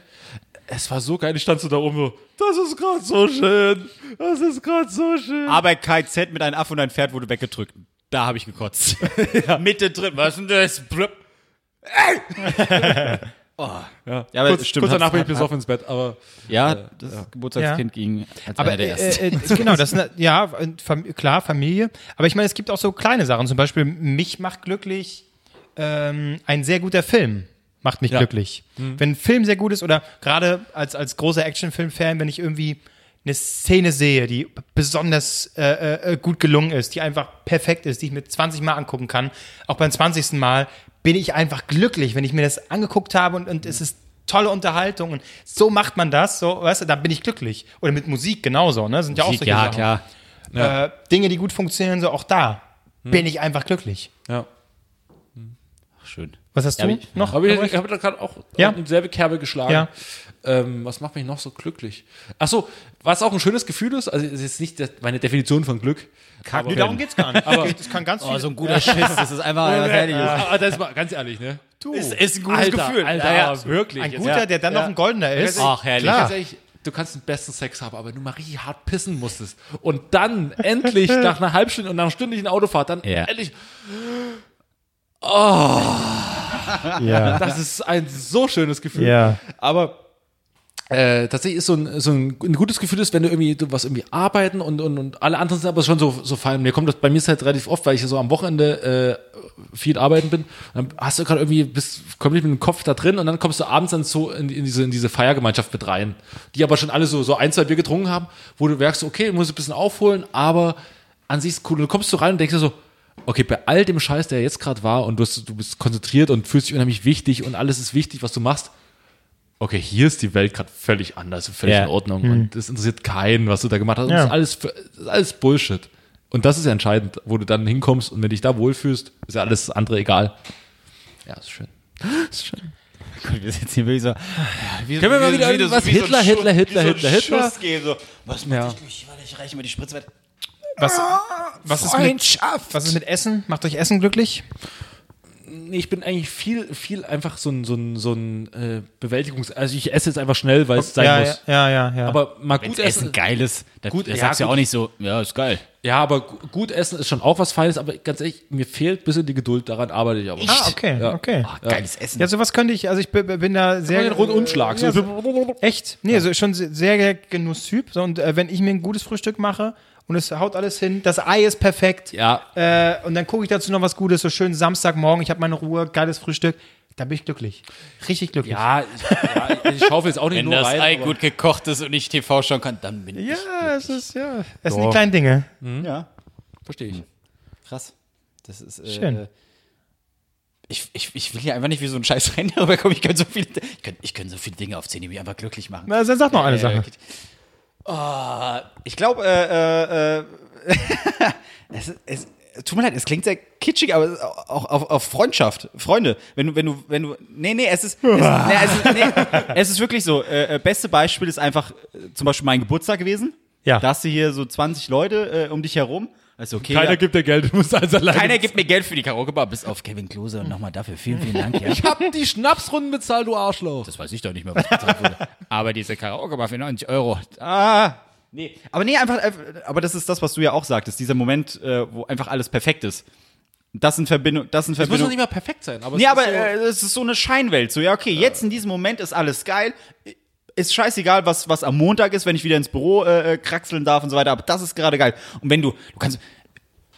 S2: Es war so geil, ich stand so da oben so, das ist gerade so schön, das ist gerade so schön.
S1: Aber KZ mit einem Affe und ein Pferd wurde weggedrückt. Da habe ich [LAUGHS] gekotzt. Mitte drin. Was denn das? [LAUGHS] Blub. Oh.
S2: Ja,
S1: Ja, aber
S2: kurz,
S1: stimmt,
S2: kurz danach
S1: hat's-
S2: bin ich besoffen ins Bett, aber
S1: Ja, das Geburtstagskind ging als
S3: Aber
S1: einer der ersten.
S3: äh, äh, genau, das ist eine, ja und Fam klar Familie. Aber ich meine, es gibt auch so kleine Sachen. Zum Beispiel mich macht glücklich ähm, ein sehr guter Film macht mich glücklich.
S1: Mhm.
S3: Wenn ein Film sehr gut ist oder gerade als als großer Actionfilm-Fan, wenn ich irgendwie eine Szene sehe, die besonders äh, äh, gut gelungen ist, die einfach perfekt ist, die ich mir 20 Mal angucken kann. Auch beim 20. Mal bin ich einfach glücklich, wenn ich mir das angeguckt habe und, und
S1: Mhm.
S3: es ist tolle Unterhaltung und so macht man das, so, weißt du, da bin ich glücklich. Oder mit Musik genauso, ne? Sind ja auch solche
S1: ja,
S3: Sachen.
S1: klar.
S3: Äh, Dinge, die gut funktionieren, so auch da
S1: Mhm.
S3: bin ich einfach glücklich.
S2: ja.
S1: Schön.
S3: Was hast du
S1: Ja, ich-
S3: noch?
S2: Aber ich, ich habe da gerade auch
S3: Ja.
S2: ja. eine selbe Kerbe geschlagen.
S3: Ja.
S2: Ähm, was macht mich noch so glücklich? Ach so, was auch ein schönes Gefühl ist, also es ist jetzt nicht das- meine Definition von Glück.
S3: nee, darum geht's gar nicht.
S2: Aber-
S3: das kann ganz viel.
S1: ein [LAUGHS] guter Schiss. Das ist einfach was Herrliches.
S2: Ah, das ist mal ganz ehrlich, ne? Du.
S1: Ist- ist ein gutes
S2: Alter,
S1: Gefühl.
S2: Alter,
S1: Ja, ja,
S2: ja, wirklich.
S3: ein
S2: Jetzt-
S3: guter,
S2: ja.
S3: der dann noch ein goldener ist.
S1: Ach, herrlich.
S3: Klar.
S2: Ganz ehrlich, du kannst den besten Sex haben, aber wenn du mal richtig hart pissen musstest und dann
S3: [LAUGHS]
S2: endlich nach einer halben Stunde und nach einer stündlichen Autofahrt, dann
S1: Ja.
S2: endlich. Das ist ein so schönes Gefühl.
S3: Ja.
S2: Aber äh, tatsächlich ist so ein, so ein, ein gutes Gefühl, ist, wenn du irgendwie du was irgendwie arbeiten und, und, und alle anderen sind aber schon so, so fallen. Mir kommt das bei mir ist halt relativ oft, weil ich so am Wochenende äh, viel arbeiten bin. Dann hast du gerade irgendwie bist komplett mit dem Kopf da drin und dann kommst du abends dann so in, in, diese, in diese Feiergemeinschaft mit rein, die aber schon alle so, so ein, zwei Bier getrunken haben, wo du merkst, okay, du musst ein bisschen aufholen, aber an sich ist cool. Und du kommst so rein und denkst dir so, okay, bei all dem Scheiß, der jetzt gerade war und du, hast, du bist konzentriert und fühlst dich unheimlich wichtig und alles ist wichtig, was du machst okay, hier ist die Welt gerade völlig anders und völlig
S1: Ja.
S2: in Ordnung und das interessiert keinen, was du da gemacht hast. Und Das,
S3: Ja.
S2: ist alles, für- das ist alles Bullshit. Und das ist ja entscheidend, wo du dann hinkommst und wenn dich da wohlfühlst, ist ja alles andere egal. Ja, ist schön. Ist schön.
S1: Gott, wir sitzen hier wirklich so. Wie,
S2: Können wir mal wieder
S1: das-
S2: was
S1: wie so ein
S2: Hitler,
S1: Schuss-
S2: Hitler, Hitler,
S1: wie so
S2: Hitler,
S1: ein
S2: Hitler.
S1: Schuss gehen, so. Was macht
S3: Ja.
S1: ich mich? Warte, ich reiche mir die Spritze weit.
S3: Was, was, ist mit, was ist mit Essen? Macht euch Essen glücklich?
S2: Nee, ich bin eigentlich viel, viel einfach so ein, so ein, so ein äh, Bewältigungs-, also ich esse jetzt einfach schnell, weil es sein
S3: ja,
S2: muss.
S3: ja, ja, ja.
S2: Aber mal gut
S1: Wenn's
S2: essen.
S1: Essen geil ist, da,
S2: Gut,
S1: da
S2: ja,
S1: sagst du ja
S2: gut.
S1: auch nicht so, ja, ist geil.
S2: Ja, aber gu- gut essen ist schon auch was Feines, aber ganz ehrlich, mir fehlt ein bisschen die Geduld, daran arbeite ich aber.
S3: ah, okay,
S2: Ja.
S3: okay.
S1: Geiles Essen.
S3: Ja, sowas könnte ich, also ich bin, bin da sehr.
S2: Ein Rundumschlag. So.
S3: Echt? Nee, so schon se- sehr, sehr Genusstyp. So, und äh, wenn ich mir ein gutes Frühstück mache und es haut alles hin, das Ei ist perfekt.
S2: Ja.
S3: Äh, und dann gucke ich dazu noch was Gutes, so schön Samstagmorgen, ich habe meine Ruhe, geiles Frühstück. Da bin ich glücklich. Richtig glücklich.
S2: Ja, ich, ja, ich schaufel jetzt auch nicht
S1: Wenn
S2: nur
S1: das
S2: rein.
S1: Ei
S2: aber-
S1: gut gekocht ist und ich TV schauen kann, dann bin
S3: Ja,
S1: ich.
S3: es ist, ja. Es sind
S2: Doch.
S3: die kleinen Dinge.
S1: Ja,
S2: Verstehe ich.
S1: krass. Das ist. Äh,
S3: Schön.
S1: Ich, ich, ich will hier einfach nicht wie so ein scheiß [LAUGHS] Rentner rüberkommen. Ich kann so viele, ich kann, ich kann so viele Dinge aufzählen, die mich einfach glücklich machen.
S3: Na, dann sag noch eine
S1: Äh,
S3: Sache.
S1: okay. Oh, ich glaube, äh, [LAUGHS] äh, äh, es, es, tut mir leid, es klingt sehr kitschig, aber es ist auch auf, auf Freundschaft, Freunde. Wenn du, wenn du, wenn du, nee, nee, es ist, es, nee, es, ist, nee, es ist wirklich so. Äh, äh, beste Beispiel ist einfach äh, zum Beispiel mein Geburtstag gewesen.
S3: Ja.
S1: Da hast du hier so 20 Leute äh, um dich herum. Also okay,
S2: Keiner
S1: ja.
S2: gibt dir Geld, du musst alles alleine.
S1: keiner gibt mir Geld für die Karaoke-Bar, bis auf Kevin Klose und nochmal dafür vielen, vielen Dank. Ja.
S2: ich hab die Schnapsrunden bezahlt, du Arschloch.
S1: Das weiß ich doch nicht mehr, was bezahlt wurde. [LAUGHS] aber diese Karaoke-Bar für 90 Euro. Ah. Nee, aber nee, einfach, einfach- aber das ist das, was du ja auch sagtest, dieser Moment, äh, wo einfach alles perfekt ist. Das in Verbindung, das in
S2: Das muss doch
S1: Verbindung.
S2: nicht mal perfekt sein, aber
S1: nee,
S2: es
S1: aber
S2: ist so,
S1: äh, es ist so eine Scheinwelt. So, ja, okay, jetzt in diesem Moment ist alles geil. Ist scheißegal, was, was am Montag ist, wenn ich wieder ins Büro äh, äh, kraxeln darf und so weiter, aber das ist gerade geil. Und wenn du, du kannst,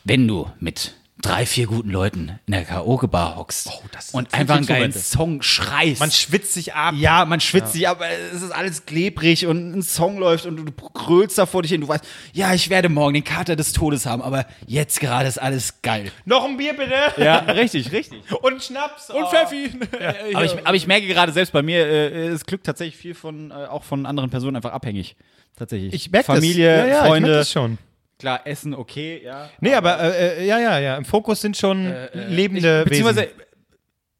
S1: wenn du mit drei, vier guten Leuten in der Karaoke-Bar hockst
S2: Oh, das sind
S1: und einfach einen geilen
S2: Glücksmomente.
S1: Song schreist.
S3: schwitzt sich ab.
S1: Ja, man schwitzt sich, aber es ist alles klebrig und ein Song läuft und du du krölst da vor dich hin. Du weißt, ja, ich werde morgen den Kater des Todes haben, aber jetzt gerade ist alles geil.
S3: Noch ein Bier bitte. [LAUGHS]
S1: Ja, richtig, richtig.
S3: Und Schnaps.
S2: Und Pfeffi.
S1: [LAUGHS] Aber ich, aber ich merke gerade selbst bei mir, äh, ist Glück tatsächlich viel von, äh, auch von anderen Personen einfach abhängig. Tatsächlich.
S3: Ich merke
S1: Familie,
S3: das. Ja, ja, Ich merk
S1: Freunde,
S3: das schon.
S1: klar, Essen, okay, ja.
S3: Nee, aber äh, äh, ja, ja, ja. Im Fokus sind schon
S2: Äh,
S3: lebende
S1: Beziehungsweise,
S3: Wesen.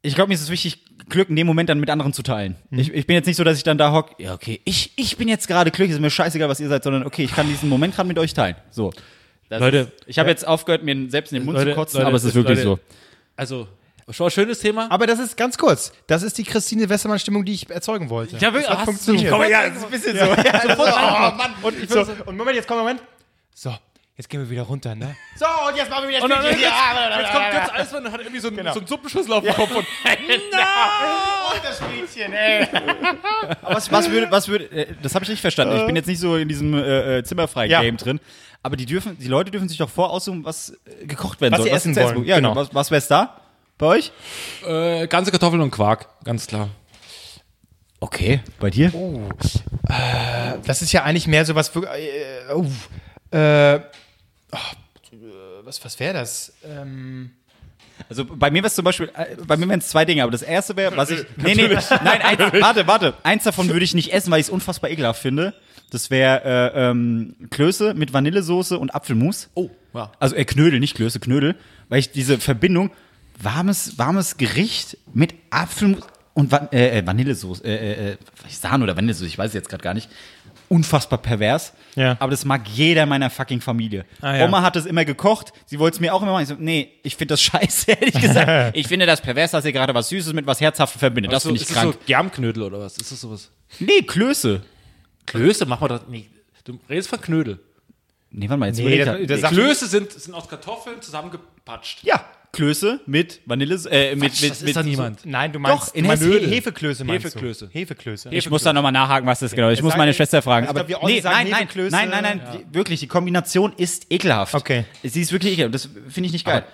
S1: ich glaube, mir ist es wichtig, Glück in dem Moment dann mit anderen zu teilen.
S2: Mhm.
S1: Ich, ich bin jetzt nicht so, dass ich dann da hock, ja, okay, ich, ich bin jetzt gerade glücklich, ist mir scheißegal, was ihr seid, sondern okay, ich kann diesen Moment gerade mit euch teilen. So. Das
S2: Leute, äh,
S1: ist, ich habe jetzt aufgehört, mir selbst in den Mund
S2: Leute,
S1: zu kotzen,
S2: Leute,
S1: aber es ist wirklich
S2: Leute.
S1: so.
S2: Also, schon ein schönes Thema.
S3: Aber das ist ganz kurz. Das ist die Christine Westermann-Stimmung, die ich erzeugen wollte.
S2: Ja, wirklich,
S3: Das hat
S2: hast du-
S3: funktioniert.
S2: Komm,
S1: ja, ist ein bisschen so.
S3: [LAUGHS] oh, Mann. Und, ich so, und Moment, jetzt kommt Moment. So, jetzt gehen wir wieder runter, ne? So, und jetzt machen wir wieder
S2: Und dann,
S3: Spielchen. Ah,
S2: jetzt,
S3: Ja,
S2: [LAUGHS] jetzt kommt Götz Eismann und hat irgendwie so einen,
S3: Genau.
S2: so einen Suppenschüssel auf dem Kopf und
S3: [LAUGHS] und das Spielchen, ey.
S1: Was, was würde, was würde, äh, das habe ich nicht verstanden. Ich bin jetzt nicht so in diesem äh, äh, Zimmerfrei-Game
S3: Ja.
S1: drin. Aber die dürfen, die Leute dürfen sich doch voraussuchen, was äh, gekocht werden
S3: Was
S1: soll.
S3: sie essen
S1: ins Essen-
S3: wollen,
S1: Ja, genau.
S3: genau.
S1: Was, was wär's da? Bei euch?
S2: äh, ganze Kartoffeln und Quark, ganz klar.
S1: Okay. Bei dir?
S3: Das ist ja eigentlich mehr so was. Äh, uh, äh, oh, was was wäre das? Ähm,
S1: Also bei mir wäre es zum Beispiel, äh, bei mir wären es zwei Dinge, aber das erste wäre, was ich. Nee, nee, nein, eins, warte, warte. Eins davon würde ich nicht essen, weil ich es unfassbar ekelhaft finde. Das wäre äh, ähm, Klöße mit Vanillesoße und Apfelmus.
S2: Oh, ja.
S1: Also äh, Knödel, nicht Klöße, Knödel. Weil ich diese Verbindung, warmes, warmes Gericht mit Apfelmus und Van äh, äh, Vanillesoße, äh, äh, äh, Sahne oder Vanillesoße, ich weiß es jetzt gerade gar nicht. Unfassbar pervers.
S3: Ja.
S1: Aber das mag jeder meiner fucking Familie.
S3: Ah, ja.
S1: Oma hat es immer gekocht, sie wollte es mir auch immer machen. Ich so, nee, ich finde das scheiße, [LAUGHS] ehrlich gesagt. ich finde das pervers, dass ihr gerade was Süßes mit was Herzhaftem verbindet. Das
S2: so,
S1: finde ich
S2: ist
S1: krank.
S2: Das so Germknödel oder was? Ist das sowas?
S1: Nee, Klöße.
S2: Klöße machen wir doch nicht. Du redest von Knödel.
S1: Nee, warte mal, jetzt
S3: Nee,
S1: überleg
S3: das-
S1: ich
S3: das-
S1: da.
S3: Sachen-
S2: Klöße sind, sind aus Kartoffeln zusammengepatscht.
S1: Ja, Klöße mit Vanille, äh, mit, mit, mit
S3: nein, du
S1: meinst-
S3: Doch,
S1: du meinst
S3: He-
S1: Knödel.
S3: Hefeklöße meinst
S2: Hefeklöße.
S3: du? Hefeklöße.
S1: Ich muss da nochmal nachhaken, was das genau ist. Ich muss
S3: sagen-
S1: meine Schwester fragen.
S3: Ich
S1: Aber
S3: glaub, wir alle
S1: nee,
S3: sagen
S1: nein, nein,
S3: Hefeklöße.
S1: nein, nein, nein, die- wirklich, die Kombination ist ekelhaft.
S3: Okay.
S1: Sie ist wirklich ekelhaft. Das finde ich nicht geil.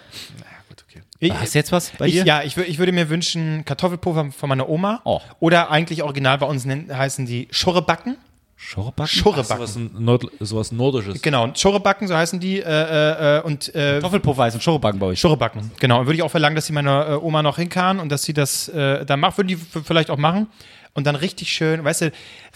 S3: Ich,
S1: Hast du jetzt was bei dir?
S3: ich, ja, ich, wür- ich würde mir wünschen Kartoffelpuffer von meiner Oma.
S1: Oh.
S3: Oder eigentlich original bei uns nennen, heißen die Schurrebacken.
S1: Schorback?
S3: Schurrebacken.
S2: Sowas, ein Nord, sowas Nordisches.
S3: Genau, Schurrebacken, so heißen die. Äh, äh, äh, und äh,
S1: Kartoffelpuffer heißt ein Schorbacken bei euch.
S3: Schurrebacken. Genau. Und würde ich auch verlangen, dass sie meine äh, Oma noch hinkahren und dass sie das äh, dann macht, würde die f- vielleicht auch machen. Und dann richtig schön, weißt du,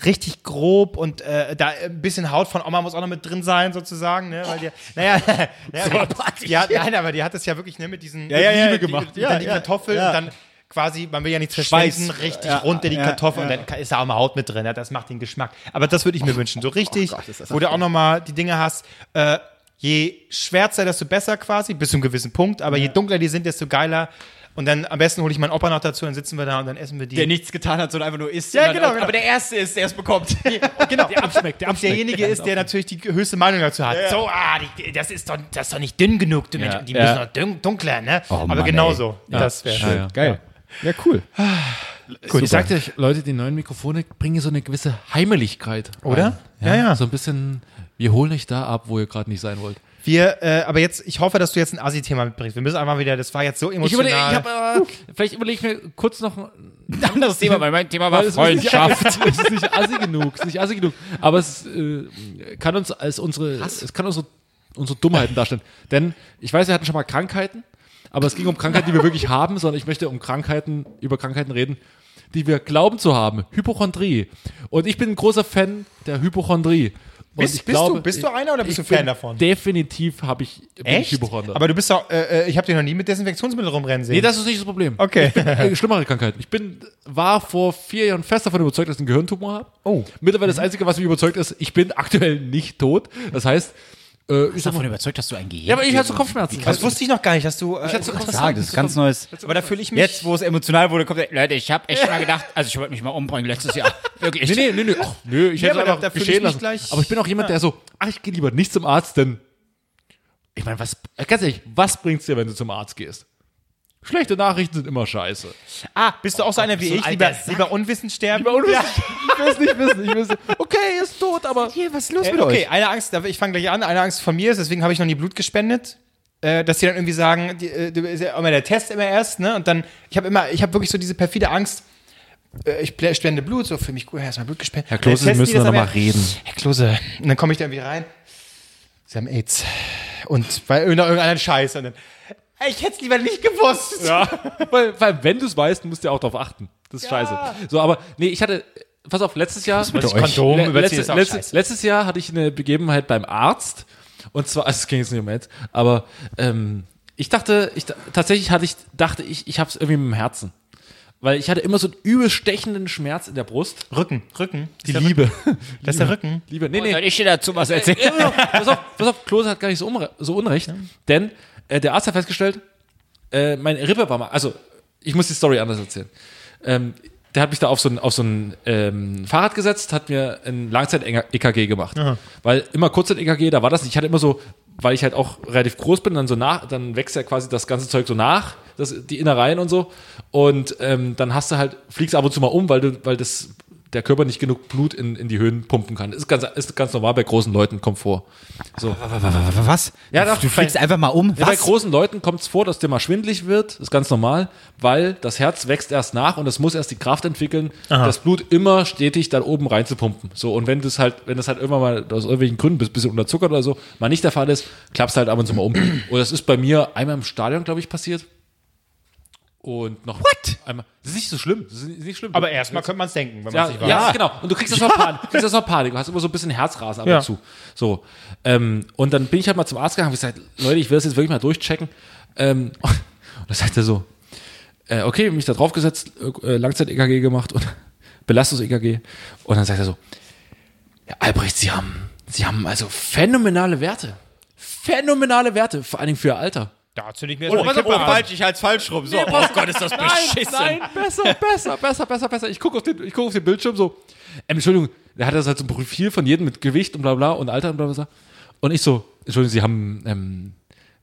S3: richtig grob und äh, da ein bisschen Haut von Oma muss auch noch mit drin sein, sozusagen, ne? Weil die, naja, [LAUGHS] naja die, hat- nein, aber die hat es ja wirklich ne, mit diesen
S1: ja, ja,
S3: Liebe
S1: die-
S3: gemacht. Die,
S1: ja,
S3: dann die
S1: ja,
S3: Kartoffeln
S1: ja.
S3: und dann quasi, man will ja nichts
S1: Schweiß.
S3: verschweißen, richtig
S1: Ja,
S3: runter die
S1: ja,
S3: Kartoffeln
S1: ja. Oh
S3: und dann ist da auch mal Haut mit drin. Ja, das macht den Geschmack. Aber das würde ich mir wünschen. So richtig,
S1: Gott, ist das
S3: wo du auch nochmal die Dinge hast. Äh, je schwärzer, desto besser quasi, bis zu einem gewissen Punkt. Aber je dunkler die sind, desto geiler. Und dann am besten hole ich meinen Opa noch dazu, dann sitzen wir da und dann essen wir die.
S1: Der nichts getan hat, sondern einfach nur isst.
S3: Ja,
S1: Und dann-
S3: genau, genau.
S1: Aber der Erste ist, der es bekommt.
S3: genau.
S2: Der abschmeckt, der
S3: Und
S2: abschmeckt.
S3: derjenige ist, der natürlich die höchste Meinung dazu hat. So, ah, die, das, ist doch, das ist doch nicht dünn genug, du Mensch, die müssen
S1: Ja.
S3: doch dun- dunkler, ne? Aber
S1: Mann,
S3: genauso. Das wäre schön.
S1: Geil. Ja, cool.
S3: Cool,
S2: Ich sagte euch, Leute, die neuen Mikrofone bringen so eine gewisse Heimeligkeit.
S3: Oder?
S2: Ein.
S3: Ja,
S2: Ja,
S3: ja.
S2: So ein bisschen, wir holen euch da ab, wo ihr gerade nicht sein wollt.
S3: Wir, äh, aber jetzt, ich hoffe, dass du jetzt ein Assi-Thema mitbringst. Wir müssen einfach wieder, das war jetzt so emotional.
S2: Ich überlege, ich habe, äh, vielleicht überlege ich mir kurz noch ein
S1: Anderes Thema, weil mein Thema
S2: weil es Ist nicht, [LAUGHS] es ist nicht assi genug, es ist nicht assi genug. Aber es äh, kann uns als unsere, es kann unsere, unsere Dummheiten darstellen. Denn ich weiß, wir hatten schon mal Krankheiten, aber es ging um Krankheiten, die wir wirklich haben, sondern ich möchte um Krankheiten, über Krankheiten reden, die wir glauben zu haben. Hypochondrie. Und ich bin ein großer Fan der Hypochondrie. Und
S3: Bist-
S2: ich
S3: bist du- bist du einer oder bist
S2: ich
S3: du Fan
S2: bin-
S3: davon?
S2: Definitiv habe ich, bin ich
S3: Echt?
S2: Hypochonder.
S3: Aber du bist doch, äh, äh, ich habe dich noch nie mit Desinfektionsmittel rumrennen sehen.
S2: nee, das ist nicht das Problem.
S3: [LAUGHS] okay.
S2: Äh, schlimmere Krankheiten. Ich bin, war vor vier Jahren fest davon überzeugt, dass ich einen Gehirntumor habe.
S3: Oh.
S2: Mittlerweile das Einzige, was mich überzeugt ist, ich bin aktuell nicht tot. Das heißt, äh, ich sag mal,
S1: Davon überzeugt, dass du ein Gehirn
S2: ja, aber ich hatte so Kopfschmerzen.
S3: Das wusste ich noch gar nicht, dass du. Äh,
S1: Sag, das ist ganz neues.
S3: aber da fühle ich mich.
S1: Jetzt, wo es emotional wurde, kommt der, Leute, ich habe echt mal gedacht, also ich wollte mich mal umbringen letztes [LAUGHS] Jahr. Wirklich.
S2: Nee, nee, nee, nee. Ach, nö, ich
S3: Nee,
S2: hätte
S3: aber
S2: es
S3: da-
S2: einfach
S3: da fühl ich
S2: geschehen
S3: mich
S2: lassen.
S3: gleich-
S2: aber ich bin auch jemand, der so, ach, ich gehe lieber nicht zum Arzt, denn ich meine, was, äh, ganz ehrlich, was bringt's dir, wenn du zum Arzt gehst? Schlechte Nachrichten sind immer scheiße.
S3: ah, bist du auch so einer wie
S1: so ein
S3: ich?
S1: alter
S3: Lieber, lieber unwissend sterben?
S2: Aber unwiss- Ich will es nicht wissen. Ich will es, okay, er ist tot, aber.
S3: Hier, was ist los mit Äh, okay, euch? Okay, eine Angst, ich fange gleich an, eine Angst von mir ist, deswegen habe ich noch nie Blut gespendet. Äh, dass die dann irgendwie sagen, die, äh, du- ist ja immer der Test immer erst, ne? Und dann, ich habe immer, ich habe wirklich so diese perfide Angst, äh, ich ble- spende Blut, so für mich gut, erstmal Blut gespendet. Herr
S2: reden.
S3: Herr Klose, und dann komme ich da irgendwie rein. Sie haben Aids. Und bei irgendeiner- irgendeinem Scheiß. Und dann, ey, ich hätte es lieber nicht gewusst.
S2: Ja, weil, weil wenn du es weißt, musst du ja auch darauf achten. Das ist scheiße. So, aber nee, ich hatte, pass auf, letztes Jahr,
S3: Das Kondom
S2: le
S3: überziehen
S2: letztes,
S3: ist auch
S2: letztes,
S3: scheiße.
S2: letztes Jahr hatte ich eine Begebenheit beim Arzt und zwar, [LAUGHS] also es ging jetzt nicht um Aids, aber ähm, ich dachte, ich da- tatsächlich hatte ich dachte ich, ich habe es irgendwie mit dem Herzen, weil ich hatte immer so einen übel stechenden Schmerz in der Brust.
S3: Rücken, Rücken.
S2: Die Liebe, [LAUGHS]
S3: Das ist der Rücken.
S2: Liebe, nee, nee,
S1: Soll ich dir dazu was erzählen?
S2: [LAUGHS] ja, ja, ja. pass auf, pass auf, Klose hat gar nicht so, unre so unrecht, denn äh, der Arzt hat festgestellt, äh, meine Rippe war mal, also ich muss die Story anders erzählen. Ähm, der hat mich da auf so ein, auf so ein ähm, Fahrrad gesetzt, hat mir ein Langzeit-EKG gemacht. Weil immer kurz ein EKG, da war das nicht. Ich hatte immer so, weil ich halt auch relativ groß bin, dann so nach, dann wächst ja quasi das ganze Zeug so nach, das, die Innereien und so. Und ähm, dann hast du halt, fliegst ab und zu mal um, weil du, weil das der Körper nicht genug Blut in, in die Höhen pumpen kann. Ist ganz, ist ganz normal bei großen Leuten, kommt vor. So.
S1: Was?
S2: Ja, doch,
S1: du fliegst
S2: bei-
S1: einfach mal um.
S2: Ja, bei großen Leuten kommt es vor, dass dir mal schwindelig wird, ist ganz normal, weil das Herz wächst erst nach und es muss erst die Kraft entwickeln, das Blut immer stetig dann oben reinzupumpen. So, und wenn das halt, wenn das halt irgendwann mal aus irgendwelchen Gründen bist, bisschen unterzuckert oder so, mal nicht der Fall ist, klappst halt ab und zu mal um. Und das ist bei mir einmal im Stadion, glaube ich, passiert. Und noch What? einmal. Das ist nicht so schlimm. Das ist nicht schlimm.
S3: Aber erstmal könnte man es denken, wenn man
S2: Ja,
S3: es nicht
S2: ja, genau. Und du kriegst
S3: [LAUGHS]
S2: das noch Panik. Du kriegst das noch Panik. Du hast immer so ein bisschen Herzrasen ab
S3: Ja.
S2: und zu. So. Ähm, und dann bin ich halt mal zum Arzt gegangen und hab gesagt, Leute, ich will das jetzt wirklich mal durchchecken. Ähm, [LAUGHS] und da sagt er so, äh, okay, mich da draufgesetzt, äh, Langzeit-EKG gemacht und [LAUGHS] Belastungs-EKG. Und dann sagt er so, Herr Albrecht, Sie haben, Sie haben also phänomenale Werte. Phänomenale Werte, vor allen Dingen für Ihr Alter.
S3: Da zünde ich mir
S1: Oh,
S3: erstmal die
S1: oh,
S3: Kippe an.
S1: falsch, ich halt's falsch rum. So,
S2: Nee,
S1: oh
S2: pass-
S1: Gott, ist das
S2: nein,
S1: beschissen.
S2: Nein, besser, besser, besser, besser, besser. Ich gucke auf, den- ich guck auf den Bildschirm so. Ähm, Entschuldigung, da hat das halt so ein Profil von jedem mit Gewicht und bla bla und Alter und bla bla. Und ich so, Entschuldigung, Sie haben ähm,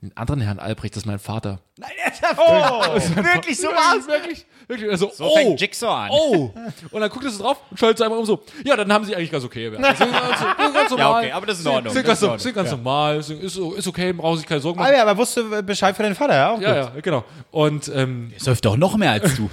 S2: den anderen Herrn Albrecht, das ist mein Vater.
S1: Oh.
S4: Wirklich so
S2: Das
S4: war's.
S2: ist wirklich, wirklich. Also,
S1: So fängt Jigsaw an.
S2: Oh! Und dann guckt es so drauf und schaltet es einmal um so. Ja, dann haben sie eigentlich
S1: [LAUGHS]
S2: ganz okay. Werte. Sind ganz, sind ganz normal.
S1: okay, aber das ist in Ordnung,
S2: Sind
S1: das
S2: ganz,
S1: ist in Ordnung,
S2: sind ganz normal, sind, ist, ist okay, brauchen Sie sich keine Sorgen
S3: Ah
S2: machen.
S3: ja, aber wusste äh, Bescheid für deinen Vater, ja? Auch
S2: Ja,
S3: gut.
S2: ja, genau. Und ähm,
S1: Säuft doch noch mehr als du.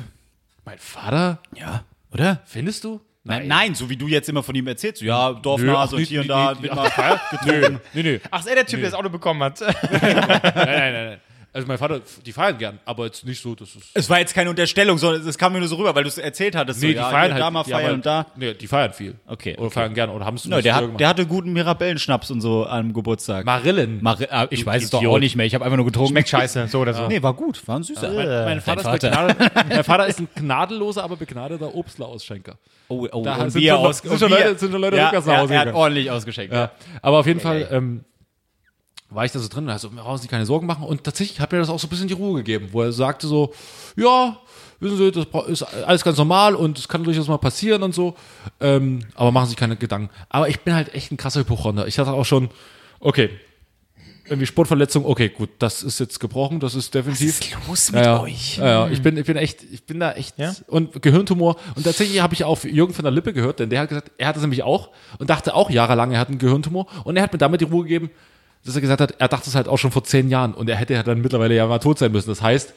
S2: mein Vater,
S1: [LAUGHS] ja, oder?
S2: findest du?
S1: Nein. Nein, so wie du jetzt immer von ihm erzählst. Ja,
S2: ach,
S1: Dorfnase und
S2: nicht,
S1: hier und
S2: nicht,
S1: da.
S2: nicht,
S1: bin
S2: ach,
S1: mal getrunken.
S2: Nee, nee. [LAUGHS]
S3: Ach, ist er der Typ, der das Auto bekommen hat.
S2: Nein, nein, nein. Also mein Vater, die feiern gern, aber jetzt nicht so, das ist.
S1: Es war jetzt keine Unterstellung, sondern es kam mir nur so rüber, weil du es erzählt hattest. so, halt, ja, hier, da mal
S2: die
S1: feiern
S2: haben halt-
S1: und da.
S2: Nee, die feiern viel.
S1: Okay,
S2: Oder
S1: okay.
S2: feiern gern oder haben es
S1: Nö, der,
S2: früher
S1: hat,
S2: gemacht.
S1: der hatte guten Mirabellenschnaps und so am Geburtstag.
S2: Marillen.
S1: Mar ah, ich weiß es doch
S2: Idiot.
S1: auch nicht mehr. Ich habe einfach nur getrunken.
S3: Schmeckt scheiße, so oder so.
S1: [LAUGHS] Nee, war gut. War ein süßer. äh,
S2: mein, Vater
S1: Dein
S2: Ist begnadet, mein Vater ist ein gnadelloser, aber begnadeter Obstler-Ausschenker.
S1: Oh, oh,
S2: Da
S1: und
S2: sind
S1: Bier
S2: schon-
S1: aus-
S2: sind
S1: und
S2: schon
S1: Bier.
S2: Leute- sind schon Leute
S1: ja,
S2: rückwärts nach
S1: er,
S2: Hause
S1: er hat
S2: gegangen.
S1: ordentlich ausgeschenkt. Ja.
S2: Ja. Aber auf jeden Fall ähm, war ich da so drin und also mir raus nicht keine Sorgen machen. Und tatsächlich hat mir das auch so ein bisschen die Ruhe gegeben, wo er sagte so, ja, wissen Sie, das bra- ist alles ganz normal und es kann durchaus mal passieren und so. Ähm, aber machen Sie sich keine Gedanken. Aber ich bin halt echt ein krasser Hypochonder. Ich hatte auch schon, okay, irgendwie Sportverletzung, okay, gut, das ist jetzt gebrochen, das ist definitiv.
S4: Was ist los mit
S2: ja,
S4: euch?
S2: Ja, ja,
S1: Hm.
S2: ich bin, ich bin echt, ich bin da echt
S3: Ja?
S2: und Gehirntumor. Und tatsächlich habe ich auch Jürgen von der Lippe gehört, denn der hat gesagt, er hatte es nämlich auch und dachte auch jahrelang, er hat einen Gehirntumor. Und er hat mir damit die Ruhe gegeben, dass er gesagt hat, er dachte es halt auch schon vor zehn Jahren und er hätte ja dann mittlerweile ja mal tot sein müssen. Das heißt,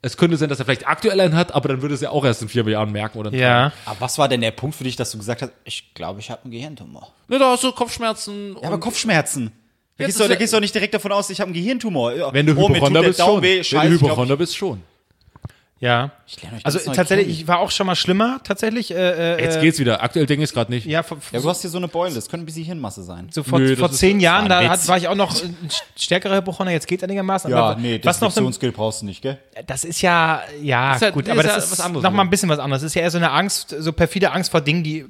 S2: es könnte sein, dass er vielleicht aktuell einen hat, aber dann würde es ja auch erst in vier Jahren merken oder in drei.
S3: Ja.
S1: Aber was war denn der Punkt für dich, dass du gesagt hast, ich glaube, ich habe einen Gehirntumor?
S2: Ne, da hast du Kopfschmerzen.
S1: Ja, aber
S2: und-
S1: Kopfschmerzen. Da
S2: Jetzt
S1: gehst, du,
S2: ist
S1: da
S2: ja-
S1: gehst du doch nicht direkt davon aus, ich habe einen Gehirntumor. Ja. Oh,
S2: wenn du
S1: mir tut
S2: Hypochonder
S1: der
S2: bist,
S1: Daumen
S2: schon.
S1: weh,
S2: wenn
S1: scheiße,
S2: du
S1: ich glaub,
S2: Hypochonder bist, schon.
S3: Ja.
S1: ich lerne euch
S3: Also
S1: ganz neu
S3: tatsächlich,
S1: kennen.
S3: ich war auch schon mal schlimmer, tatsächlich. Äh, äh,
S2: Jetzt geht's wieder. Aktuell denke ich es gerade nicht.
S3: ja, vor,
S1: Ja, du hast hier so eine Beule, das könnte ein bisschen Hirnmasse sein.
S3: so vor,
S2: Nö, das
S3: vor
S2: ist-
S3: zehn Jahren,
S1: war ein
S3: da hat,
S1: Witz.
S3: war ich auch noch ein stärkerer Hypochonder, jetzt geht's einigermaßen. aber was noch so, ein-
S1: Skill brauchst du nicht, gell?
S3: das ist ja, ja,
S2: Ist ja-
S3: gut,
S2: nee,
S3: aber
S2: ist
S3: das
S2: ja
S3: ist
S2: was anderes.
S3: noch mal ein bisschen was anderes. Das ist ja eher so eine Angst, so perfide Angst vor Dingen, die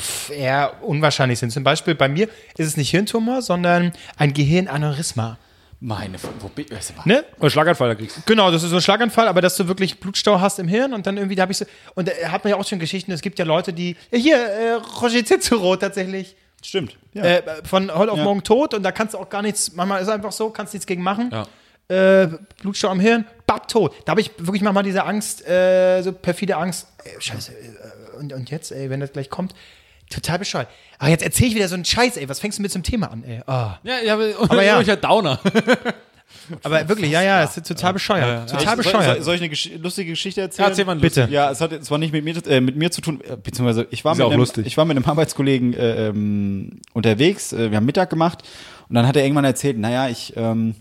S3: pff, eher unwahrscheinlich sind. Zum Beispiel bei mir ist es nicht Hirntumor, sondern ein Gehirnaneurysma.
S1: Meine, F- wo bin ich?
S3: Ne?
S2: Oder Schlaganfall, da kriegst du.
S3: Genau, das ist so ein Schlaganfall, aber dass du wirklich Blutstau hast im Hirn und dann irgendwie, da habe ich so, und da hat man ja auch schon Geschichten, es gibt ja Leute, die, Ja, hier, äh, Roger Cicero tatsächlich,
S1: Stimmt. Ja.
S3: äh, von heute auf morgen tot und da kannst du auch gar nichts, manchmal ist einfach so, kannst nichts gegen machen.
S2: Ja.
S3: Äh, Blutstau am Hirn, bap, tot. Da habe ich wirklich manchmal diese Angst, äh, so perfide Angst, äh, scheiße, äh, und, und jetzt, ey, wenn das gleich kommt, total bescheuert. Aber jetzt erzähl ich wieder so einen Scheiß, ey, was fängst du mit zum Thema an, ey? Ah.
S2: Ja, ja, aber
S3: Aber
S1: [LAUGHS]
S3: ja.
S2: ja. Ich ja Downer.
S3: Aber wirklich, ja, ja, es ist total bescheuert. Total
S1: Soll,
S3: bescheuert.
S1: soll, soll ich eine Gesch lustige Geschichte erzählen?
S2: Erzähl mal eine
S3: Bitte.
S1: Ja, es hat jetzt zwar nicht mit mir, äh, mit mir zu tun, äh, beziehungsweise ich war,
S2: Ist
S1: mit
S2: ja auch
S1: einem,
S2: lustig.
S1: ich war mit einem Arbeitskollegen äh, ähm, unterwegs, äh, wir haben Mittag gemacht und dann hat er irgendwann erzählt, naja, ich, ähm,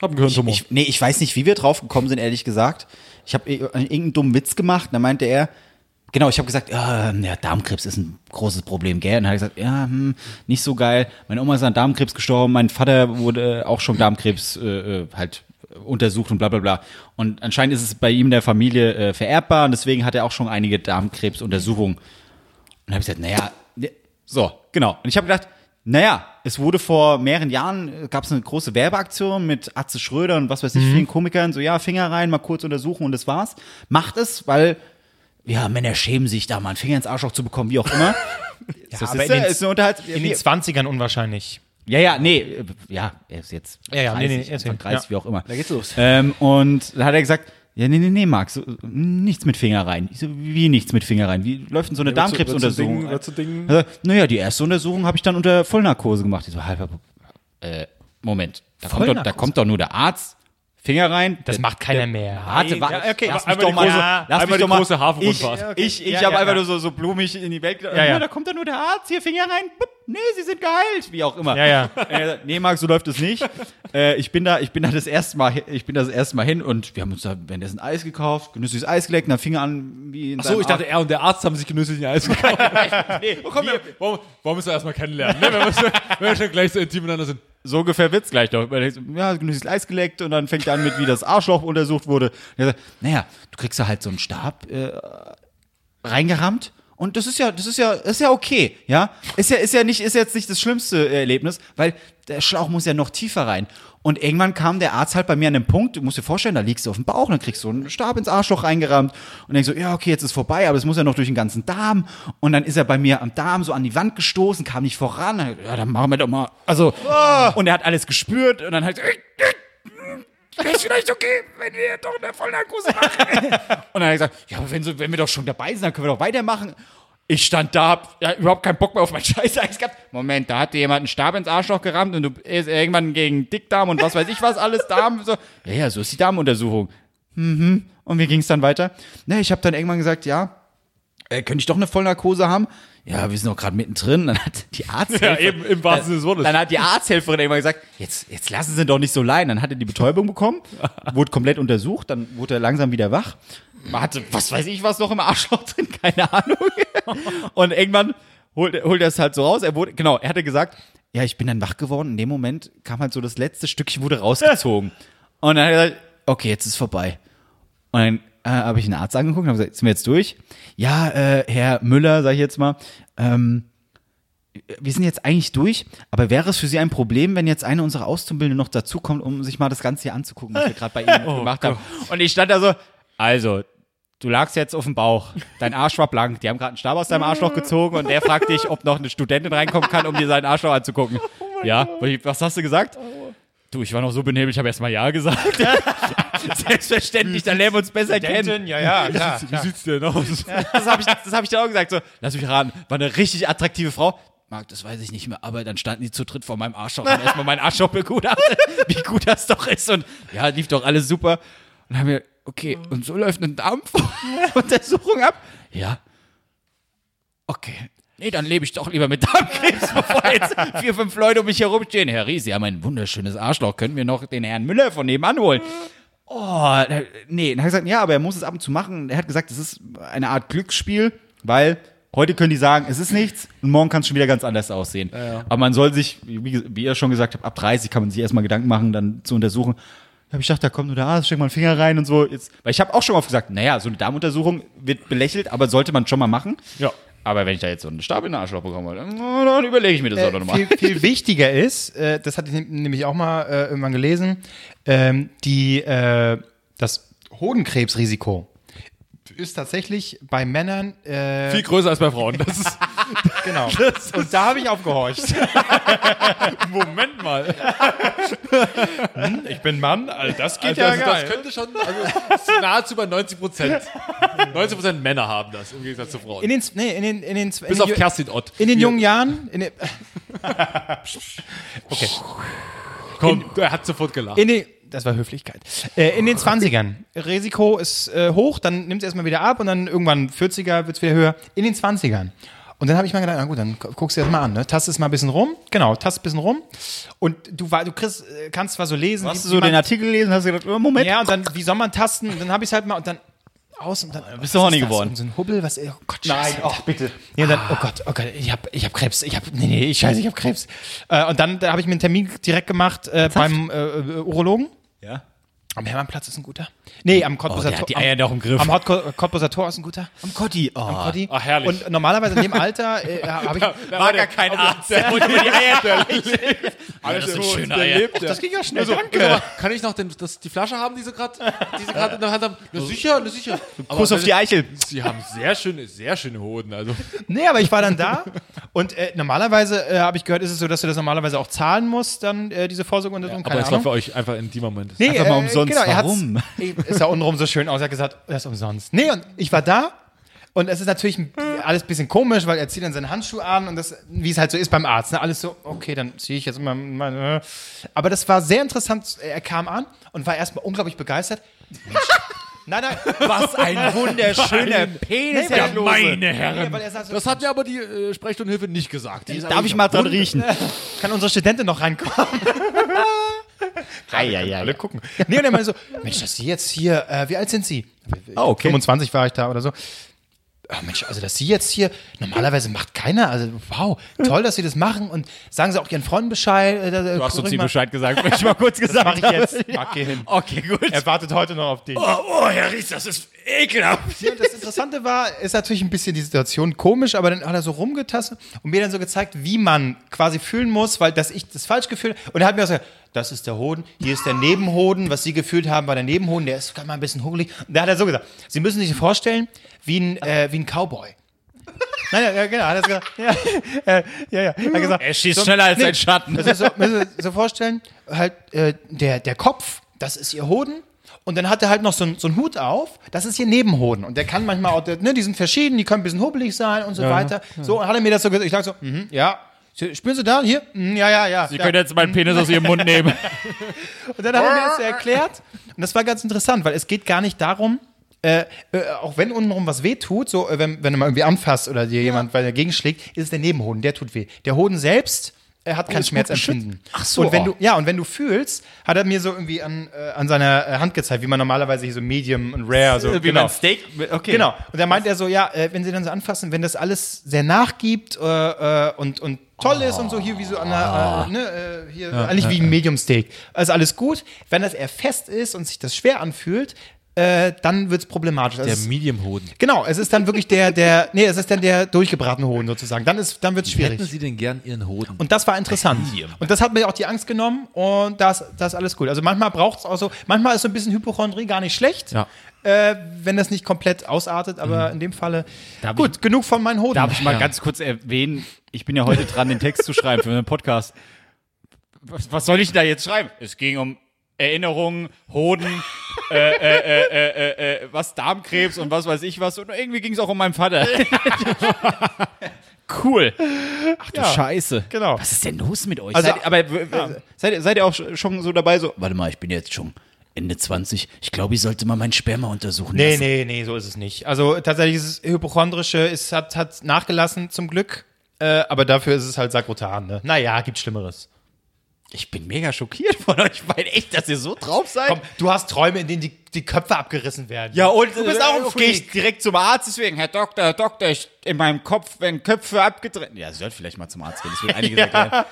S2: Hab einen Gehirntumor.
S1: ich, nee, ich weiß nicht, wie wir drauf gekommen sind, ehrlich gesagt. Ich habe irgendeinen dummen Witz gemacht, und dann meinte er, genau, ich habe gesagt, ja, ja, Darmkrebs ist ein großes Problem, gell? Und dann hat er gesagt, ja, hm, nicht so geil. Meine Oma ist an Darmkrebs gestorben, mein Vater wurde auch schon Darmkrebs äh, äh, halt untersucht und bla bla bla. Und anscheinend ist es bei ihm in der Familie äh, vererbbar und deswegen hat er auch schon einige Darmkrebsuntersuchungen. Und habe ich gesagt, naja, ne- so, genau. Und ich habe gedacht, naja, es wurde vor mehreren Jahren, gab es eine große Werbeaktion mit Atze Schröder und was weiß ich, vielen Komikern, so ja, Finger rein, mal kurz untersuchen und das war's. Macht es, weil, ja, Männer schämen sich da mal einen Finger ins Arschloch zu bekommen, wie auch [LAUGHS] immer. ja,
S3: aber in den-
S1: eine Unterhalts
S3: In den 20ern unwahrscheinlich.
S1: ja, ja, nee, äh, ja, er ist jetzt
S3: Ja, ja, nee, nee, erzähl.
S1: Anfang 30
S3: Ja.
S1: wie auch immer. Da geht's los. Ähm, und da hat er gesagt, ja, nee, nee, nee, Max, so, nichts mit Finger rein. Ich so, wie nichts mit Finger rein? Wie läuft denn so eine
S2: Ja, würdest du-
S1: Darmkrebsuntersuchung?
S2: würdest du Dingen-
S1: Also, naja, die erste Untersuchung habe ich dann unter Vollnarkose gemacht. Ich so, halber, äh, Moment, da kommt, doch, da
S3: Vollnarkose?
S1: kommt doch nur der Arzt, Finger rein.
S3: Das
S1: der,
S3: macht keiner mehr.
S1: Warte, warte,
S3: Ja, okay,
S1: lass mich
S3: einmal
S1: doch
S3: die
S1: mal
S3: große-
S1: so, lass
S2: einmal
S1: mich
S2: die
S1: doch mal.
S2: große Hafenrundfahrt.
S1: Ich, ich, ich
S3: Ja,
S1: habe
S3: ja,
S1: einfach
S3: ja.
S1: nur so, so blumig in die Welt. Ja,
S3: ja.
S1: Da kommt doch nur der Arzt, hier Finger rein. Bup, nee, sie sind geheilt, wie auch immer. [LAUGHS]
S3: Ja, ja.
S1: Äh, nee, Marc, so läuft es nicht. äh, ich bin da, ich bin da das erste Mal, hi- ich bin da das erste Mal hin und wir haben uns da währenddessen Eis gekauft, genüssliches Eis geleckt, und dann fing er an, wie in
S2: Ach so, ich dachte, er und der Arzt haben sich genüsslich ein Eis gekauft.
S1: nee,
S2: Komm, wir, wollen, wollen wir uns doch erstmal kennenlernen, ne? wenn, wir schon, wenn wir schon gleich so intim miteinander sind.
S1: so ungefähr wird's gleich doch. Weil er so, Ja, genüssliches Eis geleckt und dann fängt er an mit, wie das Arschloch untersucht wurde. Und er sagt, naja, du kriegst da halt so einen Stab äh, reingerammt. Und das ist ja, das ist ja, das ist ja okay, ja. Ist ja, ist ja nicht, ist jetzt nicht das schlimmste Erlebnis, weil der Schlauch muss ja noch tiefer rein. Und irgendwann kam der Arzt halt bei mir an den Punkt, du musst dir vorstellen, da liegst du auf dem Bauch, und dann kriegst du einen Stab ins Arschloch reingerammt und denkst so, ja, okay, jetzt ist vorbei, aber es muss ja noch durch den ganzen Darm. Und dann ist er bei mir am Darm so an die Wand gestoßen, kam nicht voran. Dann, Ja, dann machen wir doch mal. Also, und er hat alles gespürt und dann [LAUGHS] halt, wäre es vielleicht okay, wenn wir doch eine Vollnarkose machen. und dann hat er gesagt, ja, aber wenn, so, wenn wir doch schon dabei sind, dann können wir doch weitermachen. Ich stand da, hab ja, überhaupt keinen Bock mehr [LAUGHS] auf mein Scheißeis gehabt. Moment, da hat dir jemand einen Stab ins Arschloch gerammt und du ist irgendwann gegen Dickdarm und was weiß ich was alles, Darm. So. Ja, ja, so ist die Darmuntersuchung. Mhm. Und wie ging es dann weiter? Ne, ich habe dann irgendwann gesagt, ja, äh, könnte ich doch eine Vollnarkose haben? Ja, wir sind doch gerade mittendrin. Dann hat die Arzthelferin,
S2: eben, im wahrsten Sinne des Wortes.
S1: Dann hat die Arzthelferin irgendwann gesagt, jetzt, jetzt lassen Sie ihn doch nicht so leiden. Dann hat er die Betäubung
S2: [LAUGHS]
S1: bekommen, wurde komplett untersucht, dann wurde er langsam wieder wach. Man hatte, was weiß ich, was noch im Arschloch drin, keine Ahnung. [LAUGHS] Und irgendwann holt, er- holt er es halt so raus. Er wurde, genau, er hatte gesagt, ja, ich bin dann wach geworden. In dem Moment kam halt so das letzte Stückchen, wurde rausgezogen. Und dann hat er gesagt, okay, jetzt ist vorbei. Und dann äh, habe ich einen Arzt angeguckt und habe gesagt, sind wir jetzt durch? Ja, äh, Herr Müller, sage ich jetzt mal, ähm, wir sind jetzt eigentlich durch, aber wäre es für Sie ein Problem, wenn jetzt eine unserer Auszubildenden noch dazukommt, um sich mal das Ganze hier anzugucken, was wir gerade bei [LAUGHS] Ihnen gemacht haben? Oh Und ich stand da so, also, du lagst jetzt auf dem Bauch, dein Arsch war blank, die haben gerade einen Stab aus deinem Arschloch gezogen und der fragt dich, ob noch eine Studentin reinkommen kann, um dir seinen Arschloch [LAUGHS] anzugucken. ja, was hast du gesagt? Du, ich war noch so benebelt, ich habe erstmal Ja gesagt. [LAUGHS] Selbstverständlich, dann lernen wir uns besser kennen.
S3: ja, ja, klar.
S2: Wie sieht's denn
S1: [LAUGHS]
S2: aus?
S1: Das habe ich, das hab ich dann auch gesagt. So, lass mich raten, war eine richtig attraktive Frau. Marc, das weiß ich nicht mehr, aber dann standen die zu dritt vor meinem Arschloch und erstmal meinen Arschloch [LAUGHS] begutachtet, wie gut das doch ist. Und ja, lief doch alles super. Und haben wir, okay, und so läuft eine [LAUGHS] Darmuntersuchung ab? Ja. Okay. Nee, dann lebe ich doch lieber mit Darmkrebs, [LAUGHS] bevor jetzt vier, fünf Leute um mich herumstehen. Herr Ries, Sie haben ein wunderschönes Arschloch. Können wir noch den Herrn Müller von nebenan holen? Oh, da- nee. Dann hat er gesagt, ja, aber er muss es ab und zu machen. Er hat gesagt, es ist eine Art Glücksspiel, weil heute können die sagen, es ist nichts und morgen kann es schon wieder ganz anders aussehen. Aber man soll sich, wie, wie ihr schon gesagt habt, ab 30 kann man sich erstmal Gedanken machen, dann zu untersuchen. Da hab ich gedacht, da kommt nur der Arzt, steck mal einen Finger rein und so. Jetzt, weil ich habe auch schon oft gesagt, naja, so eine Darmuntersuchung wird belächelt, aber sollte man schon mal machen.
S2: Ja.
S1: Aber wenn ich da jetzt so einen Stab in den Arschloch bekomme, dann, dann überlege ich mir das auch
S3: Äh,
S1: noch nochmal.
S3: Viel, viel wichtiger ist, äh, das hatte ich nem- nämlich auch mal äh, irgendwann gelesen, ähm, die, äh, das Hodenkrebsrisiko ist tatsächlich bei Männern äh,
S2: Viel größer als bei Frauen. Das ist,
S3: genau. Und da habe ich aufgehorcht.
S2: Moment mal.
S3: Ich bin Mann, also das geht
S2: Also, also, das könnte schon, also das ist nahezu bei 90 Prozent. 90 Prozent Männer haben das im Gegensatz zu Frauen.
S3: in den, nee, in den, in den, in
S2: Bis
S3: den,
S2: auf Kerstin Ott.
S3: in den jungen Jahren, in den,
S2: Komm, er hat sofort gelacht.
S3: In den, das war Höflichkeit. Äh, in den 20ern. Risiko ist äh, hoch, dann nimmt es erstmal wieder ab und dann irgendwann 40er wird es wieder höher. In den 20ern. Und dann habe ich mal gedacht, na gut, dann gu- guckst du das mal an, ne? Tast es mal ein bisschen rum. Genau, tast ein bisschen rum. Und du, war- du kriegst, äh, kannst zwar so lesen,
S1: Hast du so
S3: man,
S1: den Artikel gelesen, hast du gedacht, oh, Moment,
S3: Ja, und dann, wie soll man tasten? Und dann habe ich es halt mal und dann aus und dann.
S1: bist du horny geworden.
S3: Und so ein Hubbel, was. Oh Gott, Nein, oh, bitte. Ja, dann, oh Gott, oh Gott, ich hab, ich hab Krebs. Ich hab, nee, nee, ich scheiße, ich hab Krebs. Äh, und dann da habe ich mir einen Termin direkt gemacht äh, beim äh, äh, Urologen.
S1: Ja.
S3: Am Hermannplatz ist ein guter. Nee, am Cottbuser
S1: der hat die
S3: am-
S1: Eier noch im Griff.
S3: Am Hot Cottbuser Tor ist ein guter.
S1: am Kotti. Oh. Am
S3: Cotti.
S2: ah, herrlich.
S3: Und normalerweise in dem Alter äh, habe ich.
S1: War gar kein Arzt. Der wollte mir die Eier Alles sind
S2: Also,
S1: schöne Eier.
S3: Och, das ging ja schnell.
S2: sag mal, kann ich noch den, das, die Flasche haben, die sie gerade in der Hand haben? Na sicher, na sicher.
S1: Kuss auf die Eichel.
S2: Sie haben sehr schöne, sehr schöne Hoden. Also.
S3: Nee, aber ich war dann da und äh, normalerweise äh, habe ich gehört, ist es so, dass du das normalerweise auch zahlen musst, dann äh, diese Vorsorgeuntersuchung.
S2: Aber
S3: keine
S2: es war
S3: Ahnung.
S2: für euch einfach ein intimer Moment.
S3: Nee, äh, genau,
S1: Einfach mal umsonst.
S3: er hat's- [LAUGHS]
S1: Warum?
S3: Ey, Ist ja untenrum so schön aus. Er hat gesagt, das ist umsonst. Nee, und ich war da. Und es ist natürlich ein- alles ein bisschen komisch, weil er zieht dann seine Handschuhe an und das, wie es halt so ist beim Arzt, ne? alles so, okay, dann ziehe ich jetzt immer meine. äh. Aber das war sehr interessant. Er kam an und war erstmal unglaublich begeistert. [LAUGHS] nein, [LAUGHS] nein,
S1: Was ein wunderschöner Penis,
S3: Nee,
S1: Herr
S3: weil-
S1: Klose.
S2: Meine
S3: nee, weil
S2: Herren.
S3: er sagt so,
S2: Das hat mir aber die äh, Sprechstundenhilfe nicht gesagt. Die ist
S1: Darf
S2: aber-
S1: ich mal dran riechen?
S3: [LAUGHS] kann unsere Studentin noch reinkommen?
S1: [LAUGHS] Ei, ei, ei.
S3: gucken. Nee, und er meinte so, Mensch, dass Sie jetzt hier, äh, wie alt sind Sie?
S1: Ah, okay.
S3: 25 war ich da oder so. Ah, Mensch, also dass Sie jetzt hier, normalerweise macht keiner, also wow, toll, dass Sie das machen und sagen Sie auch Ihren Freunden Bescheid. Äh, du
S1: gesagt, wenn ich mal kurz gesagt
S3: Mach ich
S1: habe.
S3: jetzt. Mach, geh hin.
S1: Okay, gut.
S3: Er wartet heute noch auf dich.
S1: oh, Herr Ries, das ist ekelhaft.
S3: Ja, und das Interessante war, ist natürlich ein bisschen die Situation komisch, aber dann hat er so rumgetastet und mir dann so gezeigt, wie man quasi fühlen muss, weil dass ich das falsch gefühlt und er hat mir auch gesagt, das ist der Hoden, hier ist der Nebenhoden, was Sie gefühlt haben war der Nebenhoden, der ist sogar mal ein bisschen hungrig. Und da hat er so gesagt, Sie müssen sich vorstellen, wie ein, äh, wie ein Cowboy. Nein, ja, ja, genau, hat er gesagt. Ja, äh, ja, ja. Hat gesagt,
S1: Er schießt schneller als sein Schatten.
S3: das ist so, müssen Sie sich so vorstellen, halt äh, der, der Kopf, das ist ihr Hoden. Und dann hat er halt noch so, ein- so einen Hut auf, das ist ihr Nebenhoden. Und der kann manchmal auch, ne, die sind verschieden, die können ein bisschen hubbelig sein und so weiter. So, und hat er mir das so gesagt, ich lag so, mhm, ja. Spüren Sie da? Hier? Mhm, ja, ja, ja. ja.
S1: jetzt meinen Penis aus Ihrem Mund nehmen.
S3: Und dann hat er mir das so erklärt. Und das war ganz interessant, weil es geht gar nicht darum, äh, äh, auch wenn untenrum was weh tut, so äh, wenn, wenn du mal irgendwie anfasst oder dir jemand weil dagegen schlägt, ist es der Nebenhoden, der tut weh. Der Hoden selbst äh, hat keinen
S1: Oh, ist gut
S3: Schmerzempfinden.
S1: geschützt. Ach so,
S3: Und wenn
S1: oh.
S3: du, ja, und wenn du fühlst, hat er mir so irgendwie an, äh, an seiner äh, Hand gezeigt, wie man normalerweise hier so Medium und Rare so
S1: Wie
S3: genau.
S1: mein Steak. Okay.
S3: Genau. Und da meint er so, ja, äh, wenn sie dann so anfassen, wenn das alles sehr nachgibt äh, äh, und, und toll ist und so, hier wie so an
S2: Ah.
S3: der, äh, ne, äh, hier, eigentlich wie ein Medium-Steak. Also alles gut. Wenn das eher fest ist und sich das schwer anfühlt, äh, dann wird's problematisch. Also
S2: Der
S3: es-
S2: Medium-Hoden.
S3: genau, es ist dann wirklich der, der, nee, es ist dann der durchgebratene Hoden sozusagen. Dann ist, dann wird's schwierig.
S2: Hätten Sie denn gern Ihren Hoden?
S3: Und das war interessant. Und das hat mir auch die Angst genommen und das, das ist alles gut. Also manchmal braucht es auch so, manchmal ist so ein bisschen Hypochondrie gar nicht schlecht,
S2: Ja.
S3: äh, wenn das nicht komplett ausartet, aber in dem Falle, gut, genug von meinen Hoden.
S1: Darf ich mal
S2: Ja.
S1: ganz kurz erwähnen, ich bin ja heute dran, den Text zu schreiben für einen Podcast. Was, was soll ich da jetzt schreiben? Es ging um Erinnerungen, Hoden, äh, äh, äh, äh, äh, äh, was Darmkrebs und was weiß ich was. Und irgendwie ging es auch um meinen Vater. [LAUGHS] cool. Ach du
S3: Ja.
S1: Scheiße.
S3: Genau.
S1: Was ist denn los mit euch?
S3: Also-
S1: seid, ihr- aber w- w- seid, ihr- seid ihr auch sch- schon so dabei? So, warte mal, ich bin jetzt schon Ende 20. Ich glaube, ich sollte mal mein Sperma untersuchen
S3: Nee,
S1: lassen.
S3: nee, nee, so ist es nicht. Also tatsächlich ist es Hypochondrische, es hat, hat nachgelassen zum Glück, äh, aber dafür ist es halt sakrotan. Ne? Naja, gibt Schlimmeres.
S1: Ich bin mega schockiert von euch beiden. Echt, dass ihr so drauf seid?
S3: Komm, du hast Träume, in denen die, die Köpfe abgerissen werden.
S1: Ja, und
S3: du bist auch ein
S1: Gehe
S3: Freak.
S1: ich direkt zum Arzt, deswegen, Herr Doktor, Herr Doktor, ich, in meinem Kopf werden Köpfe abgetrennt. Ja, Sie sollten vielleicht mal zum Arzt gehen, das wird
S3: [LAUGHS]
S1: einiges erklären.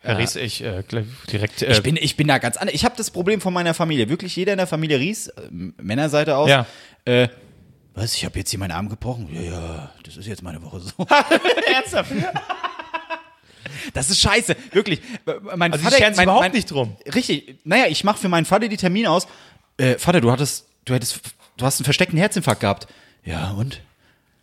S3: Herr Ries, ich äh, gleich direkt. Äh,
S1: Ich bin, ich bin da ganz anders. Ich habe das Problem von meiner Familie. Wirklich jeder in der Familie Ries, äh, Männerseite aus.
S3: Ja.
S1: Äh, was, ich habe jetzt hier meinen Arm gebrochen? Ja, ja, das ist jetzt meine Woche so.
S3: [LAUGHS]
S1: [LAUGHS]
S3: ernsthaft.
S1: Das ist scheiße, wirklich. Äh, Mein
S3: Also sie scheren sich überhaupt nicht drum.
S1: Richtig. Naja, ich mache für meinen Vater die Termine aus. Äh, Vater, du hattest, du hättest, du hast einen versteckten Herzinfarkt gehabt. Ja, und?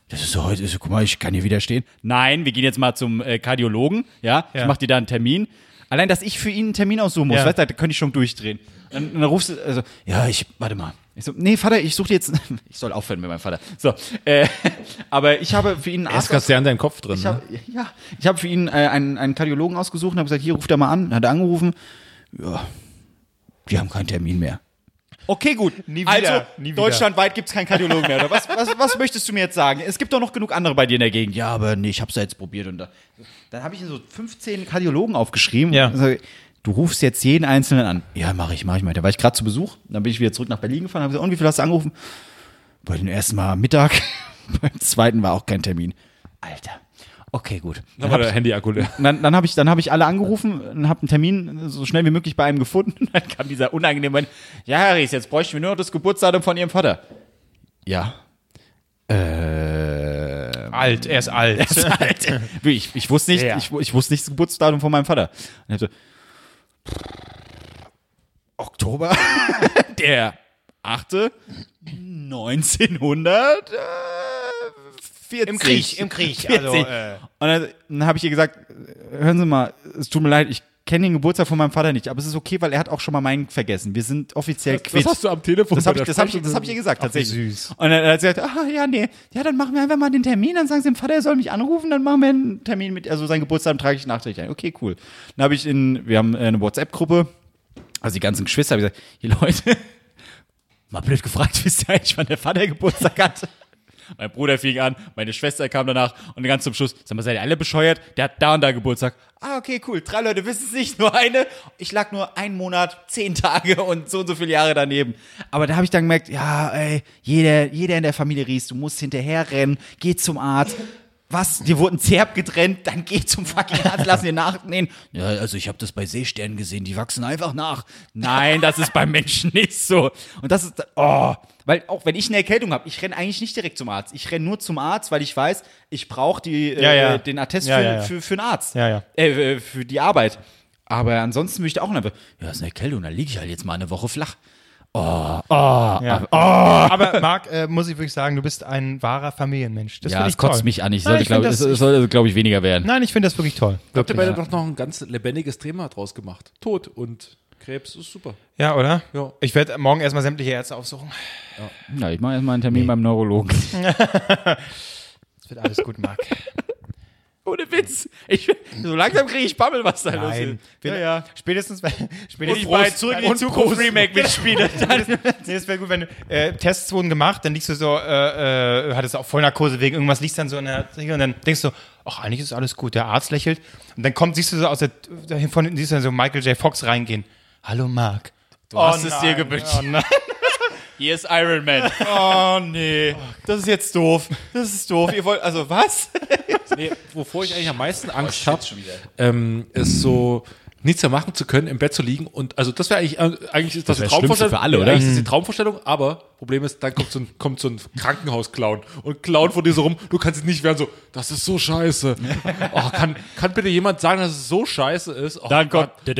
S1: Das ist so heute, ist so, guck mal, ich kann hier widerstehen. Nein, wir gehen jetzt mal zum äh, Kardiologen, ja?
S3: Ja.
S1: Ich mach dir da einen Termin. Allein, dass ich für ihn einen Termin aussuchen muss,
S3: Ja.
S1: weißt du, da könnte ich schon durchdrehen. Dann, dann rufst du, also, ja, ich, warte mal. Ich so, nee, Vater, ich suche dir jetzt, [LAUGHS] ich soll aufhören mit meinem Vater. So, äh, [LAUGHS] aber ich habe für ihn einen
S2: ist gerade sehr in deinem Kopf drin.
S1: ich hab, ja, ich habe für ihn äh, einen, einen Kardiologen ausgesucht und habe gesagt, hier ruft er mal an. Dann hat er angerufen. Ja, die haben keinen Termin mehr. Okay, gut.
S3: Nie wieder,
S1: also,
S3: nie wieder.
S1: deutschlandweit gibt es keinen Kardiologen mehr. Oder? Was, was, was möchtest du mir jetzt sagen? Es gibt doch noch genug andere bei dir in der Gegend. Ja, aber nee, ich habe es ja jetzt probiert. Und da, dann habe ich so 15 Kardiologen aufgeschrieben.
S3: Ja.
S1: Und sag, du rufst jetzt jeden Einzelnen an. Ja, mache ich, mache ich mal. Da war ich gerade zu Besuch. Dann bin ich wieder zurück nach Berlin gefahren. Hab gesagt, und wie viel hast du angerufen? Bei dem ersten Mal Mittag. [LAUGHS] Beim zweiten war auch kein Termin. Alter. Okay, gut.
S2: Dann war der Handy-Akku leer.
S1: Und Dann, dann habe ich, dann hab ich alle angerufen und habe einen Termin so schnell wie möglich bei einem gefunden. [LAUGHS] Dann kam dieser unangenehme Moment, ja, Herr Ries, jetzt bräuchten wir nur noch das Geburtsdatum von Ihrem Vater. Ja. Äh,
S3: Alt, er ist
S1: [LAUGHS]
S3: alt.
S1: halt. ich, ich wusste nicht,
S3: Ja.
S1: ich, wu- ich wusste nicht das Geburtsdatum von meinem Vater. Und er so, Oktober, [LAUGHS] der 8. 1900. Äh, 40.
S3: Im Krieg, im Krieg.
S1: 40.
S3: Also, äh,
S1: Und dann, dann habe ich ihr gesagt, hören Sie mal, es tut mir leid, ich kenne den Geburtstag von meinem Vater nicht, aber es ist okay, weil er hat auch schon mal meinen vergessen. Wir sind offiziell quitt.
S2: Das hast du am Telefon.
S1: Das habe ich,
S2: bei der
S1: das hab ich,
S2: Sprechstunde-
S1: das hab ich ihr gesagt,
S3: Ach, wie
S1: tatsächlich.
S3: süß.
S1: Und dann hat sie gesagt, ah, ja, nee, ja, dann machen wir einfach mal den Termin, dann sagen sie dem Vater, er soll mich anrufen, dann machen wir einen Termin mit, also seinen Geburtstag trage ich nachträglich ein. Okay, cool. Dann habe ich in, wir haben äh, eine WhatsApp-Gruppe, also die ganzen Geschwister, habe ich gesagt, hier Leute, [LAUGHS] mal blöd gefragt, [LAUGHS] wisst ihr eigentlich, wann der Vater Geburtstag hat? Mein Bruder fing an, meine Schwester kam danach und ganz zum Schluss, sag mal, seid ihr alle bescheuert? Der hat da und da Geburtstag. Ah, okay, cool. Drei Leute wissen es nicht, [LAUGHS] nur eine. Ich lag nur einen Monat, zehn Tage und so und so viele Jahre daneben. Aber da habe ich dann gemerkt, ja, ey, jeder, jeder in der Familie Ries, du musst hinterherrennen, geh zum Arzt. Was? Dir wurden Zerb getrennt, dann geh zum fucking Arzt, lass dir nachnähen. Ja, also ich habe das bei Seesternen gesehen, die wachsen einfach nach. Nein, das ist beim Menschen nicht so. Und das ist, oh, weil auch wenn ich eine Erkältung habe, ich renne eigentlich nicht direkt zum Arzt. Ich renne nur zum Arzt, weil ich weiß, ich brauche die,
S3: Ja,
S1: äh,
S3: ja.
S1: den Attest
S3: Ja,
S1: für,
S3: ja, ja.
S1: Für, für einen Arzt.
S3: Ja, ja.
S1: Äh, äh, für die Arbeit. Aber ansonsten würde ich da auch einfach, ja, ist eine Erkältung, da liege ich halt jetzt mal eine Woche flach.
S3: Ja. [LAUGHS] Aber Marc, äh, muss ich wirklich sagen, du bist ein wahrer Familienmensch. Das
S1: ja,
S3: find ich
S1: es kotzt
S3: toll.
S1: mich an. Ich sollte,
S3: Nein, ich find
S1: glaube ich,
S3: das-
S1: es sollte, glaub ich, weniger werden.
S3: Nein, ich finde das wirklich toll.
S2: Habt ihr
S3: Wirklich.
S2: beide doch noch ein ganz lebendiges Thema draus gemacht. Tod und Krebs ist super.
S3: Ja, oder?
S2: Ja.
S3: Ich werde morgen erstmal sämtliche Ärzte aufsuchen.
S1: Ja, ich mache erstmal einen Termin beim Neurologen.
S3: [LAUGHS] Das wird alles gut, Marc.
S1: Ohne Witz. Ich, so langsam kriege ich Bammel, was da los ist.
S3: Nein. Wir, Spätestens, wenn, spätestens
S1: ich bei Zurück in die Zukunft Remake
S3: [LAUGHS]
S1: mitspiele, dann
S3: Nee, es wäre gut, wenn äh, Tests wurden gemacht, dann liegst du so, äh, äh, hattest auch Vollnarkose wegen irgendwas, liegst dann so in der Decke und dann denkst du, ach, eigentlich ist alles gut, der Arzt lächelt. Und dann kommt, siehst du so aus der, da hin- von hinten siehst du dann so Michael J. Fox reingehen. Hallo Mark. Du
S1: hast es dir gewünscht.
S3: Oh [LAUGHS] nein.
S1: [LAUGHS] Hier ist Iron Man.
S3: Oh nee. Das ist jetzt doof. Das ist doof. Ihr wollt, also was?
S2: Nee, wovor ich eigentlich am meisten Angst habe, ähm, ist so nichts mehr machen zu können, im Bett zu liegen und also das wäre eigentlich äh, eigentlich ist das,
S1: Das
S2: eine
S1: wär das Schlimmste
S2: Traumvorstellung
S1: für alle, oder? Mhm.
S2: Eigentlich ist das die Traumvorstellung, aber Problem ist, dann kommt so ein kommt so ein Krankenhausclown und klaut von dir so rum, du kannst es nicht werden so, das ist
S1: [LAUGHS]
S2: so scheiße. Oh, kann kann bitte jemand sagen, dass es so scheiße ist? Oh,
S1: Dann kommt.
S3: [LAUGHS]
S2: Gott,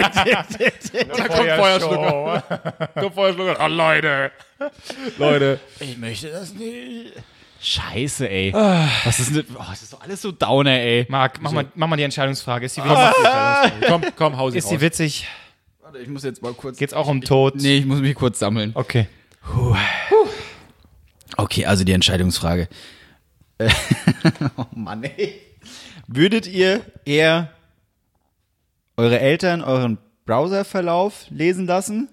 S3: Da
S2: kommt Feuerschlucker.
S1: [LAUGHS]
S2: kommt vorher schon, oh, Leute. Leute,
S1: Ich möchte das nicht. Scheiße, ey. Was ist denn, oh, das ist doch alles so downer, ey.
S3: Marc, mach, mal, mach mal die Entscheidungsfrage. Ist die witzig?
S2: komm, komm, hau sie
S3: Ah. [LAUGHS] ist
S2: raus.
S3: die witzig?
S1: Warte, ich muss jetzt mal kurz.
S3: Geht's auch um Tod?
S1: Nee, ich muss mich kurz sammeln.
S3: Okay.
S1: Okay, also die Entscheidungsfrage. Äh, [LAUGHS] oh Mann, ey. Würdet ihr eher eure Eltern euren Browserverlauf lesen lassen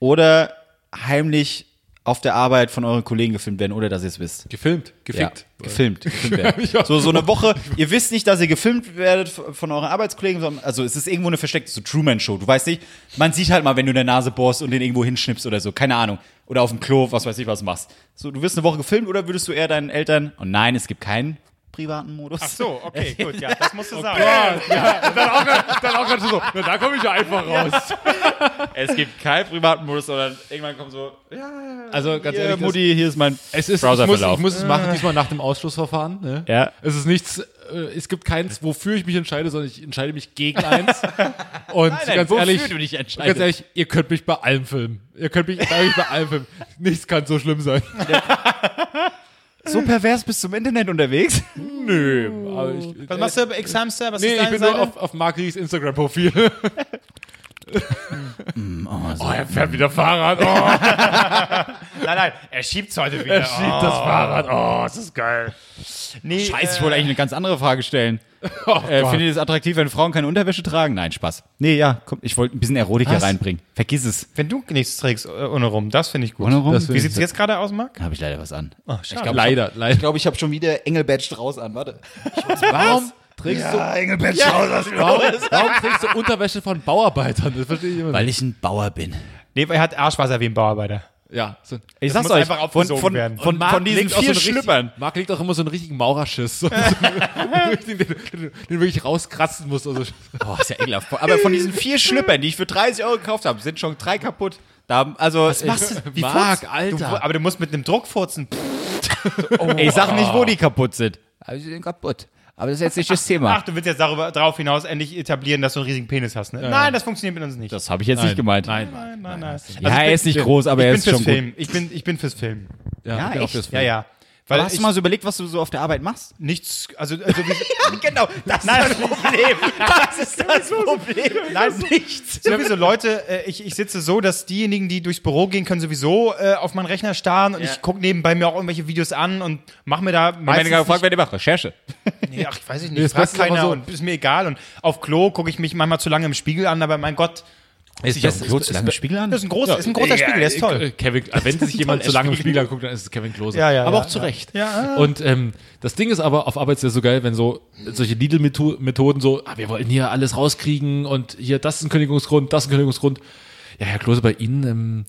S1: oder heimlich auf der Arbeit von euren Kollegen gefilmt werden, ohne dass ihr es wisst?
S2: Gefilmt, gefickt.
S1: Ja, gefilmt. gefilmt werden.
S2: [LAUGHS] Ja. genau.
S1: so, so eine Woche, ihr wisst nicht, dass ihr gefilmt werdet von von euren Arbeitskollegen, sondern, also es ist irgendwo eine versteckte so Truman-Show. Du weißt nicht, man sieht halt mal, wenn du in der Nase bohrst und den irgendwo hinschnippst oder so, keine Ahnung. Oder auf dem Klo, was weiß ich, was du machst. So, du wirst eine Woche gefilmt oder würdest du eher deinen Eltern, und nein, es gibt keinen privaten Modus.
S3: Ach so, [LAUGHS] okay, gut, ja, das musst du sagen.
S2: Dann auch ganz so, na, da komme ich ja einfach raus.
S1: [LAUGHS] Es gibt keinen privaten Modus, sondern irgendwann kommt so,
S2: Also ganz
S1: hier,
S2: ehrlich, das-
S1: Mutti, hier ist Mhm. mein
S2: Es ist, ich muss, ich muss es machen, diesmal nach dem Ausschlussverfahren. Ne?
S1: Ja.
S2: Es ist nichts, äh, es gibt keins, wofür ich mich entscheide, sondern ich entscheide mich gegen
S1: [LAUGHS]
S2: eins. Und
S1: nein,
S2: ganz
S1: wofür
S2: ehrlich,
S1: du dich entscheidest.
S2: ganz ehrlich, ihr könnt mich bei allem filmen. Ihr könnt mich bei, bei allem filmen. Nichts kann so
S1: [LAUGHS]
S2: schlimm sein.
S1: so pervers bist du im Internet
S2: [LAUGHS]
S1: unterwegs.
S2: Nö. Aber ich,
S3: Was machst du bei X-Hamster? Was
S2: Nee,
S3: ist
S2: ich
S3: deine
S2: bin
S3: Seite?
S2: nur auf, auf Marc
S1: [LAUGHS]
S2: Ries Instagram-Profil. oh, er fährt wieder Fahrrad. Oh,
S3: Nein, nein, er schiebt's heute wieder.
S2: er schiebt das Fahrrad. Oh, es ist geil.
S3: Nee,
S1: Scheiße, ich wollte eigentlich eine ganz andere Frage stellen. äh, findet ihr es attraktiv, wenn Frauen keine Unterwäsche tragen? Nein, Spaß. Nee, ja, komm, ich wollte ein bisschen Erotik hier
S3: Was?
S1: reinbringen. Vergiss es.
S3: Wenn du nichts trägst äh, ohne rum, das finde ich Oh, gut.
S1: Ohne rum? Das
S3: Wie
S1: find
S3: sieht's jetzt gerade aus, Marc?
S1: Habe ich leider was an.
S3: schade.
S1: ich glaube,
S2: Leider, leider. [LAUGHS]
S1: Ich, glaub, ich habe schon wieder Engelbadge draus an. Warte. Warum?
S2: trägst du Engelbett warum, warum trägst du Unterwäsche von Bauarbeitern? Das verstehe ich immer nicht.
S1: Weil ich ein Bauer bin.
S3: Nee, er hat Arschwasser wie ein Bauarbeiter.
S2: Ja, so.
S1: Ich
S3: sag's muss euch, einfach
S1: von,
S3: von-
S1: von,
S3: aufgesogen werden. [LAUGHS]
S1: von,
S2: Marc
S1: von diesen
S2: legt auch
S1: vier
S2: so einen richtig-
S1: Schlüppern.
S2: Marc legt auch immer so einen
S1: [LAUGHS]
S2: richtigen [LAUGHS] Maurerschiss. So, so, den, den, den du wirklich rauskratzen musst. Also,
S1: Boah, [LAUGHS] ist ja ekelhaft. Aber von diesen vier Schlüppern, die ich für 30 Euro gekauft habe, sind schon drei kaputt. Da, also, Was
S2: machst
S1: [LAUGHS]
S2: du? Wie furzt?
S1: Alter.
S3: Du, aber du musst mit einem Druck furzen. Pff,
S1: Ey, ich sag nicht, wo die kaputt sind. Aber sie sind kaputt. Aber das ist jetzt nicht das Thema.
S3: Ach, du willst jetzt darüber, darauf hinaus endlich etablieren, dass du einen riesigen Penis hast, ne? Nein, das funktioniert mit uns nicht.
S1: das habe ich jetzt nicht gemeint.
S2: Nein,
S3: nein, nein, nein. Also
S1: Ja, er ist nicht
S2: bin-
S1: groß, aber er
S3: ich bin
S1: ist schon
S3: fürs
S1: gut.
S3: Film. Ich bin, ich bin fürs Film.
S1: Ja,
S2: bin
S1: echt?
S2: auch fürs
S3: Ja,
S2: Film.
S3: ja. Weil
S1: hast
S3: ich
S1: du mal so überlegt, was du so auf der Arbeit machst?
S3: nichts, also, also wie,
S1: [LAUGHS]
S3: [LAUGHS]
S1: genau, das
S3: Nein.
S1: ist das Problem. [LAUGHS] Das ist das Problem. Nein, nichts.
S3: sowieso Leute, äh, ich, ich sitze so, dass diejenigen, die durchs Büro gehen, können sowieso äh, auf meinen Rechner starren und ich gucke nebenbei mir auch irgendwelche Videos an und mache mir da meistens nicht-
S1: wer die macht. Recherche.
S3: Nee, ach, ich weiß nicht,
S2: Nee, das
S3: fragt
S2: Beste ist aber
S3: keiner
S2: so-
S3: und ist mir egal. Und auf Klo gucke ich mich manchmal zu lange im Spiegel an, aber mein Gott,
S1: Ist das so zu lange Spiegel an?
S3: das ist ein großer, ist ein großer Spiegel, der ist toll.
S2: Äh, Kevin,
S3: [LAUGHS]
S2: wenn sich jemand so lange im Spiegel anguckt, dann ist es Kevin Klose.
S3: Ja, ja,
S2: aber
S3: ja,
S2: auch zu Recht.
S3: Ja.
S2: Und ähm, das Ding ist aber, auf Arbeit ist ja so geil, wenn so solche Lidl-Methoden so, ah, wir wollten hier alles rauskriegen und hier, das ist ein Kündigungsgrund, das ist ein Kündigungsgrund. Ja, Herr Klose, bei Ihnen, ähm,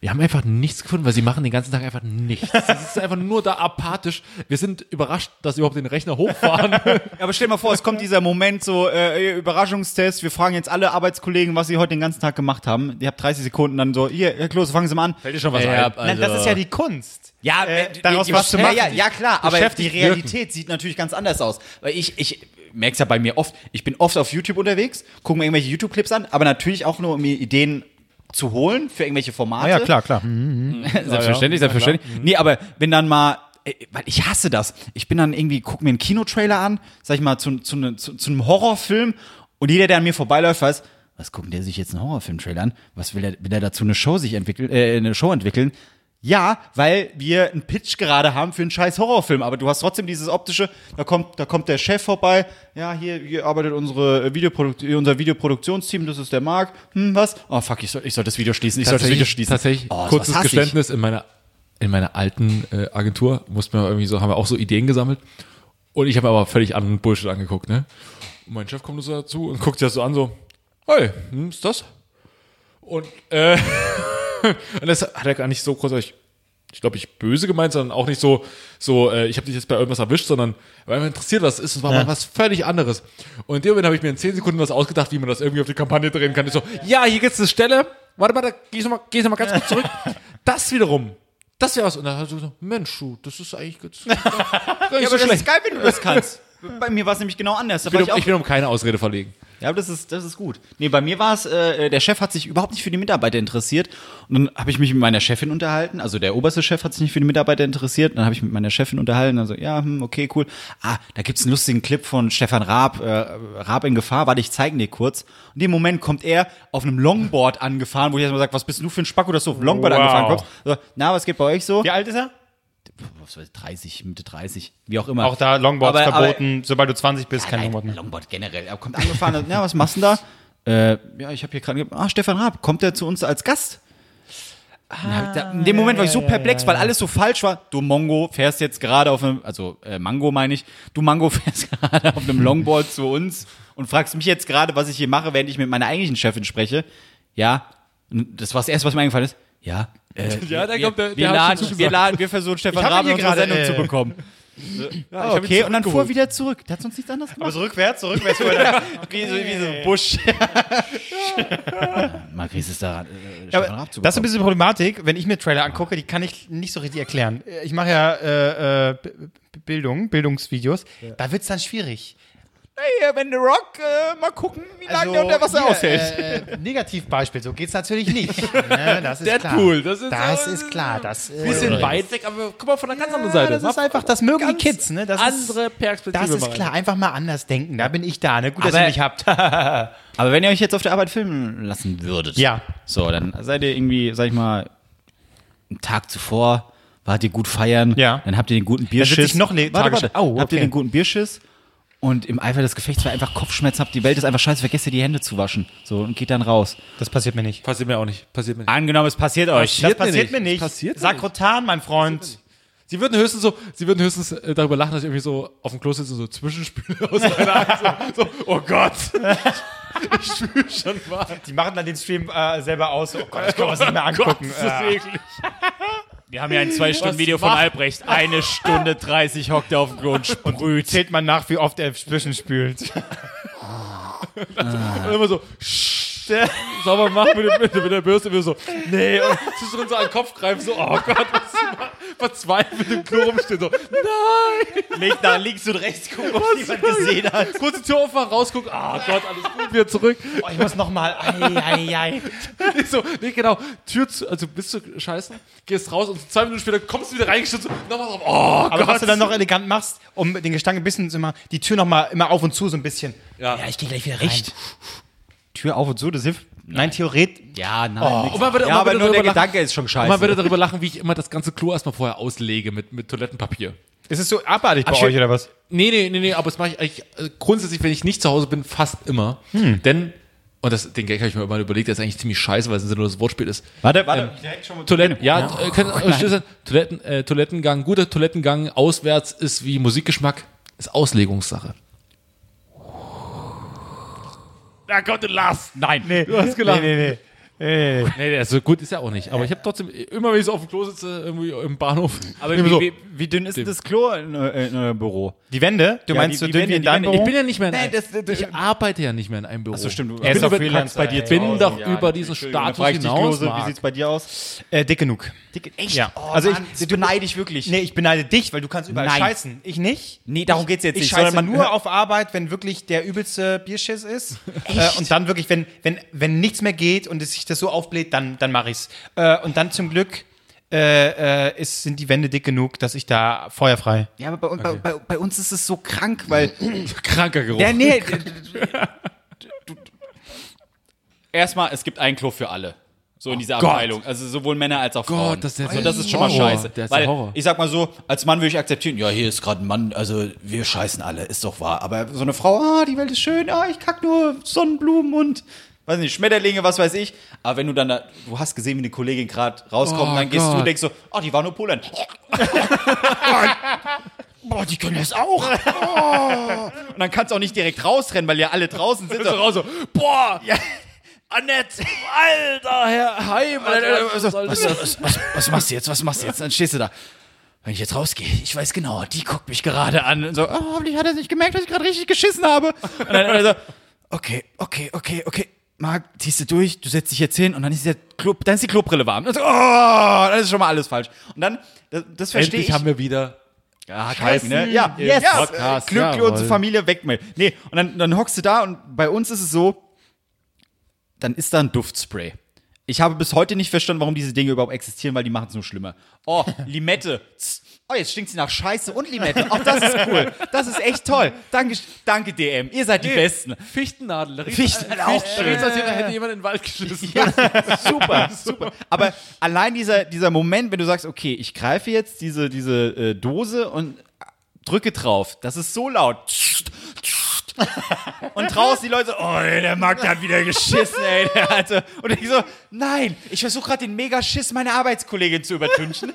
S2: wir haben einfach nichts gefunden, weil Sie machen den ganzen Tag einfach nichts. Sie sitzen einfach nur da apathisch. Wir sind überrascht, dass Sie überhaupt den Rechner
S3: [LAUGHS]
S2: hochfahren.
S1: Aber stell mal vor, es [LAUGHS] kommt dieser Moment so, äh, Überraschungstest, wir fragen jetzt alle Arbeitskollegen, was sie heute den ganzen Tag gemacht haben. Ihr habt 30 Sekunden, dann so, hier, Herr Klose, fangen Sie mal an.
S2: Fällt dir schon was
S1: Ja,
S2: ein?
S1: also-
S3: Nein, das ist ja die Kunst.
S1: Ja,
S3: Äh,
S1: äh,
S3: daraus
S1: die-
S3: was zu
S1: ja,
S3: machen.
S1: Ja, ja, klar, aber die
S3: Geschäftlich
S1: Realität sieht natürlich ganz anders aus. Weil ich, ich merke es ja bei mir oft, ich bin oft auf YouTube unterwegs, gucke mir irgendwelche YouTube-Clips an, aber natürlich auch nur, um mir Ideen zu holen für irgendwelche Formate.
S3: klar.
S1: [LAUGHS] Selbstverständlich, selbstverständlich.
S2: Mhm.
S1: Nee, aber wenn dann mal, äh, weil ich hasse das. Ich bin dann irgendwie, guck mir einen Kinotrailer an, sag ich mal, zu, zu, ne- zu, zu einem Horrorfilm und jeder, der an mir vorbeiläuft, weiß, was guckt der sich jetzt einen Horrorfilm-Trailer an? Was will er, will er dazu eine Show sich entwickeln, äh, eine Show entwickeln? Ja, weil wir einen Pitch gerade haben für einen scheiß Horrorfilm, aber du hast trotzdem dieses optische, da kommt, da kommt der Chef vorbei, ja, hier, hier arbeitet unsere äh, Videoprodukt unser Videoproduktionsteam, das ist der Marc, hm, was? Oh fuck, ich soll, ich soll das Video schließen, ich soll das Video
S2: Tatsächlich,
S1: schließen.
S2: tatsächlich
S1: oh,
S2: kurzes
S1: sowas hasse ich.
S2: Geständnis in meiner in meiner alten äh, Agentur mussten wir irgendwie so haben wir auch so Ideen gesammelt und ich habe aber völlig anderen Bullshit angeguckt, ne? Und mein Chef kommt so dazu und guckt sich das so an so, hey, hm, ist das? Und äh, [LAUGHS] und das hat er gar nicht so groß, ich ich glaube, ich böse gemeint, sondern auch nicht so, so äh, ich habe dich jetzt bei irgendwas erwischt, sondern weil mich interessiert, was es ist, es war mal was völlig anderes. Und in dem Moment habe ich mir in 10 Sekunden was ausgedacht, wie man das irgendwie auf die Kampagne drehen kann. Ich so, ja, hier gibt's eine Stelle. Warte mal, da geh ich nochmal noch mal ganz kurz zurück. Das wiederum, das wäre was. Und dann hat er so gesagt, Mensch, du, das ist eigentlich ganz, gar nicht
S1: Ja,
S2: so
S1: aber das
S2: schlecht.
S1: ist geil, wenn du das kannst. [LAUGHS] Bei mir war es nämlich genau anders. Da
S2: ich,
S1: war
S2: bin
S1: ich
S2: um,
S1: auch
S2: ich bin um keine Ausrede verlegen.
S1: Ja, aber das ist, das ist gut. Nee, bei mir war es, äh, der Chef hat sich überhaupt nicht für die Mitarbeiter interessiert. Und dann habe ich mich mit meiner Chefin unterhalten. Also der oberste Chef hat sich nicht für die Mitarbeiter interessiert. Und dann habe ich mit meiner Chefin unterhalten. Dann so, ja, hm, okay, cool. Ah, da gibt's einen lustigen Clip von Stefan Raab. Äh, Raab in Gefahr. Warte, ich zeige dir kurz. Und in dem Moment kommt er auf einem Longboard angefahren, wo ich erstmal sage, was bist du für ein Spacko, dass du auf dem Longboard
S3: Wow.
S1: angefahren kommst. So, na, was geht bei euch so?
S3: Wie alt ist er?
S1: Was weiß ich, 30, Mitte 30, wie auch immer.
S3: Auch da Longboards
S1: Aber- aber-
S3: verboten. Sobald du 20 bist, kein
S1: Nein,
S3: Longboard mehr.
S1: Longboard generell. Er kommt angefahren [LAUGHS] und, ja, was machst du denn da? Äh, ja, ich habe hier gerade. ge- Ah, Stefan Raab, kommt er zu uns als Gast? Dann hab ich da, in dem Moment war ich so perplex, weil alles so falsch war. Du Mongo fährst jetzt gerade auf einem, also äh, Mango meine ich, du Mango [LAUGHS] fährst gerade auf einem Longboard zu uns und fragst mich jetzt gerade, was ich hier mache, während ich mit meiner eigentlichen Chefin spreche. Ja, und das war das erste, was mir eingefallen ist. Ja, äh,
S2: Ja, da kommt der,
S1: wir, laden, wir laden, wir versuchen Stefan
S3: Ich hab
S1: Raab
S3: ihn
S1: in
S3: hier
S1: unsere
S3: gerade,
S1: Sendung
S3: äh,
S1: zu bekommen.
S2: ich
S1: Ah,
S2: hab ihn
S1: okay, und dann fuhr
S2: zurückgeholt.
S1: er wieder zurück. Der hat sonst nichts anderes Äh. gemacht.
S3: Aber so rückwärts, so rückwärts. [LAUGHS] ja,
S1: Wie so, wie so ein Busch. Margris ist daran, äh, Stefan
S3: aber
S1: Raab zu
S3: das ist
S1: bekommen.
S3: ein bisschen Problematik, wenn ich mir Trailer angucke, die kann ich nicht so richtig erklären. Ich mache ja äh, äh, B- B- Bildung, Bildungsvideos. Da wird es dann schwierig. Also,
S1: Hey, wenn The Rock, äh, mal gucken, wie lange der unter Wasser
S3: hier,
S1: aushält.
S3: Äh, äh, Negativbeispiel, so geht's natürlich nicht.
S2: [LAUGHS]
S3: ne, das ist
S2: Deadpool,
S3: klar.
S2: das ist-
S3: das ist klar. Das, äh,
S2: bisschen weit weg, aber guck mal von der ganz anderen
S3: ja,
S2: Seite.
S3: das ist einfach, das mögen die
S2: ganz
S3: Kids. Ne? Das
S2: andere
S3: ist,
S2: Perspektive.
S3: das ist
S2: mal.
S3: klar. Einfach mal anders denken. Da bin ich da. Ne? Gut, dass
S1: Aber-
S3: ihr
S2: [LAUGHS]
S3: mich habt.
S1: Aber wenn ihr euch jetzt auf der Arbeit filmen lassen würdet,
S3: Ja.
S1: so, dann seid ihr irgendwie, sag ich mal, einen Tag zuvor, wart ihr gut feiern,
S3: Ja.
S1: dann habt ihr den guten
S3: sitz
S1: Bierschiss.
S3: ich noch le-
S1: warte,
S3: Tage
S1: warte,
S3: später. Oh,
S1: Habt ihr
S3: okay.
S1: den guten Bierschiss und im Eifer des Gefechts, weil ihr einfach Kopfschmerzen habt, die Welt ist einfach scheiße, vergesst ihr die Hände zu waschen. So, und geht dann raus.
S3: Das passiert mir nicht.
S2: Passiert mir auch nicht. Passiert mir nicht.
S1: Angenommen, es passiert euch.
S3: Das
S2: mir
S3: passiert
S2: nicht.
S3: mir nicht.
S2: Das passiert mir
S3: Sakrotan, mein Freund.
S2: Sie würden höchstens so, sie würden höchstens äh, darüber lachen, dass ich irgendwie so auf dem Klo sitze und so Zwischenspüle [LAUGHS] aus meiner Hand. So, so, oh Gott. ich spüle schon mal.
S3: Die machen dann den Stream äh, selber aus. Oh Gott, ich kann was nicht mehr angucken. Äh,
S1: Wir haben ja ein zwei Stunden Video von Albrecht. Eine Stunde 30 hockt er auf dem Klo und sprüht.
S3: zählt man nach, wie oft er zwischenspült.
S2: Und immer so, shh, sauber machen mit, dem- mit, mit der Bürste. Immer so, nee. Und sie drin so an den Kopf greifen, so, oh Gott, was sie ma- verzweifelt im Klo rumstehen. So, nein.
S1: Legt da links und rechts, gucken, ob niemand gesehen hat.
S2: Kurze Tür aufmachen, rausgucken. Ah Gott, alles gut, wieder zurück. [LAUGHS]
S3: Oh, ich muss nochmal.
S2: Nee, so, nee, genau. Tür zu, also bist du scheiße, gehst raus und zwei Minuten später kommst du wieder reingeschützt. Nochmal drauf. Oh
S3: [LAUGHS] Aber
S2: Gott.
S3: was du dann noch elegant machst, um den Gestank ein bisschen zu immer, die Tür nochmal immer auf und zu so ein bisschen.
S2: Ja.
S3: ich gehe gleich wieder rein. Echt?
S1: Tür auf und zu, das hilft.
S3: Nein, theoretisch.
S1: Ja, nein.
S2: Und man würde,
S1: Ja, aber nur der
S2: darüber lachen,
S1: Gedanke ist schon
S2: und man
S1: scheiße.
S2: würde darüber lachen, wie ich immer das ganze Klo erstmal vorher auslege mit, mit Toilettenpapier.
S3: Ist es so abartig bei
S2: schön.
S3: euch oder was?
S2: Nee, nee, nee, nee, aber das mache ich eigentlich äh, grundsätzlich, wenn ich nicht zu Hause bin, fast immer. Denn, und das, den Gag habe ich mir immer überlegt, der ist eigentlich ziemlich scheiße, weil es ein sinnloses Wortspiel ist.
S1: Warte, warte.
S2: Toiletten, ja, äh, können, äh, still sein. Toiletten, äh, Toilettengang, guter Toilettengang auswärts ist wie Musikgeschmack, ist Auslegungssache. Na Gott, den Lars. Nein. Nee, du hast gelacht. Nee,
S3: nee, nee. nee.
S2: nee, also gut ist ja auch nicht. Aber ich habe trotzdem, immer wenn ich so auf dem Klo sitze, irgendwie im Bahnhof. [LAUGHS]
S1: Aber
S2: immer
S1: wie,
S2: so,
S1: wie, wie dünn ist denn das Klo in, äh, in eurem Büro?
S3: Die Wände? Du
S1: Ja,
S3: meinst
S1: die-
S3: so
S1: die
S3: dünn
S1: Wände,
S3: wie in
S1: die
S3: deinem
S1: Wände.
S3: Büro?
S2: Ich bin ja nicht mehr in
S1: Nee,
S2: einem,
S1: das- das-
S2: ich arbeite ja nicht mehr in einem Büro. Ach
S1: stimmt, Oh, du-
S2: Er ist
S3: ist
S2: über,
S3: doch Freelancer,
S2: bei dir.
S3: ey.
S2: bin
S3: Zu
S2: doch über diesen Status hinaus,
S1: wie sieht's
S2: Marc.
S1: bei dir aus?
S3: Äh, dick genug.
S1: Dick, echt?
S3: Ja.
S1: Oh,
S3: Also
S1: also
S3: ich-
S1: Mann, ich, du beneide ich wirklich.
S3: Nee, ich beneide dich, weil du kannst überall
S1: Nein.
S3: scheißen. Ich nicht.
S1: Nee, darum geht's jetzt
S3: ich
S1: nicht,
S3: scheiße
S1: sondern man-
S3: nur auf Arbeit, wenn wirklich der übelste
S1: [LAUGHS]
S3: Bierschiss ist. Äh, und dann wirklich, wenn, wenn, wenn nichts mehr geht und es sich das so aufbläht, dann, dann mache ich's. Äh, und dann zum Glück äh, äh, ist, sind die Wände dick genug, dass ich da feuerfrei.
S1: Ja, aber bei, bei, bei, bei uns ist es so krank, weil
S2: Kranker Geruch.
S1: Ja, nee. Erstmal, es gibt ein Klo für alle. So in dieser
S2: Oh Gott.
S1: Abteilung. Also sowohl Männer als auch Frauen.
S2: das ist der-
S1: so, das ist schon mal
S2: Horror.
S1: scheiße.
S2: Der ist
S1: Weil
S2: der Horror.
S1: ich sag mal so, als Mann würde ich akzeptieren, ja, hier ist gerade ein Mann, also wir scheißen alle, ist doch wahr. Aber so eine Frau, ah, die Welt ist schön, ah, ich kack nur Sonnenblumen und weiß nicht, Schmetterlinge, was weiß ich. Aber wenn du dann da, du hast gesehen, wie eine Kollegin gerade rauskommt,
S2: Oh
S1: dann gehst du und
S2: Gott.
S1: denkst so, ah, die war nur
S2: [LAUGHS]
S1: Polen. [LAUGHS] Boah, die können das auch.
S2: [LAUGHS]
S1: Und dann kannst du auch nicht direkt rausrennen, weil ja alle draußen sind. So raus so, boah, ja. Annette, alter Herr Heim. Also, was, was, was, was machst du jetzt, was machst du jetzt? Dann stehst du da. Wenn ich jetzt rausgehe, ich weiß genau, die guckt mich gerade an. Und so, oh, hoffentlich hat er nicht gemerkt, dass ich gerade richtig geschissen habe. Und dann also, okay, okay, okay, okay. Marc, ziehst du durch, du setzt dich jetzt hin und dann ist, der Klo, dann ist die Klobrille warm. Und so, oh, dann ist schon mal alles falsch. Und dann, das, das verstehe
S2: Endlich
S1: ich.
S2: haben wir wieder.
S1: Ah, Scheiße, ne? Ja,
S2: Im
S1: yes.
S2: Podcast,
S1: Glück,
S2: jawohl.
S1: unsere Familie weg mit. Nee, und dann, dann hockst du da und bei uns ist es so, dann ist da ein Duftspray. Ich habe bis heute nicht verstanden, warum diese Dinge überhaupt existieren, weil die machen es nur schlimmer. Oh, Limette. Tss. Oh, jetzt stinkt sie nach Scheiße und Limette. Auch das ist cool. Das ist echt toll. Danke, danke DM. Ihr seid die Besten.
S2: Fichtennadel. Da riecht-
S1: Fichten auch
S2: Da riecht's, als hätte jemand in den Wald geschissen.
S1: ja, super, super. Aber allein dieser, dieser Moment, wenn du sagst, okay, ich greife jetzt diese, diese äh, Dose und drücke drauf, das ist so laut. Und draußen die Leute, so, oh, ey, der Markt hat wieder geschissen, ey, [LAUGHS] der hatte. Und ich so, nein, ich versuche gerade den Megaschiss meiner Arbeitskollegin zu übertünchen.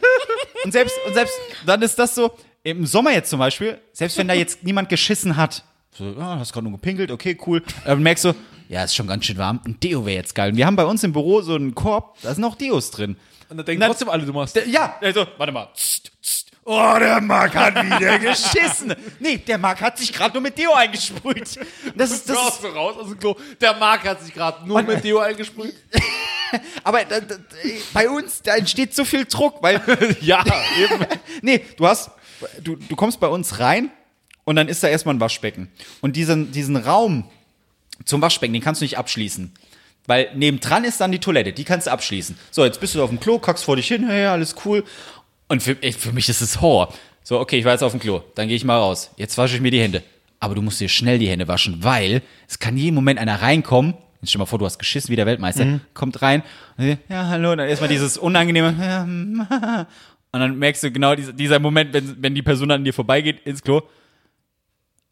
S1: Und selbst, und selbst, dann ist das so, im Sommer jetzt zum Beispiel, selbst wenn da jetzt niemand geschissen hat, so, ah, hast gerade nur gepinkelt, okay, cool. äh, Dann merkst du, ja, ist schon ganz schön warm. Ein Deo wäre jetzt geil. Und wir haben bei uns im Büro so einen Korb, da sind auch Deos drin.
S2: Und da denken
S1: Na-
S2: trotzdem alle, du machst.
S1: Ja, also, warte mal. Psst, psst. Oh, der Marc hat wieder geschissen. Nee, der Marc hat sich gerade nur mit Deo eingesprüht. Das ist, das ist,
S2: so raus aus dem Klo. Der Marc hat sich gerade nur [LAUGHS] mit Deo eingesprüht.
S1: aber da, da, bei uns, da entsteht so viel Druck, weil
S2: Ja,
S1: [LAUGHS] nee, du hast, du, du kommst bei uns rein und dann ist da erstmal ein Waschbecken. Und diesen, diesen Raum zum Waschbecken, den kannst du nicht abschließen. Weil nebendran ist dann die Toilette, die kannst du abschließen. So, jetzt bist du auf dem Klo, kackst vor dich hin, hey, alles cool. Und für, ey, für mich ist es Horror. So, okay, ich war jetzt auf dem Klo, dann gehe ich mal raus. Jetzt wasche ich mir die Hände. Aber du musst dir schnell die Hände waschen, weil es kann jeden Moment einer reinkommen. Jetzt stell dir mal vor, du hast geschissen wie der Weltmeister, kommt rein, und, ja, hallo, und dann erstmal dieses unangenehme, ja, hm, und dann merkst du genau dieser, dieser Moment, wenn, wenn die Person an dir vorbeigeht ins Klo.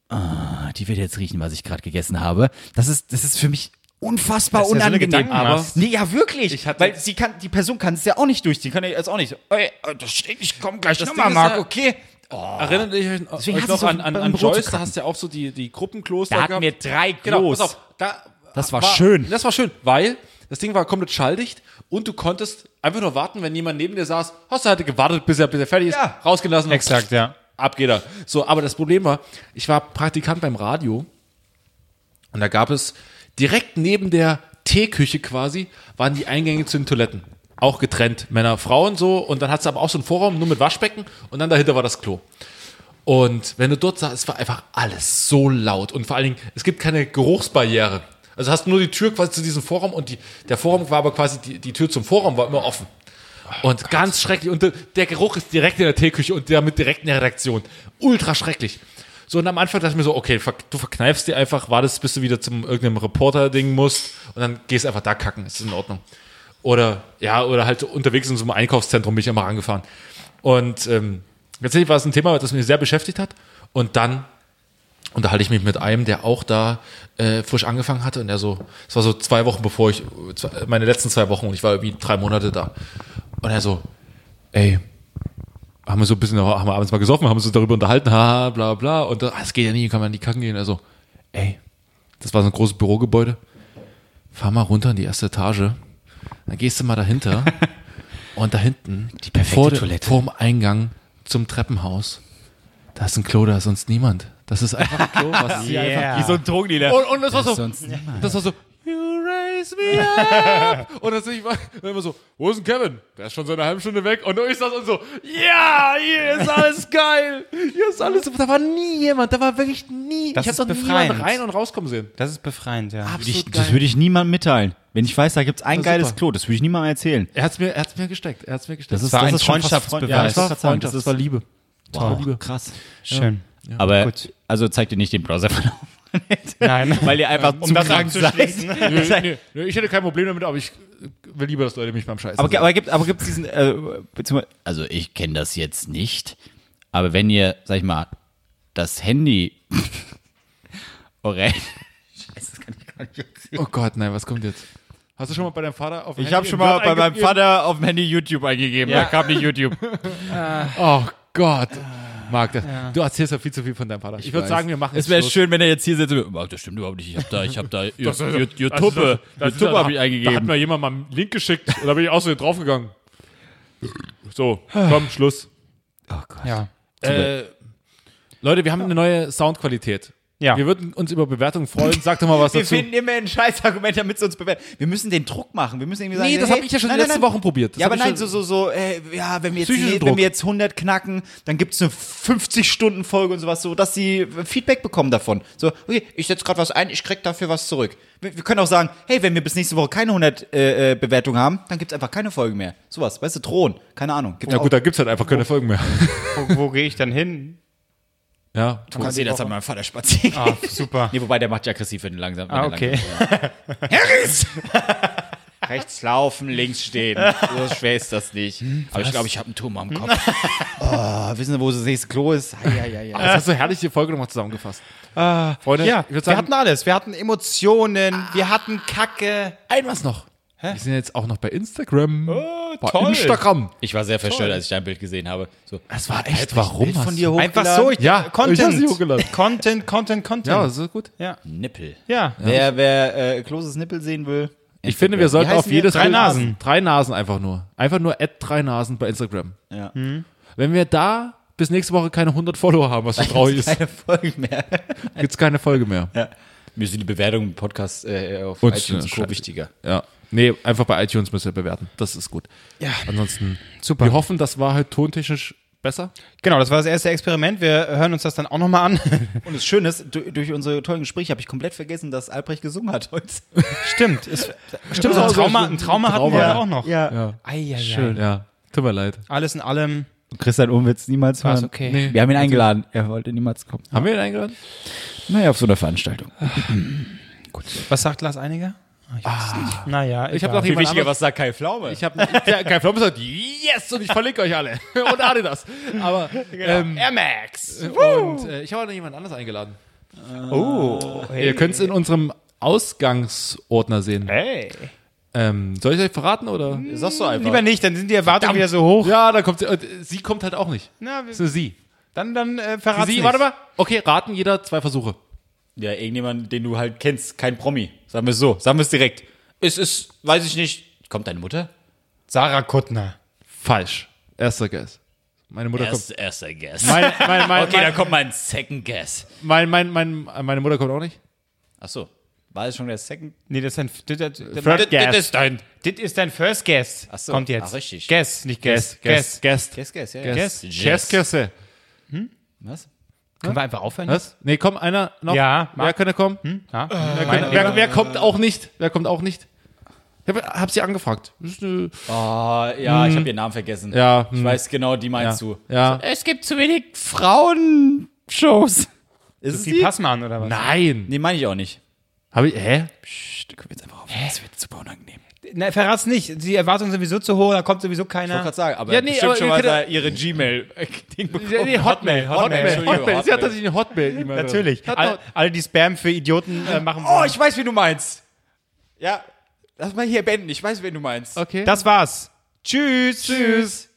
S1: Ah, die wird jetzt riechen, was ich gerade gegessen habe. Das ist, das ist für mich unfassbar
S3: Dass du dir so eine
S1: unangenehm.
S3: Gedanken
S1: aber
S3: machst.
S1: nee, ja wirklich.
S2: Ich hatte-
S1: weil sie kann, die Person kann es ja auch nicht durchziehen. Äh, Kann ja jetzt auch nicht. so, Ey, oh, das steht, ich komm gleich
S2: Das
S1: nochmal,
S2: Ding ist
S1: Marc,
S2: ja-
S1: okay.
S2: Erinnert ihr euch,
S1: Deswegen
S2: euch
S1: hast
S2: noch
S1: du so
S2: an, an,
S1: beim
S2: an
S1: Brot zu
S2: Joyce? Da
S1: kacken.
S2: hast du ja auch so die, die Gruppenklos.
S1: Da hatten
S2: gehabt.
S1: wir drei Klos.
S2: Genau, pass auf. Da,
S1: Das war schön.
S2: Das war schön, weil das Ding war komplett schalldicht und du konntest einfach nur warten, wenn jemand neben dir saß. Hast du halt gewartet, bis er, bis er fertig ist,
S1: Ja.
S2: rausgelassen. und
S3: Exakt, ja.
S2: Ab geht er. So, aber das Problem war, ich war Praktikant beim Radio und da gab es direkt neben der Teeküche quasi, waren die Eingänge zu den Toiletten. Auch getrennt, Männer, Frauen so. Und dann hattest du aber auch so einen Vorraum, nur mit Waschbecken und dann dahinter war das Klo. Und wenn du dort saßt, es war einfach alles so laut. Und vor allen Dingen, es gibt keine Geruchsbarriere. Also hast du nur die Tür quasi zu diesem Vorraum und die, der Vorraum war aber quasi, die, die Tür zum Vorraum war immer offen. Und ganz schrecklich. Und der- der Geruch ist direkt in der Teeküche und damit direkt in der Redaktion. Ultra schrecklich. So, und am Anfang dachte ich mir so, okay, verk- du verkneifst dir einfach, wartest, bis du wieder zum irgendeinem Reporter-Ding musst und dann gehst einfach da kacken. Ist in Ordnung. Oder, ja, oder halt unterwegs in so einem Einkaufszentrum bin ich immer angefahren. Und ähm, tatsächlich war es ein Thema, das mich sehr beschäftigt hat. Und dann unterhalte ich mich mit einem, der auch da äh, frisch angefangen hatte. Und der so, es war so zwei Wochen bevor ich, äh, zwei, meine letzten zwei Wochen und ich war irgendwie drei Monate da. Und er so, ey, haben wir so ein bisschen, haben wir abends mal gesoffen, haben uns so darüber unterhalten, haha, bla bla. Und das, ah, das geht ja nie, kann man nicht kacken gehen. Also, ey, das war so ein großes Bürogebäude. Fahr mal runter in die erste Etage. Dann gehst du
S1: [LAUGHS]
S2: mal dahinter. und da hinten, die
S1: perfekte
S2: vor, der-
S1: Toilette.
S2: vorm Eingang zum Treppenhaus, da ist ein Klo, da ist sonst niemand. Das ist
S1: [LAUGHS]
S2: einfach ein Klo, was hier einfach
S1: Wie so ein Drogendealer.
S2: und, und das, war so,
S1: sonst niemand.
S2: das war so, you raise me up. [LAUGHS] und dann ich war dann immer so, wo ist denn Kevin? Der ist schon seit einer halben Stunde weg. Und ich saß und so, ja, hier ist alles geil. Hier ist alles, da war nie jemand, da war wirklich nie.
S3: Das
S2: ich
S3: ist
S2: habe noch niemanden
S3: befreiend.
S2: rein und rauskommen sehen.
S3: Das ist befreiend,
S1: Ah,
S3: ja.
S2: Absolut
S1: das würde ich niemandem mitteilen. Wenn ich weiß, da gibt's ein
S2: Ja,
S1: geiles
S2: super.
S1: Klo, das würde ich niemandem erzählen.
S2: Er hat's mir, er hat's mir gesteckt, er hat's mir gesteckt.
S3: war ein
S1: schon fast
S3: Freundschaftsbeweis.
S1: Freund- Ja,
S3: Das war
S1: das war, das war
S2: Liebe.
S1: Wow, krass.
S3: Schön.
S1: Aber,
S3: Gut.
S1: [LAUGHS] also zeig dir nicht den Browser verlauf. getan hätte.
S3: Nein.
S1: Weil ihr einfach zu
S3: das
S1: krank seid.
S3: abzuschließen.
S1: Das heißt,
S2: Nö, ich hätte kein Problem damit, aber ich will lieber, dass Leute mich beim Scheiß.
S1: Aber, ge- aber gibt aber gibt's diesen, äh, beziehungsweise, also ich kenne das jetzt nicht, aber wenn ihr, sag ich mal, das Handy [LAUGHS] orange.
S2: oh Gott, nein, was kommt jetzt? Hast du schon mal bei deinem Vater auf dem
S1: Ich
S2: Handy
S1: habe schon
S2: einen
S1: mal
S2: Wert
S1: bei meinem
S2: eingegeben?
S1: Vater auf dem Handy YouTube eingegeben, da kam nicht YouTube.
S2: Oh Gott. Marc, das, du erzählst Ah, ja viel zu viel von deinem Vater. Ich, würde
S5: weiß.
S2: sagen, wir machen
S1: [LAUGHS] Es
S2: jetzt
S1: wäre
S2: Schluss.
S1: schön, wenn er jetzt hier sitzt und sagt, "Oh, das stimmt überhaupt nicht, ich habe da, ich habe [LAUGHS] da
S2: Das ist-
S1: YouTube
S2: Also das ist- das
S1: YouTube
S2: ist- das ist- da-
S1: habe ich
S2: Da hat
S1: eingegeben.
S2: mir jemand mal einen Link geschickt und da bin ich auch so draufgegangen. So, komm, Schluss.
S1: Oh
S3: Ja.
S2: Äh, Leute, wir haben eine neue Soundqualität.
S3: Ja.
S2: Wir würden uns über Bewertungen freuen. Sag doch mal was
S1: Wir
S2: dazu.
S1: finden immer ein scheiß Argument, damit sie uns bewerten. Wir müssen den Druck machen. Wir müssen irgendwie sagen,
S2: Nee, das
S1: hey,
S2: habe ich ja schon
S1: nein,
S2: die
S1: nein,
S2: letzten
S1: nein.
S2: Wochen probiert. Das
S1: ja, aber
S2: hab ich
S1: nein, so,
S2: schon-
S1: so, so, äh, ja, wenn wir, jetzt,
S2: Psychischen
S1: nee,
S2: Druck.
S1: wenn wir jetzt 100 knacken, dann gibt's eine 50-Stunden-Folge und sowas, so, dass sie Feedback bekommen davon. So, okay, ich setze gerade was ein, ich krieg dafür was zurück. Wir, wir können auch sagen, hey, wenn wir bis nächste Woche keine 100 äh, äh, Bewertungen haben, dann gibt's einfach keine Folge mehr. Sowas, weißt du, Thron, keine Ahnung. Gibt
S2: Na
S1: auch-
S2: gut, da gibt's halt einfach
S1: Oh.
S2: keine Folgen mehr.
S3: Wo, wo gehe ich dann hin?
S2: Ja.
S1: du kannst jederzeit mit meinem Vater spazieren.
S3: Ah, super.
S1: [LAUGHS] Nee, wobei der macht ja aggressiv, wenn du langsam.
S3: Ah,
S1: wenn du
S3: okay.
S1: langsam- [LAUGHS] Rechts laufen, links stehen. So schwer ist das nicht. Hm? Aber ich glaube, ich habe einen Turm am Kopf. oh, wissen Sie, wo das nächste Klo ist?
S2: Das hast du herrlich die Folge nochmal zusammengefasst.
S1: Ah.
S2: Freunde,
S3: Ja,
S2: ich
S3: wir
S2: würde sagen,
S3: hatten alles. Wir hatten Emotionen, wir hatten Kacke.
S2: ein was noch. Wir sind jetzt auch noch bei Instagram. Oh, bei
S3: toll.
S2: Instagram.
S1: Ich war sehr verstört, als ich dein Bild gesehen habe. So,
S2: Das war echt, warum
S1: Bild
S2: hast
S1: von
S2: du-
S1: dir hochgeladen?
S3: Einfach so. Ich,
S2: Ja,
S3: Content.
S2: ich hab sie hochgeladen.
S3: Content, Content, Content.
S2: Ja, das ist gut.
S1: Nippel.
S3: Ja.
S1: Wer, wer äh, Kloses Nippel sehen will.
S2: Ich finde, wir sollten
S1: Wie
S2: auf
S1: heißen wir? [LAUGHS]
S2: jedes
S3: Drei
S2: Bild-
S3: Nasen.
S2: Drei Nasen einfach nur. Einfach nur add drei Nasen bei Instagram.
S1: Ja.
S2: Hm. Wenn wir da bis nächste Woche keine 100 Follower
S1: [LAUGHS]
S2: haben, was so traurig ist,
S1: Keine Folge mehr.
S2: gibt's keine Folge mehr. Ja.
S1: Mir sind die Bewertungen im Podcast äh, auf
S2: Uns,
S1: iTunes und
S2: äh,
S1: Co.
S2: scheiße.
S1: wichtiger.
S2: Nee, einfach bei iTunes müsst ihr bewerten. Das ist gut. Ja. Ansonsten, super. Wir hoffen, das war halt tontechnisch besser.
S3: Genau, das war das erste Experiment. Wir hören uns das dann auch nochmal an.
S1: Und das Schöne ist, du, durch unsere tollen Gespräche habe ich komplett vergessen, dass Albrecht gesungen hat
S2: [LAUGHS]
S1: heute.
S3: Stimmt. Es, stimmt, so ein
S2: Also,
S3: Trauma,
S2: so
S3: ein Trauma hatten
S2: Trauma.
S3: wir ja auch noch.
S1: Ja.
S3: Schön.
S2: Ja. Tut mir leid.
S3: Alles in allem
S1: Christian Ohm wird's niemals
S3: war es
S1: hören.
S3: okay.
S2: Nee.
S1: Wir haben ihn eingeladen. Er wollte niemals kommen.
S2: Haben wir ihn eingeladen?
S1: Naja, auf so einer Veranstaltung.
S3: Was sagt Lars Einiger? Ah. Ich weiß es nicht. Naja, ich
S2: hab noch jemand anderes-
S1: was sagt Kai Pflaume?
S2: Ich habe kein Flop gesagt, yes, und ich verlinke euch alle. [LAUGHS] und Adidas. Aber ähm,
S3: Air Max.
S2: und, äh, ich habe auch noch jemand anders eingeladen.
S3: Oh,
S2: Ihr könnt es in unserem Ausgangsordner sehen.
S3: hey.
S2: Ähm, soll ich euch verraten oder?
S1: Sagst du einfach.
S3: Lieber nicht, dann sind die Erwartungen wieder so hoch.
S2: Ja, da kommt sie. äh, Sie kommt halt auch nicht.
S3: Na, wir-
S2: Das ist nur sie.
S3: Dann, dann äh, verrat's
S2: Sie,
S3: nicht.
S2: warte mal. Okay, raten jeder zwei Versuche.
S1: Ja, irgendjemand, den du halt kennst, kein Promi. Sagen wir es so, sagen wir es direkt. Es ist, weiß ich nicht. Kommt deine Mutter?
S3: Sarah Kuttner.
S2: Falsch. Erster Guess. Meine Mutter
S1: erster Guess.
S2: kommt. Mein, mein, mein,
S1: okay, dann kommt mein Second Guess.
S2: mein, mein, mein, mein, meine Mutter kommt auch nicht.
S1: Ach so, war es schon der Second?
S3: Nee, das ist dein das- das- das-
S1: Das- Das
S3: das- das-
S1: ist dein
S3: das ist dein First Guess.
S1: Ach so.
S3: Kommt jetzt.
S1: Ach, richtig.
S3: Guess, nicht Guess. Guess.
S2: Guest.
S1: Guess, Guess, ja.
S2: Guess.
S1: ja.
S2: Guess. Guess.
S1: Was?
S3: Können wir einfach aufhören?
S2: Was? Nee, komm, einer noch.
S3: Ja, Hm?
S2: Wer
S3: Marc.
S2: könnte kommen?
S3: Ja?
S2: Wer, wer, wer kommt auch nicht? Wer kommt auch nicht? Ich hab, hab sie angefragt. Das ist eine-
S1: Oh, ja, ich habe ihren Namen vergessen.
S2: Ja,
S1: Ich
S2: hm.
S1: weiß genau, die meinst du.
S2: Ja.
S1: Es gibt zu wenig Frauenshows. Ist es
S3: Die
S1: die?
S3: passen an, oder was?
S2: Nein.
S1: Nee, meine ich auch nicht.
S2: Habe ich. Hä?
S1: Psst, können wir jetzt einfach auf. Es wird super unangenehm.
S3: Na, verrat's nicht. Die Erwartungen sind sowieso zu hoch, da kommt sowieso
S1: Ich wollte
S3: keiner.
S1: gerade sagen, aber
S2: Ja, nee,
S1: bestimmt
S2: aber
S1: schon
S2: ihr
S1: mal
S2: könnt ja-
S1: da ihre Gmail-Ding bekommen.
S2: Ja, nee, Hotmail. Hotmail. Hotmail.
S1: Entschuldigung,
S2: Sie hat
S1: Hotmail.
S2: tatsächlich eine Hotmail-E-Mail.
S3: Natürlich.
S2: Hat
S3: All,
S2: noch-
S3: alle, die Spam für Idioten äh, machen wollen.
S1: Oh, ich weiß, wen du meinst. Ja, lass mal hier beenden. Ich weiß, wen du meinst.
S2: okay.
S3: Das war's. Tschüss. Tschüss.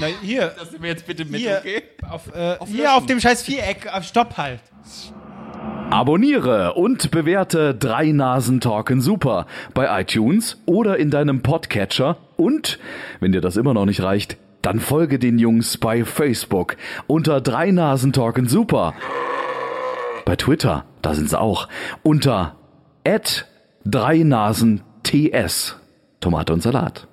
S3: Na, hier,
S1: Lass mir jetzt bitte mit,
S3: Hier.
S1: okay?
S3: auf, äh, hier auf dem scheiß Viereck, auf Stopp halt.
S5: Abonniere und bewerte Drei Nasen Talken Super bei iTunes oder in deinem Podcatcher und, wenn dir das immer noch nicht reicht, dann folge den Jungs bei Facebook unter Drei Nasen Talken Super. Bei Twitter, da sind sie auch, unter @dreinasen_ts Tomate und Salat.